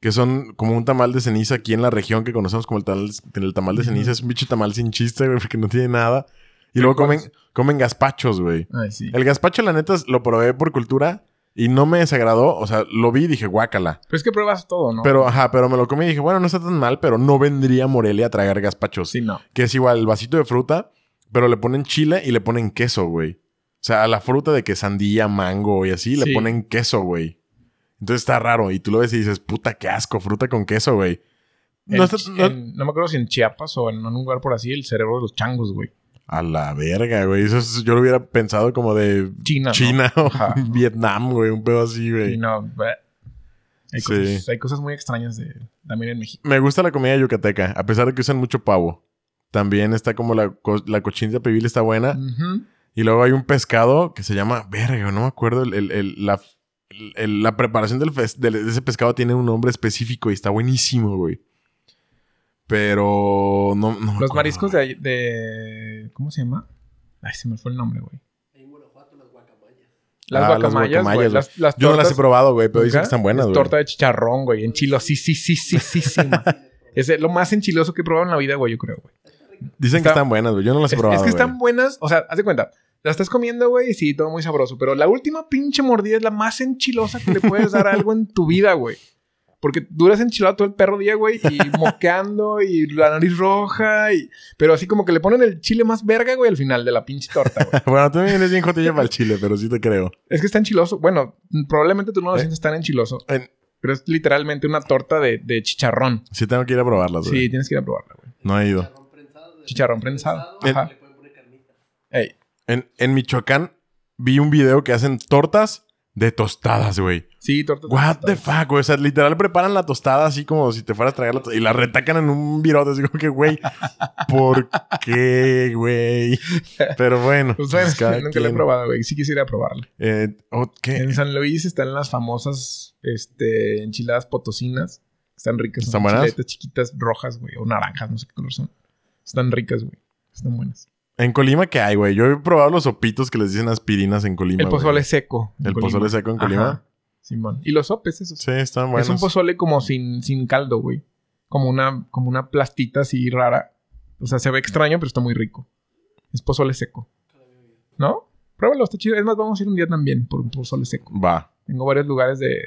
[SPEAKER 2] que son como un tamal de ceniza aquí en la región que conocemos como el tamal, el tamal de
[SPEAKER 1] Ujú.
[SPEAKER 2] ceniza, es un bicho tamal sin chiste, güey, porque no tiene nada. Y luego comen, comen gazpachos, güey.
[SPEAKER 1] Ay, sí.
[SPEAKER 2] El gazpacho, la neta, lo probé por cultura y no me desagradó. O sea, lo vi y dije, guácala.
[SPEAKER 1] Pero es que pruebas todo, ¿no?
[SPEAKER 2] Pero, ajá, pero me lo comí y dije, bueno, no está tan mal, pero no vendría a Morelia a tragar gazpachos.
[SPEAKER 1] Sí, no.
[SPEAKER 2] Que es igual, el vasito de fruta, pero le ponen chile y le ponen queso, güey. O sea, a la fruta de que sandía, mango y así, le
[SPEAKER 1] Sí.
[SPEAKER 2] ponen queso, güey. Entonces está raro. Y tú lo ves y dices, puta, qué asco, fruta con queso, güey. No
[SPEAKER 1] En
[SPEAKER 2] está-
[SPEAKER 1] Chi-
[SPEAKER 2] no-
[SPEAKER 1] en- no me acuerdo si en Chiapas o en un lugar por así, el cerebro de los changos, güey.
[SPEAKER 2] A la verga, güey. Eso es- yo lo hubiera pensado como de
[SPEAKER 1] China. ¿no?
[SPEAKER 2] China o
[SPEAKER 1] Ajá.
[SPEAKER 2] Vietnam, güey. Un pedo así, güey.
[SPEAKER 1] Y no. bleh. Hay,
[SPEAKER 2] Sí.
[SPEAKER 1] cosas, hay cosas muy extrañas de, también en México.
[SPEAKER 2] Me gusta la comida yucateca, a pesar de que usan mucho pavo. También está como la, co- la cochinita pibil está buena.
[SPEAKER 1] Ujú.
[SPEAKER 2] Y luego hay un pescado que se llama, verga, no me acuerdo, el- el- el- la, el- el- la preparación del fes- del- de ese pescado tiene un nombre específico y está buenísimo, güey. Pero no, no me
[SPEAKER 1] Los
[SPEAKER 2] acuerdo,
[SPEAKER 1] mariscos de,
[SPEAKER 2] güey.
[SPEAKER 1] ahí- de. ¿Cómo se llama? Ay, se me fue el nombre, güey.
[SPEAKER 3] Ahí en Guanajuato, las guacamayas.
[SPEAKER 1] Las
[SPEAKER 2] Ah, las
[SPEAKER 1] guacamayas,
[SPEAKER 2] guacamayas,
[SPEAKER 1] güey.
[SPEAKER 2] güey.
[SPEAKER 1] Las, las
[SPEAKER 2] Yo no las he
[SPEAKER 1] tortas-
[SPEAKER 2] probado, güey, pero dicen
[SPEAKER 1] ¿Nunca?
[SPEAKER 2] que están buenas,
[SPEAKER 1] Es
[SPEAKER 2] güey.
[SPEAKER 1] Torta de chicharrón, güey. Enchilo, sí, sí, sí, sí, sí, sí. ma. es lo más enchiloso que he probado en la vida, güey, yo creo, güey.
[SPEAKER 2] Dicen que
[SPEAKER 1] está-
[SPEAKER 2] están buenas, güey. Yo no las
[SPEAKER 1] Es,
[SPEAKER 2] he probado.
[SPEAKER 1] es que están
[SPEAKER 2] güey.
[SPEAKER 1] buenas, o sea, haz de cuenta. La estás comiendo, güey, y sí, todo muy sabroso. Pero la última pinche mordida es la más enchilosa que le puedes dar a algo en tu vida, güey. Porque duras enchilado todo el perro día, güey, y moqueando, y la nariz roja, y... Pero así como que le ponen el chile más verga, güey, al final de la pinche torta, güey.
[SPEAKER 2] bueno, tú vienes bien jotilla para el chile, pero sí te creo.
[SPEAKER 1] Es que está enchiloso. Bueno, probablemente tú no lo
[SPEAKER 2] Eh.
[SPEAKER 1] sientes tan enchiloso.
[SPEAKER 2] En-
[SPEAKER 1] Pero es literalmente una torta de, de chicharrón.
[SPEAKER 2] Sí tengo que ir a probarlas, güey.
[SPEAKER 1] Sí, tienes que ir a probarla, güey.
[SPEAKER 2] No he ido.
[SPEAKER 3] Chicharrón prensado.
[SPEAKER 1] Chicharrón prensado. Ajá.
[SPEAKER 3] Le pueden poner carnita.
[SPEAKER 1] Ey,
[SPEAKER 2] En, en Michoacán vi un video que hacen tortas de tostadas, güey.
[SPEAKER 1] sí, torta.
[SPEAKER 2] What the fuck, güey. O sea, literal preparan la tostada así como si te fueras a tragar la tostada y la retacan en un virote. Así como que, güey, ¿por qué, güey? Pero bueno.
[SPEAKER 1] Pues bueno,
[SPEAKER 2] pues cada
[SPEAKER 1] nunca la he
[SPEAKER 2] quien.
[SPEAKER 1] probado, güey. Sí quisiera probarla.
[SPEAKER 2] Eh, ok.
[SPEAKER 1] En San Luis están las famosas este, enchiladas potosinas. Están ricas.
[SPEAKER 2] ¿Están buenas?
[SPEAKER 1] Chiletas chiquitas rojas, güey. O naranjas, no sé qué color son. Están ricas, güey. Están buenas.
[SPEAKER 2] En Colima, ¿qué hay, güey? Yo he probado los sopitos que les dicen aspirinas en Colima.
[SPEAKER 1] el pozole
[SPEAKER 2] güey.
[SPEAKER 1] seco. en
[SPEAKER 2] El
[SPEAKER 1] Colima.
[SPEAKER 2] pozole seco en Colima.
[SPEAKER 1] Ajá. Simón. Y los sopes, esos.
[SPEAKER 2] Sí, están buenos.
[SPEAKER 1] Es un pozole como sin, sin caldo, güey. Como una, como una plastita así rara. O sea, se ve extraño, pero está muy rico. Es pozole seco. ¿No? Pruébalo, está chido. Es más, vamos a ir un día también por un pozole seco.
[SPEAKER 2] Va.
[SPEAKER 1] Tengo varios lugares de,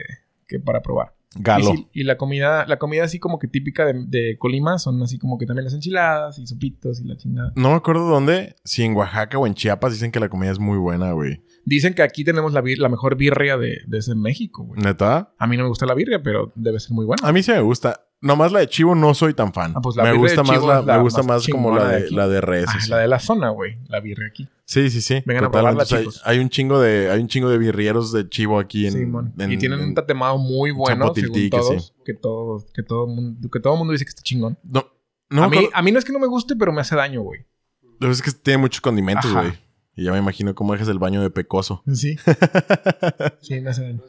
[SPEAKER 1] que para probar. Y,
[SPEAKER 2] Galo.
[SPEAKER 1] sí, y la comida, la comida así como que típica de, de Colima son así como que también las enchiladas y sopitos y la chingada.
[SPEAKER 2] No me acuerdo dónde, si en Oaxaca o en Chiapas dicen que la comida es muy buena, güey.
[SPEAKER 1] Dicen que aquí tenemos la, vir- la mejor birria de, de ese México, güey.
[SPEAKER 2] ¿Neta?
[SPEAKER 1] A mí no me gusta la birria, pero debe ser muy buena.
[SPEAKER 2] A mí sí me gusta. Nomás la de chivo no soy tan fan.
[SPEAKER 1] Ah, pues la
[SPEAKER 2] me
[SPEAKER 1] birria de
[SPEAKER 2] gusta más
[SPEAKER 1] chivo
[SPEAKER 2] la,
[SPEAKER 1] es la
[SPEAKER 2] me gusta
[SPEAKER 1] más
[SPEAKER 2] más como la
[SPEAKER 1] chingona de
[SPEAKER 2] de,
[SPEAKER 1] aquí.
[SPEAKER 2] la de res.
[SPEAKER 1] Ah,
[SPEAKER 2] así.
[SPEAKER 1] la de la zona, güey. La birria aquí.
[SPEAKER 2] Sí, sí, sí.
[SPEAKER 1] Vengan a
[SPEAKER 2] Totalmente.
[SPEAKER 1] probarla,
[SPEAKER 2] O sea,
[SPEAKER 1] chicos.
[SPEAKER 2] hay, hay un chingo de hay un chingo de birrieros de chivo aquí en,
[SPEAKER 1] Simón.
[SPEAKER 2] en-
[SPEAKER 1] y tienen
[SPEAKER 2] en-
[SPEAKER 1] un tatemado muy bueno, según
[SPEAKER 2] Zapotiltic, que
[SPEAKER 1] todos,
[SPEAKER 2] sí.
[SPEAKER 1] que todo, que todo mundo, que todo mundo dice que está chingón.
[SPEAKER 2] no, no
[SPEAKER 1] a, mí,
[SPEAKER 2] me acuerdo.
[SPEAKER 1] a mí no es que no me guste, pero me hace daño, güey.
[SPEAKER 2] es que tiene muchos condimentos,
[SPEAKER 1] Ajá.
[SPEAKER 2] güey. Y ya me imagino cómo dejas el baño de pecoso.
[SPEAKER 1] Sí. sí, me hace daño.
[SPEAKER 3] No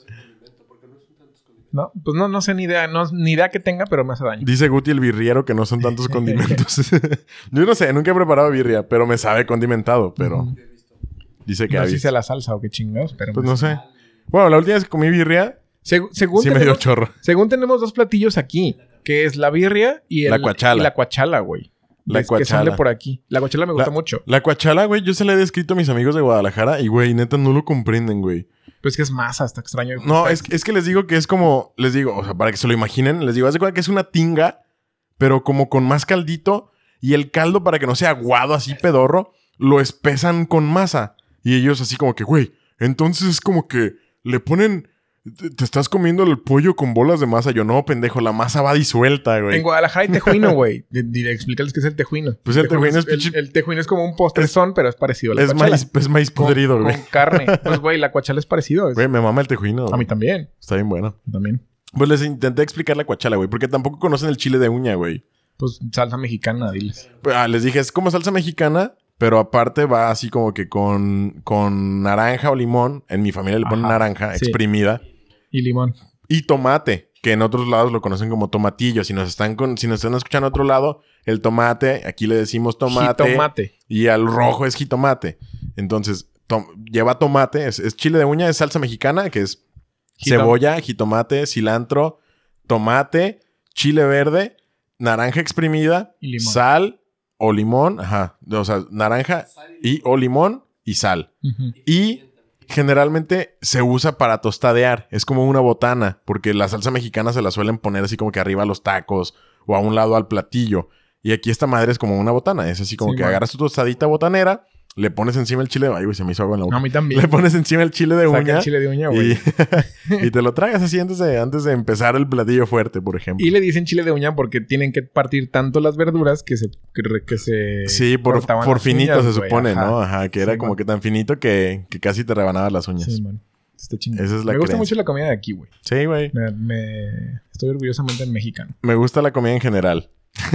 [SPEAKER 3] es un condimento, porque no son tantos condimentos.
[SPEAKER 1] No, pues no, no sé ni idea, no, ni idea que tenga, pero me hace daño.
[SPEAKER 2] Dice Guti el birriero que no son tantos condimentos. Yo no sé, nunca he preparado birria, pero me sabe condimentado, pero
[SPEAKER 1] Ujú.
[SPEAKER 3] Yo he visto.
[SPEAKER 2] dice que
[SPEAKER 1] No
[SPEAKER 2] ha
[SPEAKER 1] sé si
[SPEAKER 2] visto.
[SPEAKER 1] sea la salsa o qué chingados, pero.
[SPEAKER 2] Pues
[SPEAKER 1] me-
[SPEAKER 2] no sé. Bueno, la última vez que comí birria
[SPEAKER 1] Seg- según,
[SPEAKER 2] sí me dio
[SPEAKER 1] tenemos,
[SPEAKER 2] chorro.
[SPEAKER 1] según tenemos dos platillos aquí, que es la birria y el-
[SPEAKER 2] La cuachala.
[SPEAKER 1] y la cuachala, güey.
[SPEAKER 2] La
[SPEAKER 1] Es Que son de
[SPEAKER 2] cuachala.
[SPEAKER 1] por aquí. La cuachala me gusta mucho.
[SPEAKER 2] La cuachala, güey, yo se la he descrito a mis amigos de Guadalajara y, güey, neta, no lo comprenden, güey.
[SPEAKER 1] Pero es que es masa, está extraño.
[SPEAKER 2] No, es, es que les digo que es como, les digo, o sea, para que se lo imaginen, les digo, haz de cuenta que es una tinga, pero como con más caldito y el caldo para que no sea aguado así pedorro, lo espesan con masa. Y ellos así como que, güey, entonces es como que le ponen... Te te estás comiendo el pollo con bolas de masa. Yo no, pendejo, la masa va disuelta, güey.
[SPEAKER 1] En Guadalajara hay tejuino, güey. Di- di- Explícales qué es el tejuino.
[SPEAKER 2] Pues el tejuino
[SPEAKER 1] el,
[SPEAKER 2] es pinche-
[SPEAKER 1] el tejuino es como un postrezón, pero es parecido a la
[SPEAKER 2] Es
[SPEAKER 1] guachala.
[SPEAKER 2] maíz, es maíz
[SPEAKER 1] Con-
[SPEAKER 2] podrido,
[SPEAKER 1] con,
[SPEAKER 2] güey.
[SPEAKER 1] carne. Pues, güey, la cuachala es parecido. es-
[SPEAKER 2] Güey, me mama el tejuino.
[SPEAKER 1] a mí
[SPEAKER 2] güey.
[SPEAKER 1] también.
[SPEAKER 2] Está bien bueno.
[SPEAKER 1] También.
[SPEAKER 2] Pues les intenté explicar la cuachala, güey, porque tampoco conocen el chile de uña, güey.
[SPEAKER 1] Pues salsa mexicana, diles.
[SPEAKER 2] Pues, ah, les dije, es como salsa mexicana, pero aparte va así como que con, con naranja o limón. En mi familia le ponen
[SPEAKER 1] Ajá,
[SPEAKER 2] naranja
[SPEAKER 1] sí.
[SPEAKER 2] exprimida.
[SPEAKER 1] Y limón.
[SPEAKER 2] Y tomate, que en otros lados lo conocen como tomatillo. Si nos están, con, si nos están escuchando a otro lado, el tomate, aquí le decimos tomate.
[SPEAKER 1] Jitomate.
[SPEAKER 2] Y al rojo es jitomate. Entonces, tom- lleva tomate, es, es chile de uña, es salsa mexicana, que es
[SPEAKER 1] Jitom-
[SPEAKER 2] cebolla, jitomate, cilantro, tomate, chile verde, naranja exprimida,
[SPEAKER 1] Y limón.
[SPEAKER 2] sal o limón, ajá, o sea, naranja y o limón y sal.
[SPEAKER 1] Ujú.
[SPEAKER 2] Y generalmente se usa para tostadear, es como una botana, porque la salsa mexicana se la suelen poner así como que arriba a los tacos o a un lado al platillo. Y aquí esta madre es como una botana, es así como
[SPEAKER 1] Sí,
[SPEAKER 2] que
[SPEAKER 1] man.
[SPEAKER 2] agarras tu tostadita botanera, le pones encima el chile, ay, güey, se me hizo agua en la boca.
[SPEAKER 1] A mí también.
[SPEAKER 2] Le pones encima el chile de
[SPEAKER 1] Saca
[SPEAKER 2] uña.
[SPEAKER 1] el chile de uña, güey.
[SPEAKER 2] Y, y te lo tragas así antes de, antes de empezar el platillo fuerte, por ejemplo.
[SPEAKER 1] Y le dicen chile de uña porque tienen que partir tanto las verduras que se... Que, re- que se
[SPEAKER 2] sí, por,
[SPEAKER 1] cortaban
[SPEAKER 2] por
[SPEAKER 1] las
[SPEAKER 2] finito
[SPEAKER 1] uñas,
[SPEAKER 2] se
[SPEAKER 1] güey,
[SPEAKER 2] supone,
[SPEAKER 1] ajá.
[SPEAKER 2] ¿no? Ajá, que era
[SPEAKER 1] Sí,
[SPEAKER 2] como
[SPEAKER 1] man.
[SPEAKER 2] que tan finito que, que casi te rebanabas las uñas.
[SPEAKER 1] Sí, man. Está chingón.
[SPEAKER 2] Esa es la
[SPEAKER 1] Me gusta
[SPEAKER 2] creencia.
[SPEAKER 1] mucho la comida de aquí, güey.
[SPEAKER 2] Sí, güey.
[SPEAKER 1] Me, me- Estoy orgullosamente mexicano.
[SPEAKER 2] Me gusta la comida en general.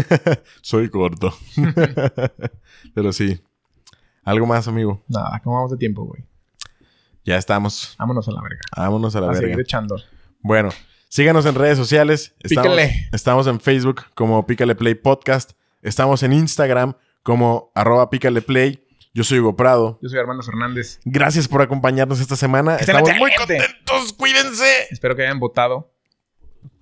[SPEAKER 2] Soy corto. Pero sí. Algo más, amigo.
[SPEAKER 1] Nada, ¿cómo vamos de tiempo, güey?
[SPEAKER 2] Ya estamos.
[SPEAKER 1] Vámonos a la verga.
[SPEAKER 2] Vámonos a la
[SPEAKER 1] a seguir
[SPEAKER 2] verga.
[SPEAKER 1] echando.
[SPEAKER 2] Bueno, síganos en redes sociales. Estamos,
[SPEAKER 1] Pícale.
[SPEAKER 2] Estamos en Facebook como Pícale Play Podcast. Estamos en Instagram como arroba Pícale Play. Yo soy Hugo Prado.
[SPEAKER 1] Yo soy Armando Fernández.
[SPEAKER 2] Gracias por acompañarnos esta semana.
[SPEAKER 1] Que estén al
[SPEAKER 2] Estamos muy
[SPEAKER 1] corriente.
[SPEAKER 2] contentos. Cuídense.
[SPEAKER 1] Espero que hayan votado.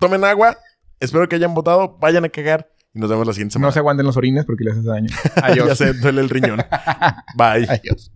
[SPEAKER 2] Tomen agua. Espero que hayan votado. Vayan a cagar. Y nos vemos la siguiente semana.
[SPEAKER 1] No se aguanten los orines porque les hace daño.
[SPEAKER 2] ya
[SPEAKER 1] Adiós.
[SPEAKER 2] se duele el riñón. Bye.
[SPEAKER 1] Adiós.